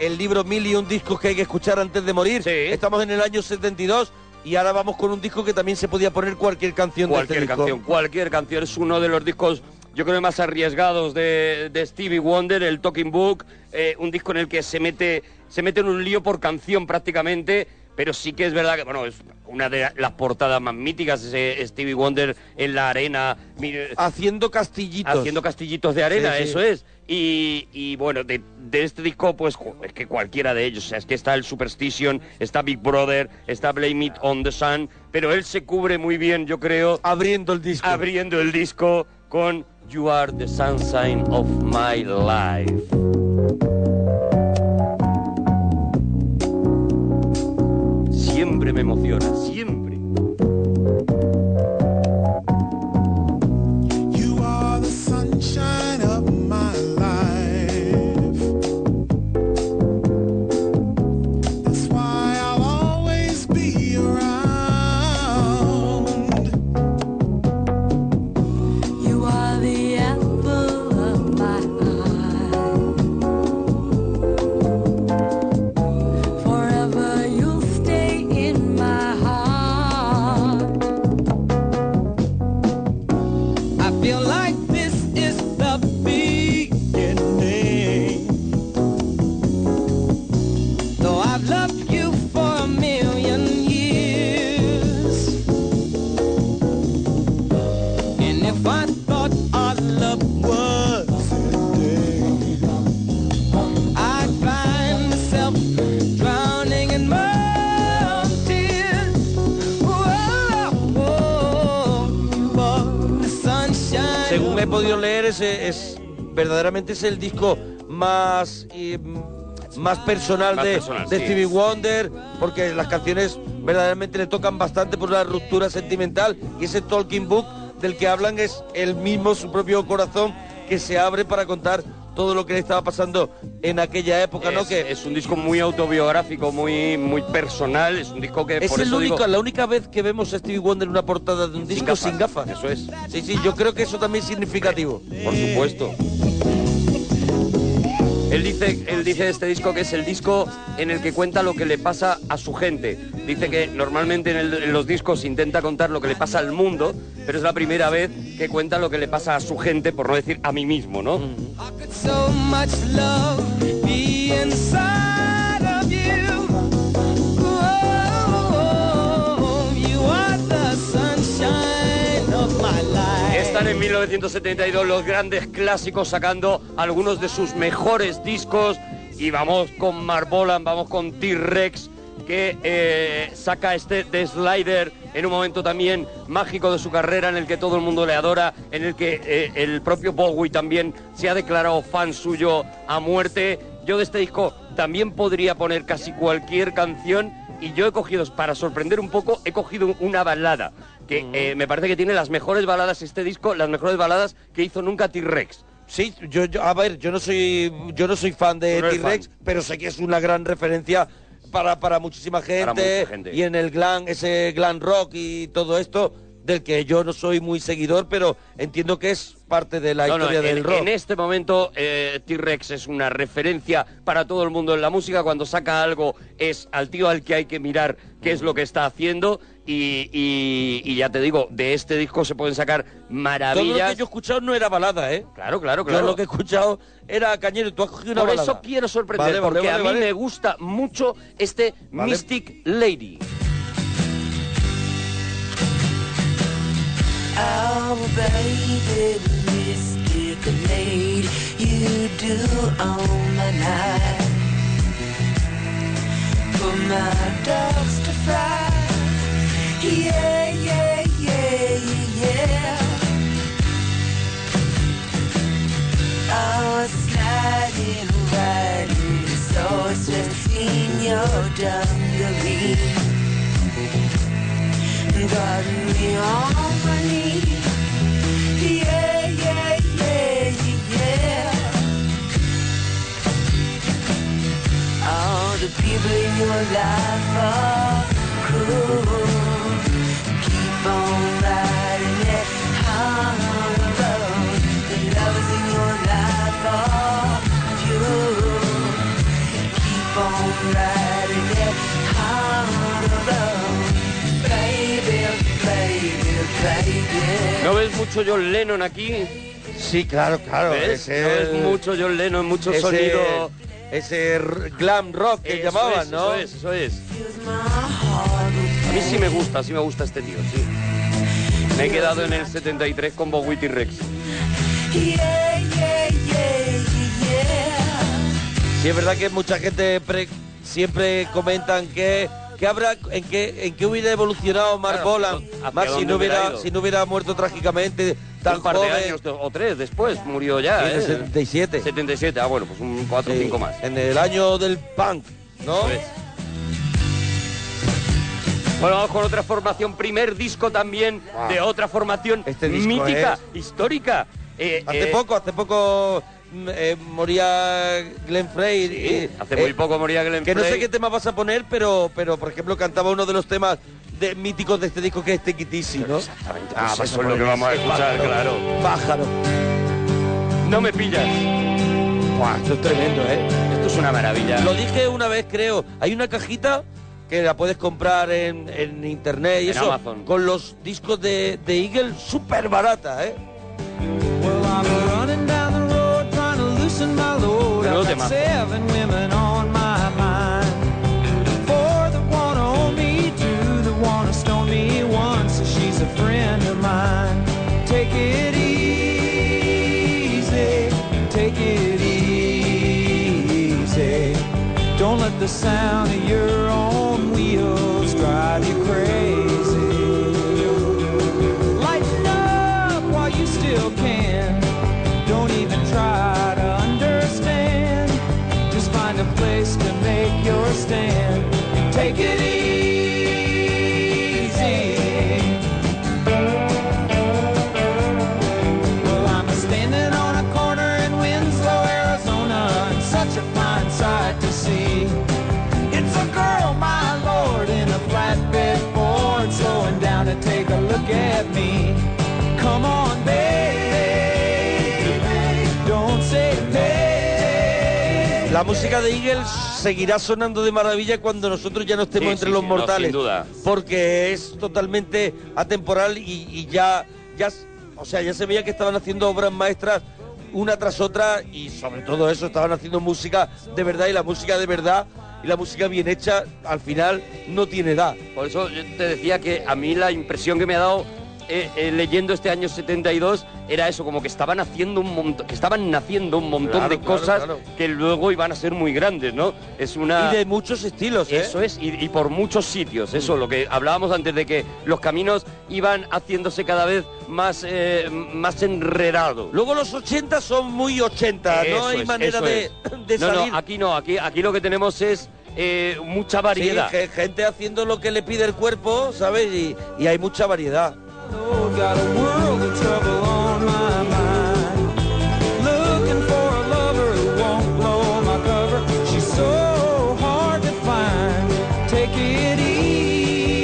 el libro Mil y un discos que hay que escuchar antes de morir. Estamos en el año 72 y ahora vamos con un disco que también se podía poner cualquier canción
Cualquier
de este
canción,
disco.
cualquier canción. Es uno de los discos, yo creo, más arriesgados de, de Stevie Wonder, el Talking Book, eh, un disco en el que se mete, se mete en un lío por canción prácticamente. Pero sí que es verdad que, bueno, es una de las portadas más míticas, ese Stevie Wonder en la arena. mire-
Haciendo castillitos.
Haciendo castillitos de arena,
Sí, sí.
eso es. Y, y bueno, de, de este disco, pues jo, es que cualquiera de ellos, o sea, es que está el Superstition, está Big Brother, está Blame It on the Sun, pero él se cubre muy bien, yo creo.
Abriendo el disco.
Abriendo el disco con You Are the Sunshine of My Life. Siempre me emociona, siempre.
You are the sunshine of my life. That's why I'll always be around. You are the apple of my eye. Forever you'll stay in my heart. I feel like this is the beginning. Though I've loved you for a million years. And if I thought our love was ending, I'd find myself drowning in more tears. Whoa, whoa, you are the sunshine.
Según he podido leer, ese es verdaderamente es el disco más eh, m- más personal
Más
de,
personal,
de
sí.
Stevie Wonder, porque las canciones verdaderamente le tocan bastante por la ruptura sentimental y ese Talking Book del que hablan es el mismo su propio corazón que se abre para contar todo lo que le estaba pasando en aquella época, ¿no?
Es-
Que
es un disco muy autobiográfico, muy, muy personal. Es un disco que
es
por
el
eso
único,
digo,
la única vez que vemos a Stevie Wonder en una portada de un disco sin gafas.
Eso es.
Sí, sí, yo creo que eso también es significativo.
Por supuesto. Él dice, él dice de este disco que es el disco en el que cuenta lo que le pasa a su gente. Dice que normalmente en, el- en los discos intenta contar lo que le pasa al mundo, pero es la primera vez que cuenta lo que le pasa a su gente, por no decir a mí mismo, ¿no?
so much love be inside of you. Oh, you are the sunshine of my life.
Están en 1972 los grandes clásicos sacando algunos de sus mejores discos y vamos con Marbolan, vamos con T-Rex que eh, saca este The Slider en un momento también mágico de su carrera en el que todo el mundo le adora, en el que eh, el propio Bowie también se ha declarado fan suyo a muerte. Yo de este disco también podría poner casi cualquier canción y yo he cogido, para sorprender un poco, he cogido una balada que eh, me parece que tiene las mejores baladas este disco, las mejores baladas que hizo nunca T-Rex.
Sí, yo, yo- a ver, yo no soy yo no soy fan de
Tú no eres
T-Rex,
fan.
pero sé que es una gran referencia para, para muchísima gente,
mucha gente.
y en el glam ese glam rock y todo esto del que yo no soy muy seguidor, pero entiendo que es parte de la
No, no,
historia
en,
del rock.
en este momento eh, T-Rex es una referencia para todo el mundo en la música. Cuando saca algo es al tío al que hay que mirar qué es lo que está haciendo. Y, y- y ya te digo, de este disco se pueden sacar
todo lo
maravillas.
que yo he escuchado no era balada, ¿eh?
Claro, claro,
Yo
claro.
lo que he escuchado era cañero, tú has cogido una
Por
balada.
eso quiero sorprender,
Vale, vale,
porque
vale,
a mí
vale.
me gusta mucho este
Vale.
Mystic Lady.
Our baby mystic lady, you do own my life. Put my dogs to fly. Yeah, yeah, yeah, yeah, yeah. Oh, sliding, riding, so in your dungaree. Got me on my knees. Yeah, yeah, yeah, yeah, yeah. All the
the people in your life are cruel. Keep on riding that high road. The lovers in your life are pure. Keep on riding that high road. Baby, baby, baby.
¿No ves mucho John Lennon aquí?
Sí, claro, claro.
¿Ves?
ese
No ves
el-
mucho John Lennon, mucho
ese-
sonido.
Ese r- glam rock que
Eso
llamaban,
es,
¿no?
Eso es, eso es. A mí sí me gusta, sí me gusta este tío, sí. Me he quedado en el 73 con Bob Witty Rex.
Yeah, yeah, yeah, yeah.
Sí, es verdad que mucha gente pre- siempre comentan que, que habrá, en qué en qué hubiera evolucionado Mark
Claro,
Bolan,
hacia
más si
dónde
no hubiera,
hubiera ido.
si no hubiera muerto trágicamente tan
un par
joven.
de años o tres después murió ya. ¿eh?
Sí, en el
77. 77, ah bueno, pues un 4 o
Sí,
5 más.
En el año del punk, ¿no?
Bueno, vamos con otra formación, primer disco también de otra formación
Este disco
mítica, histórica. Eh,
Hace
eh,
poco, hace poco mm, eh, moría Glenn Frey. eh,
hace
eh,
muy poco moría Glenn
Que no sé
Frey.
qué tema vas a poner, pero, pero por ejemplo cantaba uno de los temas de, míticos de este disco que es Take It Easy, ¿no?
Exactamente. Ah, pues eso es lo que vamos a escuchar, claro.
Pájaro.
No me pillas.
Buah, esto es tremendo, ¿eh?
Esto es una maravilla.
Lo dije una vez, creo. Hay una cajita que la puedes comprar en, en internet y
En
eso.
Amazon.
Con los discos de, de Eagle súper barata, ¿eh?
Well, I'm running down the road trying to loosen my load. I've
Menudo
got
temazo.
seven women on my mind. Four that wanna own me, two that wanna stone me, one so she's a friend of mine. Take it easy, take it easy. Don't let the sound of your own wheels drive you crazy. Lighten up while you still can. Don't even try to understand. Just find a place to make your stand and take it easy. Well, I'm standing on a corner in Winslow, Arizona, and such a fine sight to see. It's a girl, my lord, in a flatbed Ford, slowing down to take a look at me. Come on, baby, don't say baby.
La música de Eagle seguirá sonando de maravilla cuando nosotros ya no estemos
Sí,
entre
sí,
los
sí, no,
mortales.
sin duda.
Porque es totalmente atemporal y, y ya, ya, s- o sea, ya se veía que estaban haciendo obras maestras una tras otra y sobre todo eso, estaban haciendo música de verdad y la música de verdad y la música bien hecha al final no tiene edad.
Por eso yo te decía que a mí la impresión que me ha dado eh, eh, leyendo este año 72 era eso, como que estaban haciendo un montón, que estaban naciendo un montón
Claro,
de
claro,
cosas
claro.
que luego iban a ser muy grandes, ¿no? Es una
Y de muchos estilos, ¿eh?
eso es y, y por muchos sitios, eso lo que hablábamos antes de que los caminos iban haciéndose cada vez más eh, m- más enredados.
Luego los 80 son muy 80, no
Eso
hay
es,
manera
eso
de,
es.
de
no,
salir.
No, aquí no, aquí aquí lo que tenemos es eh, mucha
Sí,
variedad.
ge- gente haciendo lo que le pide el cuerpo, ¿sabes? Y, y hay mucha variedad.
Lord, got a world of trouble on my mind. Looking for a lover who won't blow my cover. She's so hard to find. Take it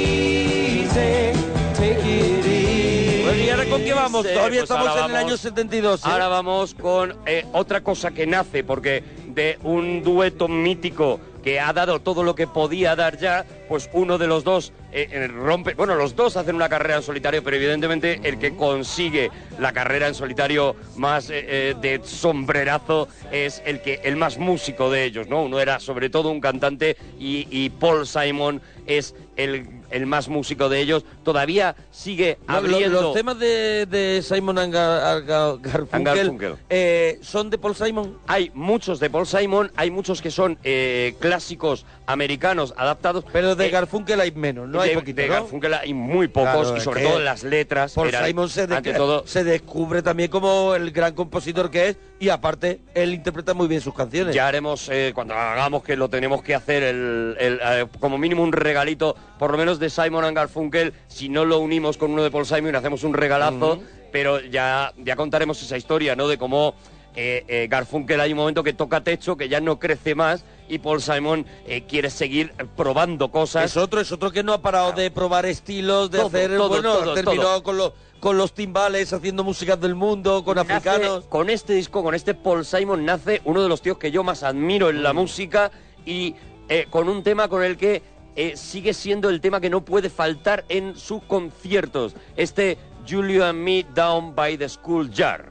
easy, take it easy.
Bueno, ¿y ahora con qué vamos?
Sí,
Todavía
pues
estamos
ahora
en el
vamos-
año 72. ¿eh?
Ahora vamos con eh, otra cosa que nace, porque de un dueto mítico que ha dado todo lo que podía dar ya, pues uno de los dos eh, eh, rompe. Bueno, los dos hacen una carrera en solitario, pero evidentemente el que consigue la carrera en solitario más eh, eh, de sombrerazo es el que el más músico de ellos, ¿no? Uno era sobre todo un cantante y, y Paul Simon es el, el más músico de ellos. Todavía sigue
No, lo-
abriendo.
los temas de, de Simon and Gar- Ar- Gar- Garfunkel,
And Garfunkel.
eh, son de Paul Simon.
Hay muchos de Paul Simon, hay muchos que son eh, clásicos americanos adaptados.
Pero de
Eh,
Garfunkel hay menos, no hay
de,
poquito,
de
¿no?
Garfunkel hay muy pocos
Claro,
y sobre
es que
todo las letras.
Paul
eran,
Simon se, de-
ante todo,
se descubre también como el gran compositor que es y aparte él interpreta muy bien sus canciones.
ya haremos, eh, cuando hagamos que lo tenemos que hacer, el, el, eh, como mínimo un regalito, por lo menos de Simon and Garfunkel, si no lo unimos con uno de Paul Simon, hacemos un regalazo, pero ya, ya contaremos esa historia, ¿no? De cómo eh, eh, Garfunkel hay un momento que toca techo, que ya no crece más y Paul Simon eh, quiere seguir probando cosas. Es
otro, es otro que no ha parado de probar estilos, de
Todo,
hacer.
todo,
bueno,
todo,
terminó
todo.
con los, con los timbales, haciendo músicas del mundo, con
Nace-
africanos.
con este disco, con este Paul Simon, nace uno de los tíos que yo más admiro en la música y eh, con un tema con el que eh, sigue siendo el tema que no puede faltar en sus conciertos. Este Julio and Me Down by the School Jar.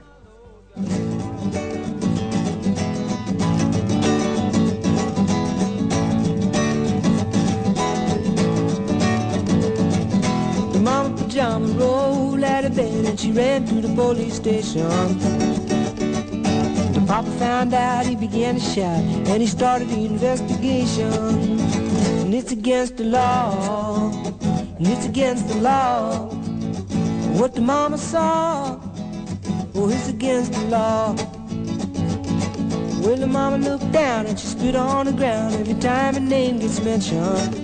The mama pajama rolled out of bed and she ran to the police station. The papa found out, he began to shout and he started the investigation. And it's against the law, and it's against the law. What the mama saw, oh, it's against the law. Well, the mama looked down and she spit on the ground every time her name gets mentioned.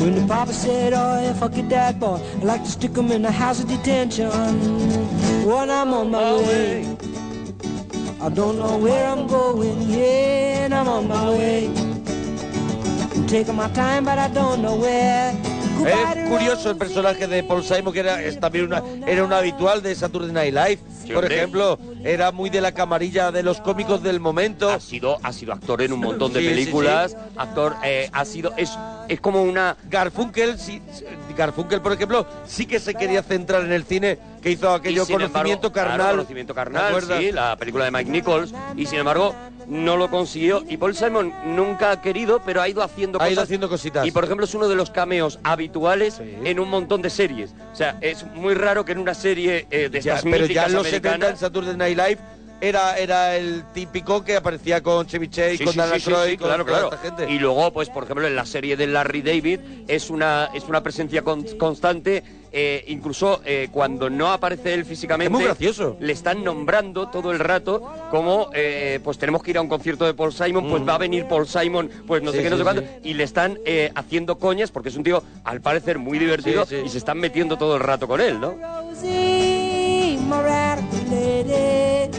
When the papa said, oh, yeah, fuck it, that boy, I'd like to stick him in a house of detention. When I'm on my way, I don't know where I'm going, yeah, and I'm on my way. I'm taking my time, but I don't know where. Goodbye
Es
to
curioso el personaje de Paul Simon, que era es también una, era un habitual de Saturday Night Live. Por
hombre.
ejemplo, era muy de la camarilla de los cómicos del momento. Ha
sido, ha sido actor en un montón de películas, actor eh, ha sido es es como una
Garfunkel sí, sí, Garfunkel por ejemplo sí que se quería centrar en el cine que hizo aquello
Y, sin
conocimiento
embargo,
carnal
claro, conocimiento
¿te
carnal,
acuerdas?
sí, la película de Mike Nichols. Y sin embargo, no lo consiguió. Y Paul Simon nunca ha querido, pero ha ido haciendo
Ha
cosas.
ido haciendo cositas.
Y por ejemplo, es uno de los cameos habituales en un montón de series. O sea, es muy raro que en una serie eh, de
Ya,
estas
pero ya
míticas
en los 70 en
americanas.
Saturday Night Live era, era el típico que aparecía con Chevy Chase,
Sí,
con
sí,
Dana
sí, sí,
Troy,
sí,
con
claro,
toda
claro.
esta gente.
Y luego, pues, por ejemplo, en la serie de Larry David es una, es una presencia con- constante. eh, incluso eh, cuando no aparece él físicamente,
Es muy gracioso.
le están nombrando todo el rato como, eh, pues tenemos que ir a un concierto de Paul Simon, pues va a venir Paul Simon, pues no
Sí,
sé qué, no
sí,
sé cuánto,
sí.
y le están eh, haciendo coñas porque es un tío, al parecer, muy divertido
Sí, sí.
y se están metiendo todo el rato con él, ¿no?
Rosie, my radical lady.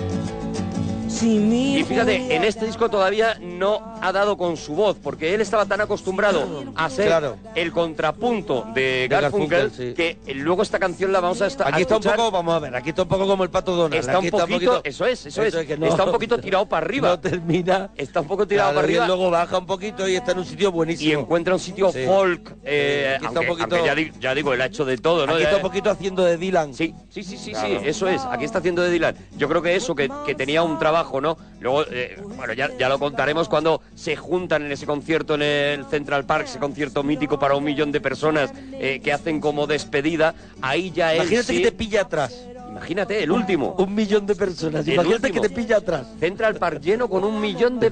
See me
Y
for
fíjate, en este disco todavía no ha dado con su voz, porque él estaba tan acostumbrado
Ah,
a ser
Claro.
el contrapunto de
De
eh, Garfunkel,
Garfunkel, sí.
que luego esta canción la vamos a estar.
Aquí está un poco, vamos a ver, aquí está un poco como el pato Donald.
Está un
aquí
poquito, eso es, eso, es.
que [LAUGHS] no-
Está un poquito tirado para arriba.
No termina.
Está un poco tirado
Claro,
para
y él
arriba.
luego baja un poquito y está en un sitio buenísimo.
Y encuentra un sitio
Sí.
folk. eh,
Aquí está
aunque,
un poquito-
aunque ya, di- ya digo, él ha hecho de todo, ¿no?
Aquí está un
Ya-
poquito haciendo de Dylan.
Sí, sí, sí, sí,
Claro.
sí, eso es. Aquí está haciendo de Dylan. Yo creo que eso, que, que tenía un trabajo, ¿no? Luego, eh, bueno, ya, ya lo contaremos cuando se juntan en ese concierto en el Central Park, ese concierto mítico para un millón de personas eh, que hacen como despedida. Ahí ya él
Imagínate
sí-
que te pilla atrás.
Imagínate, el último.
Un millón de personas.
El
Imagínate
último.
que te pilla atrás.
Central Park lleno con un millón de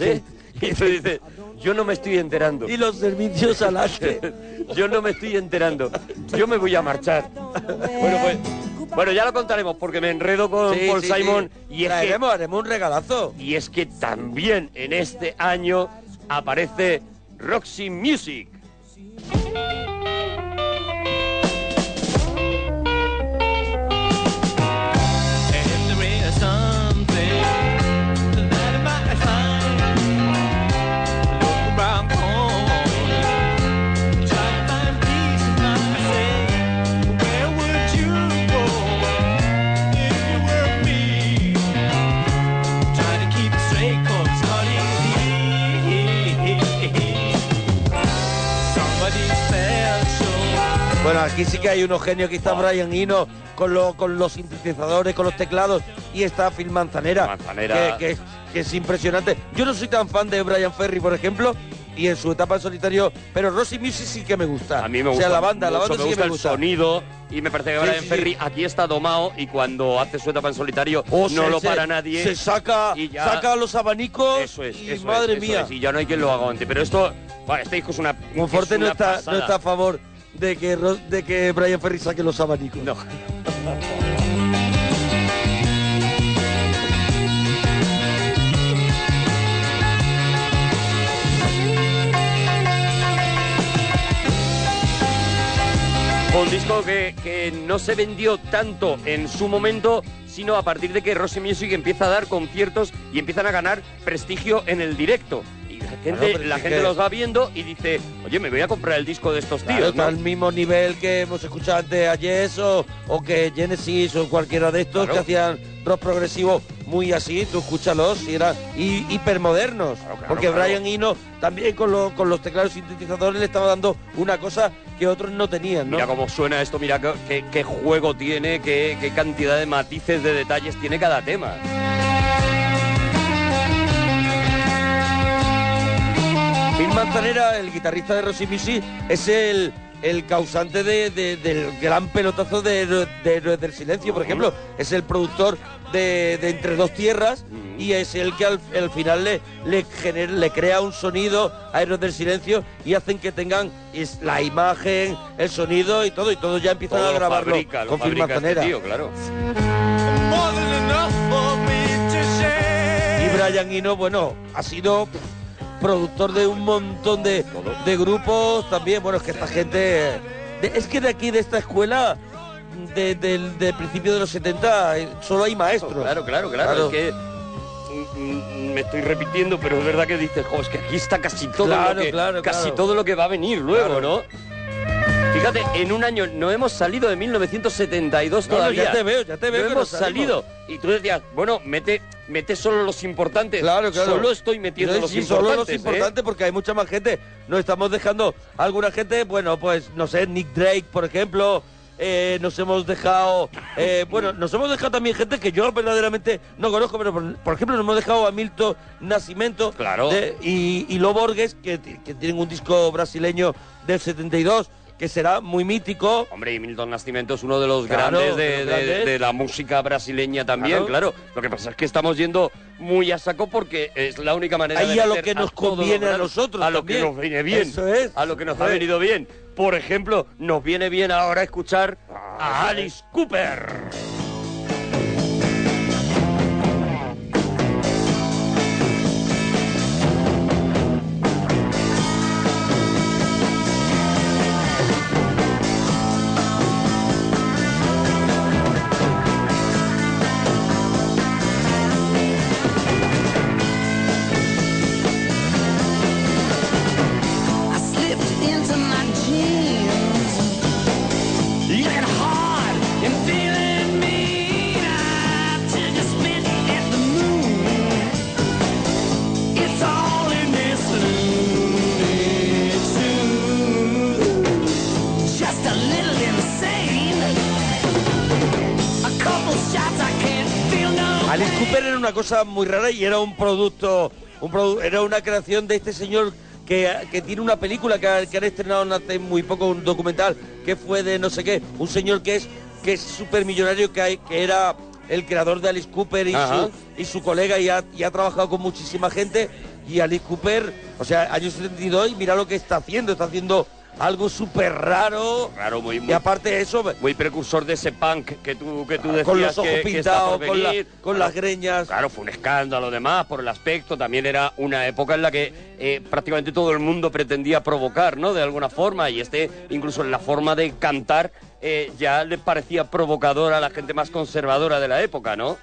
[LAUGHS]
¿eh? [LAUGHS] Y tú dices, yo no me estoy enterando.
Y los servicios al arte.
[LAUGHS] yo no me estoy enterando. Yo me voy a marchar. Bueno, pues. Bueno, ya lo contaremos porque me enredo con
Sí,
Paul
sí, sí.
Simon y es que,
Traeremos, haremos un regalazo.
y es que también en este año aparece Roxy Music.
If there is something that I might find, look around the corner, try to find peace of mind. Where would you go if you were me? Try to keep it straight 'cause it's not easy. Somebody special.
Bueno, aquí sí que hay unos genios, aquí está Brian Eno con, lo- con los sintetizadores, con los teclados y está Phil Manzanera,
Manzanera.
Que, que- que es impresionante. Yo no soy tan fan de Brian Ferry, por ejemplo, y en su etapa en solitario, pero Rosie Music sí que me gusta. A mí
me
O
gusta
sea, la banda, la
mucho,
banda
me
sí que me
gusta el
gusta.
sonido y me parece que
Sí,
Brian
sí, sí.
Ferry aquí está domado y cuando hace su etapa en solitario
O
no
se-
lo
se-
para nadie.
Se saca,
y ya-
saca los abanicos
Eso es,
y
eso es,
madre
eso
mía.
es, y ya no hay quien lo haga antes. Pero esto, va, este disco es una.
Monforte
es
no
una
está, no
pasada.
está a favor de que, Ro- de que Brian Ferry saque los abanicos. No. Fue un disco que, que no se vendió tanto en su momento, sino a partir de que Rosy Music empieza a dar conciertos y empiezan a ganar prestigio en el directo. Y la gente,
Claro, pero
la
es
gente
que-
los va viendo y dice, oye, me voy a comprar el disco de estos
Claro,
tíos.
está
¿no?
al mismo nivel que hemos escuchado antes a Yes o, o que Genesis o cualquiera de estos que hacían rock progresivo muy así, tú escúchalos y eran hi- hipermodernos. porque
claro.
Brian Eno también con, lo- con los teclados sintetizadores le estaba dando una cosa que otros no tenían, ¿no?
Mira cómo suena esto, mira qué, qué- qué juego tiene, qué, qué cantidad de matices, de detalles tiene cada tema.
Phil Manzanera, el guitarrista de Rosy Music, es el, el causante de- de- del gran pelotazo de, Héroe- de Héroes del Silencio, por ejemplo. Es el productor de, de Entre Dos Tierras y es el que al, al final le, le, gener- le crea un sonido a Héroes del Silencio y hacen que tengan es- la imagen, el sonido y todo, y todo ya empiezan
Todo
a
lo
grabarlo
fabrica, lo
con Phil
fabrica este
Manzanera.
tío, claro.
More than enough for me to share.
Y Brian Eno, bueno, ha sido pff, productor de un montón de, de grupos también. Bueno, es que esta gente. de- es que de aquí, de esta escuela, de, del del principio de los 70, eh, solo hay maestros.
Claro, claro, claro. Es que mm, mm, me estoy repitiendo, pero es verdad que dices, jo, es que aquí está casi todo,
Claro,
lo, que,
claro,
casi
claro.
todo lo que va a venir luego, ¿no? Fíjate, en un año no hemos salido de 1972
No, no,
todavía.
ya te veo, ya te veo
No
que
hemos
nos salimos.
salido. Y tú decías, bueno, mete, mete solo los importantes.
Claro, claro.
Solo estoy metiendo
No,
los
sí,
importantes.
Solo los
¿eh?
importantes porque hay mucha más gente. Nos estamos dejando alguna gente, bueno, pues no sé, Nick Drake, por ejemplo. eh, nos hemos dejado, eh, bueno, nos hemos dejado también gente que yo verdaderamente no conozco, pero por, por ejemplo nos hemos dejado a Milton Nascimento de- y, y Lo Borges, que, ti- que tienen un disco brasileño del 72, que será muy mítico.
Hombre, y Milton Nascimento es uno de los
Claro,
grandes de,
de los
de-
grandes.
de la música brasileña también, claro. Lo que pasa es que estamos yendo muy a saco porque es la única manera
Ahí
de
a lo
meter
que nos
todos los
conviene a
granos,
nosotros
a lo que
también.
nos viene bien,
Eso es.
a lo que nos
Eso
ha
es.
venido bien. Por ejemplo, nos viene bien ahora escuchar
Ah,
a Alice Cooper.
I slipped into my jeans, looking hard and feeling mean. I took a spin at the moon. It's all in this loony tune. Just a little insane. A couple shots I can't feel no.
Alice Cooper era una cosa muy rara y era un producto, un produ- era una creación de este señor que, que tiene una película que, ha- que han estrenado hace muy poco, un documental que fue de no sé qué, un señor que es que es súper millonario, que, hay- que era el creador de Alice Cooper y,
Ajá.
su, y su colega y ha, y ha trabajado con muchísima gente y Alice Cooper, o sea, años 72 y mira lo que está haciendo, está haciendo algo súper raro.
Claro, muy,
Y aparte de eso, Ah,
muy precursor de ese punk que tú, que tú decías
con los ojos
que- que está
pintados,
por
con, la-
venir.
con las greñas.
Claro, fue un escándalo además por el aspecto. También era una época en la que eh, prácticamente todo el mundo pretendía provocar, ¿no? De alguna forma. Y este, incluso en la forma de cantar, eh, ya le parecía provocador a la gente más conservadora de la época, ¿no?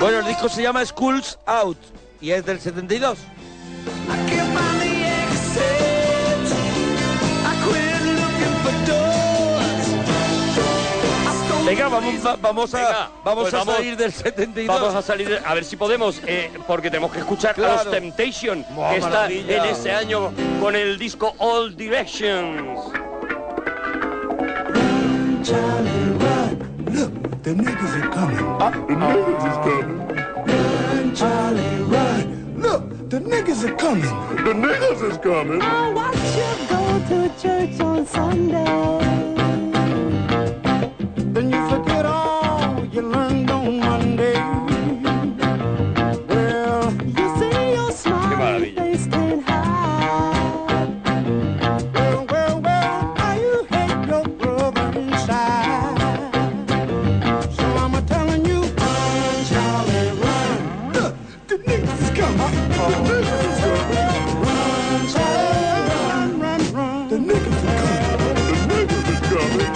Bueno, el disco se llama Schools Out y es del 72. Venga, vamos, va- vamos a, vamos
pues
a
vamos-
salir del 72.
Vamos a salir, de- a ver si podemos, eh, porque tenemos que escuchar a
Claro.
los Temptation,
Buah,
que está
maravilla.
en ese año con el disco All Directions.
The niggas are coming. the niggas is coming. Run, Charlie, run. Look, the niggas are coming. The niggas is coming. I watch you go to church on Sunday. Then you forget all you learned on Monday. Well, you say your smile face can hide. Well, well, well, now you hate your brother inside. So I'm a telling you, run, Charlie, run. Look, the niggas is coming. The niggas is coming. Run, Charlie, run, run, run. The niggas are coming. The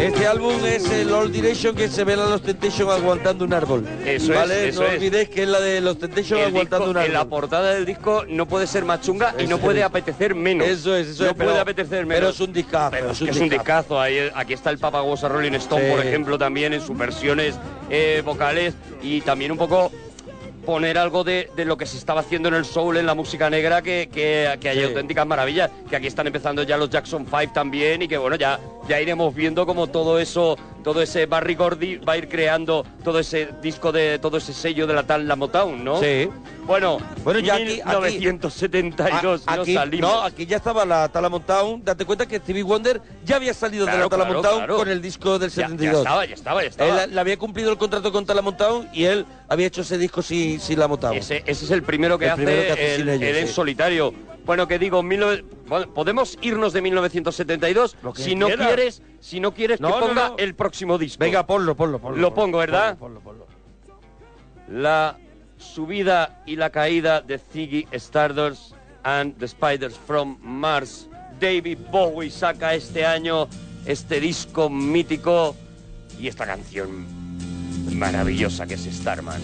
Este álbum es el Old Direction que se ve la Los Temptation aguantando un árbol.
Eso es,
¿Vale?
eso
no
es.
olvidéis que es la de Los Temptation
El
aguantando
disco-
un árbol.
en la portada del disco no puede ser más chunga y no puede apetecer menos.
Eso es, eso
no
es,
puede
pero-
apetecer menos.
pero es un discazo.
Pero es, que es un discazo. Ahí- eh, aquí está el papagosa Rolling Stone,
Sí.
por ejemplo, también en sus versiones eh, vocales y también un poco poner algo de, de lo que se estaba haciendo en el soul, en la música negra, que, que, que hay
Sí.
auténticas maravillas, que aquí están empezando ya los Jackson 5 también y que bueno, ya, ya iremos viendo como todo eso, todo ese Barry Gordy va a ir creando todo ese disco de, todo ese sello de la tal La Motown, ¿no?
Sí.
Bueno,
Bueno, ya aquí- aquí-
1972
A- aquí,
no salimos.
no, aquí ya estaba la Tala Motown. Date cuenta que Stevie Wonder ya había salido de
Claro,
la Tala
claro,
Motown
claro.
con el disco del
Ya- ya
72.
estaba, ya estaba, ya estaba.
Él le había cumplido el contrato con Tala Motown y él había hecho ese disco sin, sin la Motown.
Ese, ese es el primero que
El
hace,
primero que hace
el,
sin ellos,
el en
sí.
solitario. Bueno, que digo, mil nove- bueno, podemos irnos de 1972
Lo que
si no
quieras.
quieres, si no quieres
No,
que
no,
ponga
no.
el próximo disco.
Venga, ponlo, ponlo, ponlo.
Lo
ponlo,
pongo, ¿verdad?
ponlo,
La subida y la caída de Ziggy Stardust and the Spiders from Mars. David Bowie saca este año este disco mítico y esta canción maravillosa que es Starman.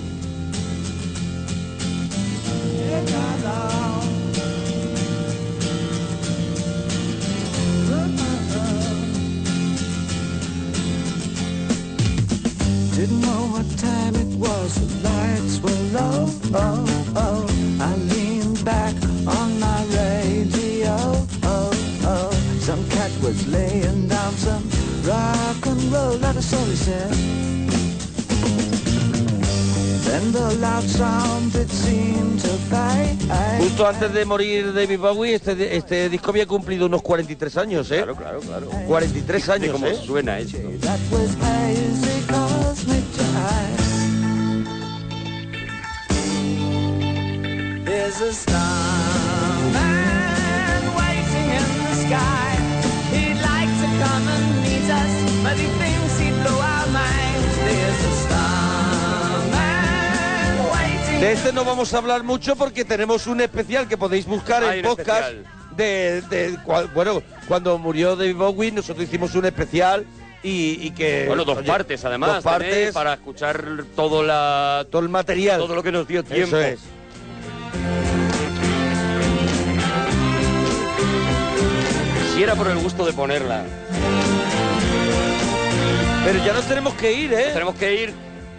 Didn't know what time it was, the lights were low, oh, oh. I leaned back on my radio, oh, oh. Some cat was laying down some rock and roll, that is all he said. Then the loud sound, it seemed to fade.
Justo antes de morir David Bowie, este, este disco había cumplido unos 43 años, ¿eh? Claro,
claro, claro.
43 años,
cómo
¿eh?
suena esto.
That was hazy cosmic time. There's a
starman waiting in the sky. He'd like to come and meet us, but he thinks he blew our minds. There's a starman waiting.
De este no vamos a hablar mucho porque tenemos un especial que podéis buscar
Hay
en
un
podcast. De, de- cua- bueno, cuando murió David Bowie, nosotros hicimos un especial y, y que.
Bueno, dos
oye,
partes además,
Dos partes.
tenéis para escuchar todo la
todo el material,
todo lo que nos dio
Eso
tiempo.
es.
Si era por el gusto de ponerla.
Pero ya nos tenemos que ir, ¿eh?
tenemos que ir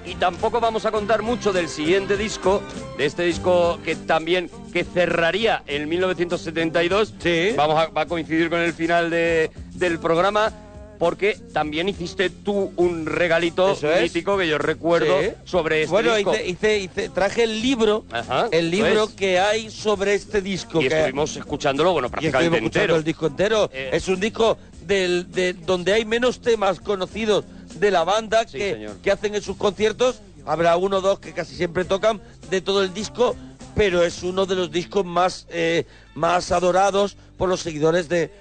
y tampoco vamos a contar mucho del siguiente disco, de este disco que también que cerraría en 1972. Vamos a, va a coincidir con el final de- del programa. Porque también hiciste tú un regalito
Eso es.
mítico que yo recuerdo
Sí.
sobre este
bueno,
disco.
hice- hice- hice- traje el libro, el
eso
libro
es.
que hay sobre este disco.
Y
que-
estuvimos escuchándolo, bueno,
Y estuvimos
prácticamente
escuchando
entero.
el disco entero.
Eh.
es un disco del, de, donde hay menos temas conocidos de la banda que,
señor.
que hacen en sus conciertos. Habrá uno o dos que casi siempre tocan de todo el disco, pero es uno de los discos más, eh, más adorados por los seguidores de,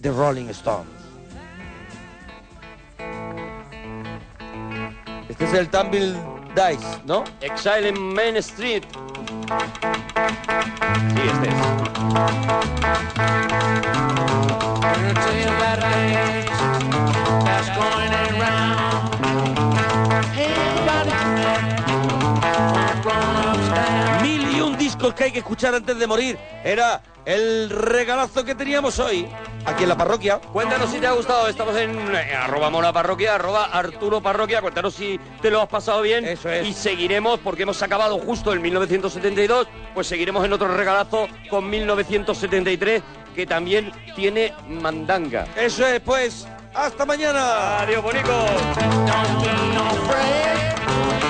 de Rolling Stone. Este es el Tumble Dice, ¿no?
Exile en Main Street. Sí, este es.
Feel that rage that's going around. Everybody
Mil y un discos que hay que escuchar antes de morir. Era el regalazo que teníamos hoy aquí en la parroquia.
Cuéntanos si te ha gustado. Estamos en eh, arroba mona parroquia, arroba arturo parroquia. Cuéntanos si te lo has pasado bien. Y seguiremos, porque hemos acabado justo en 1972, pues seguiremos en otro regalazo con 1973, que también tiene mandanga.
Eso es, pues. ¡Hasta mañana!
¡Adiós, bonico!
don't be no afraid.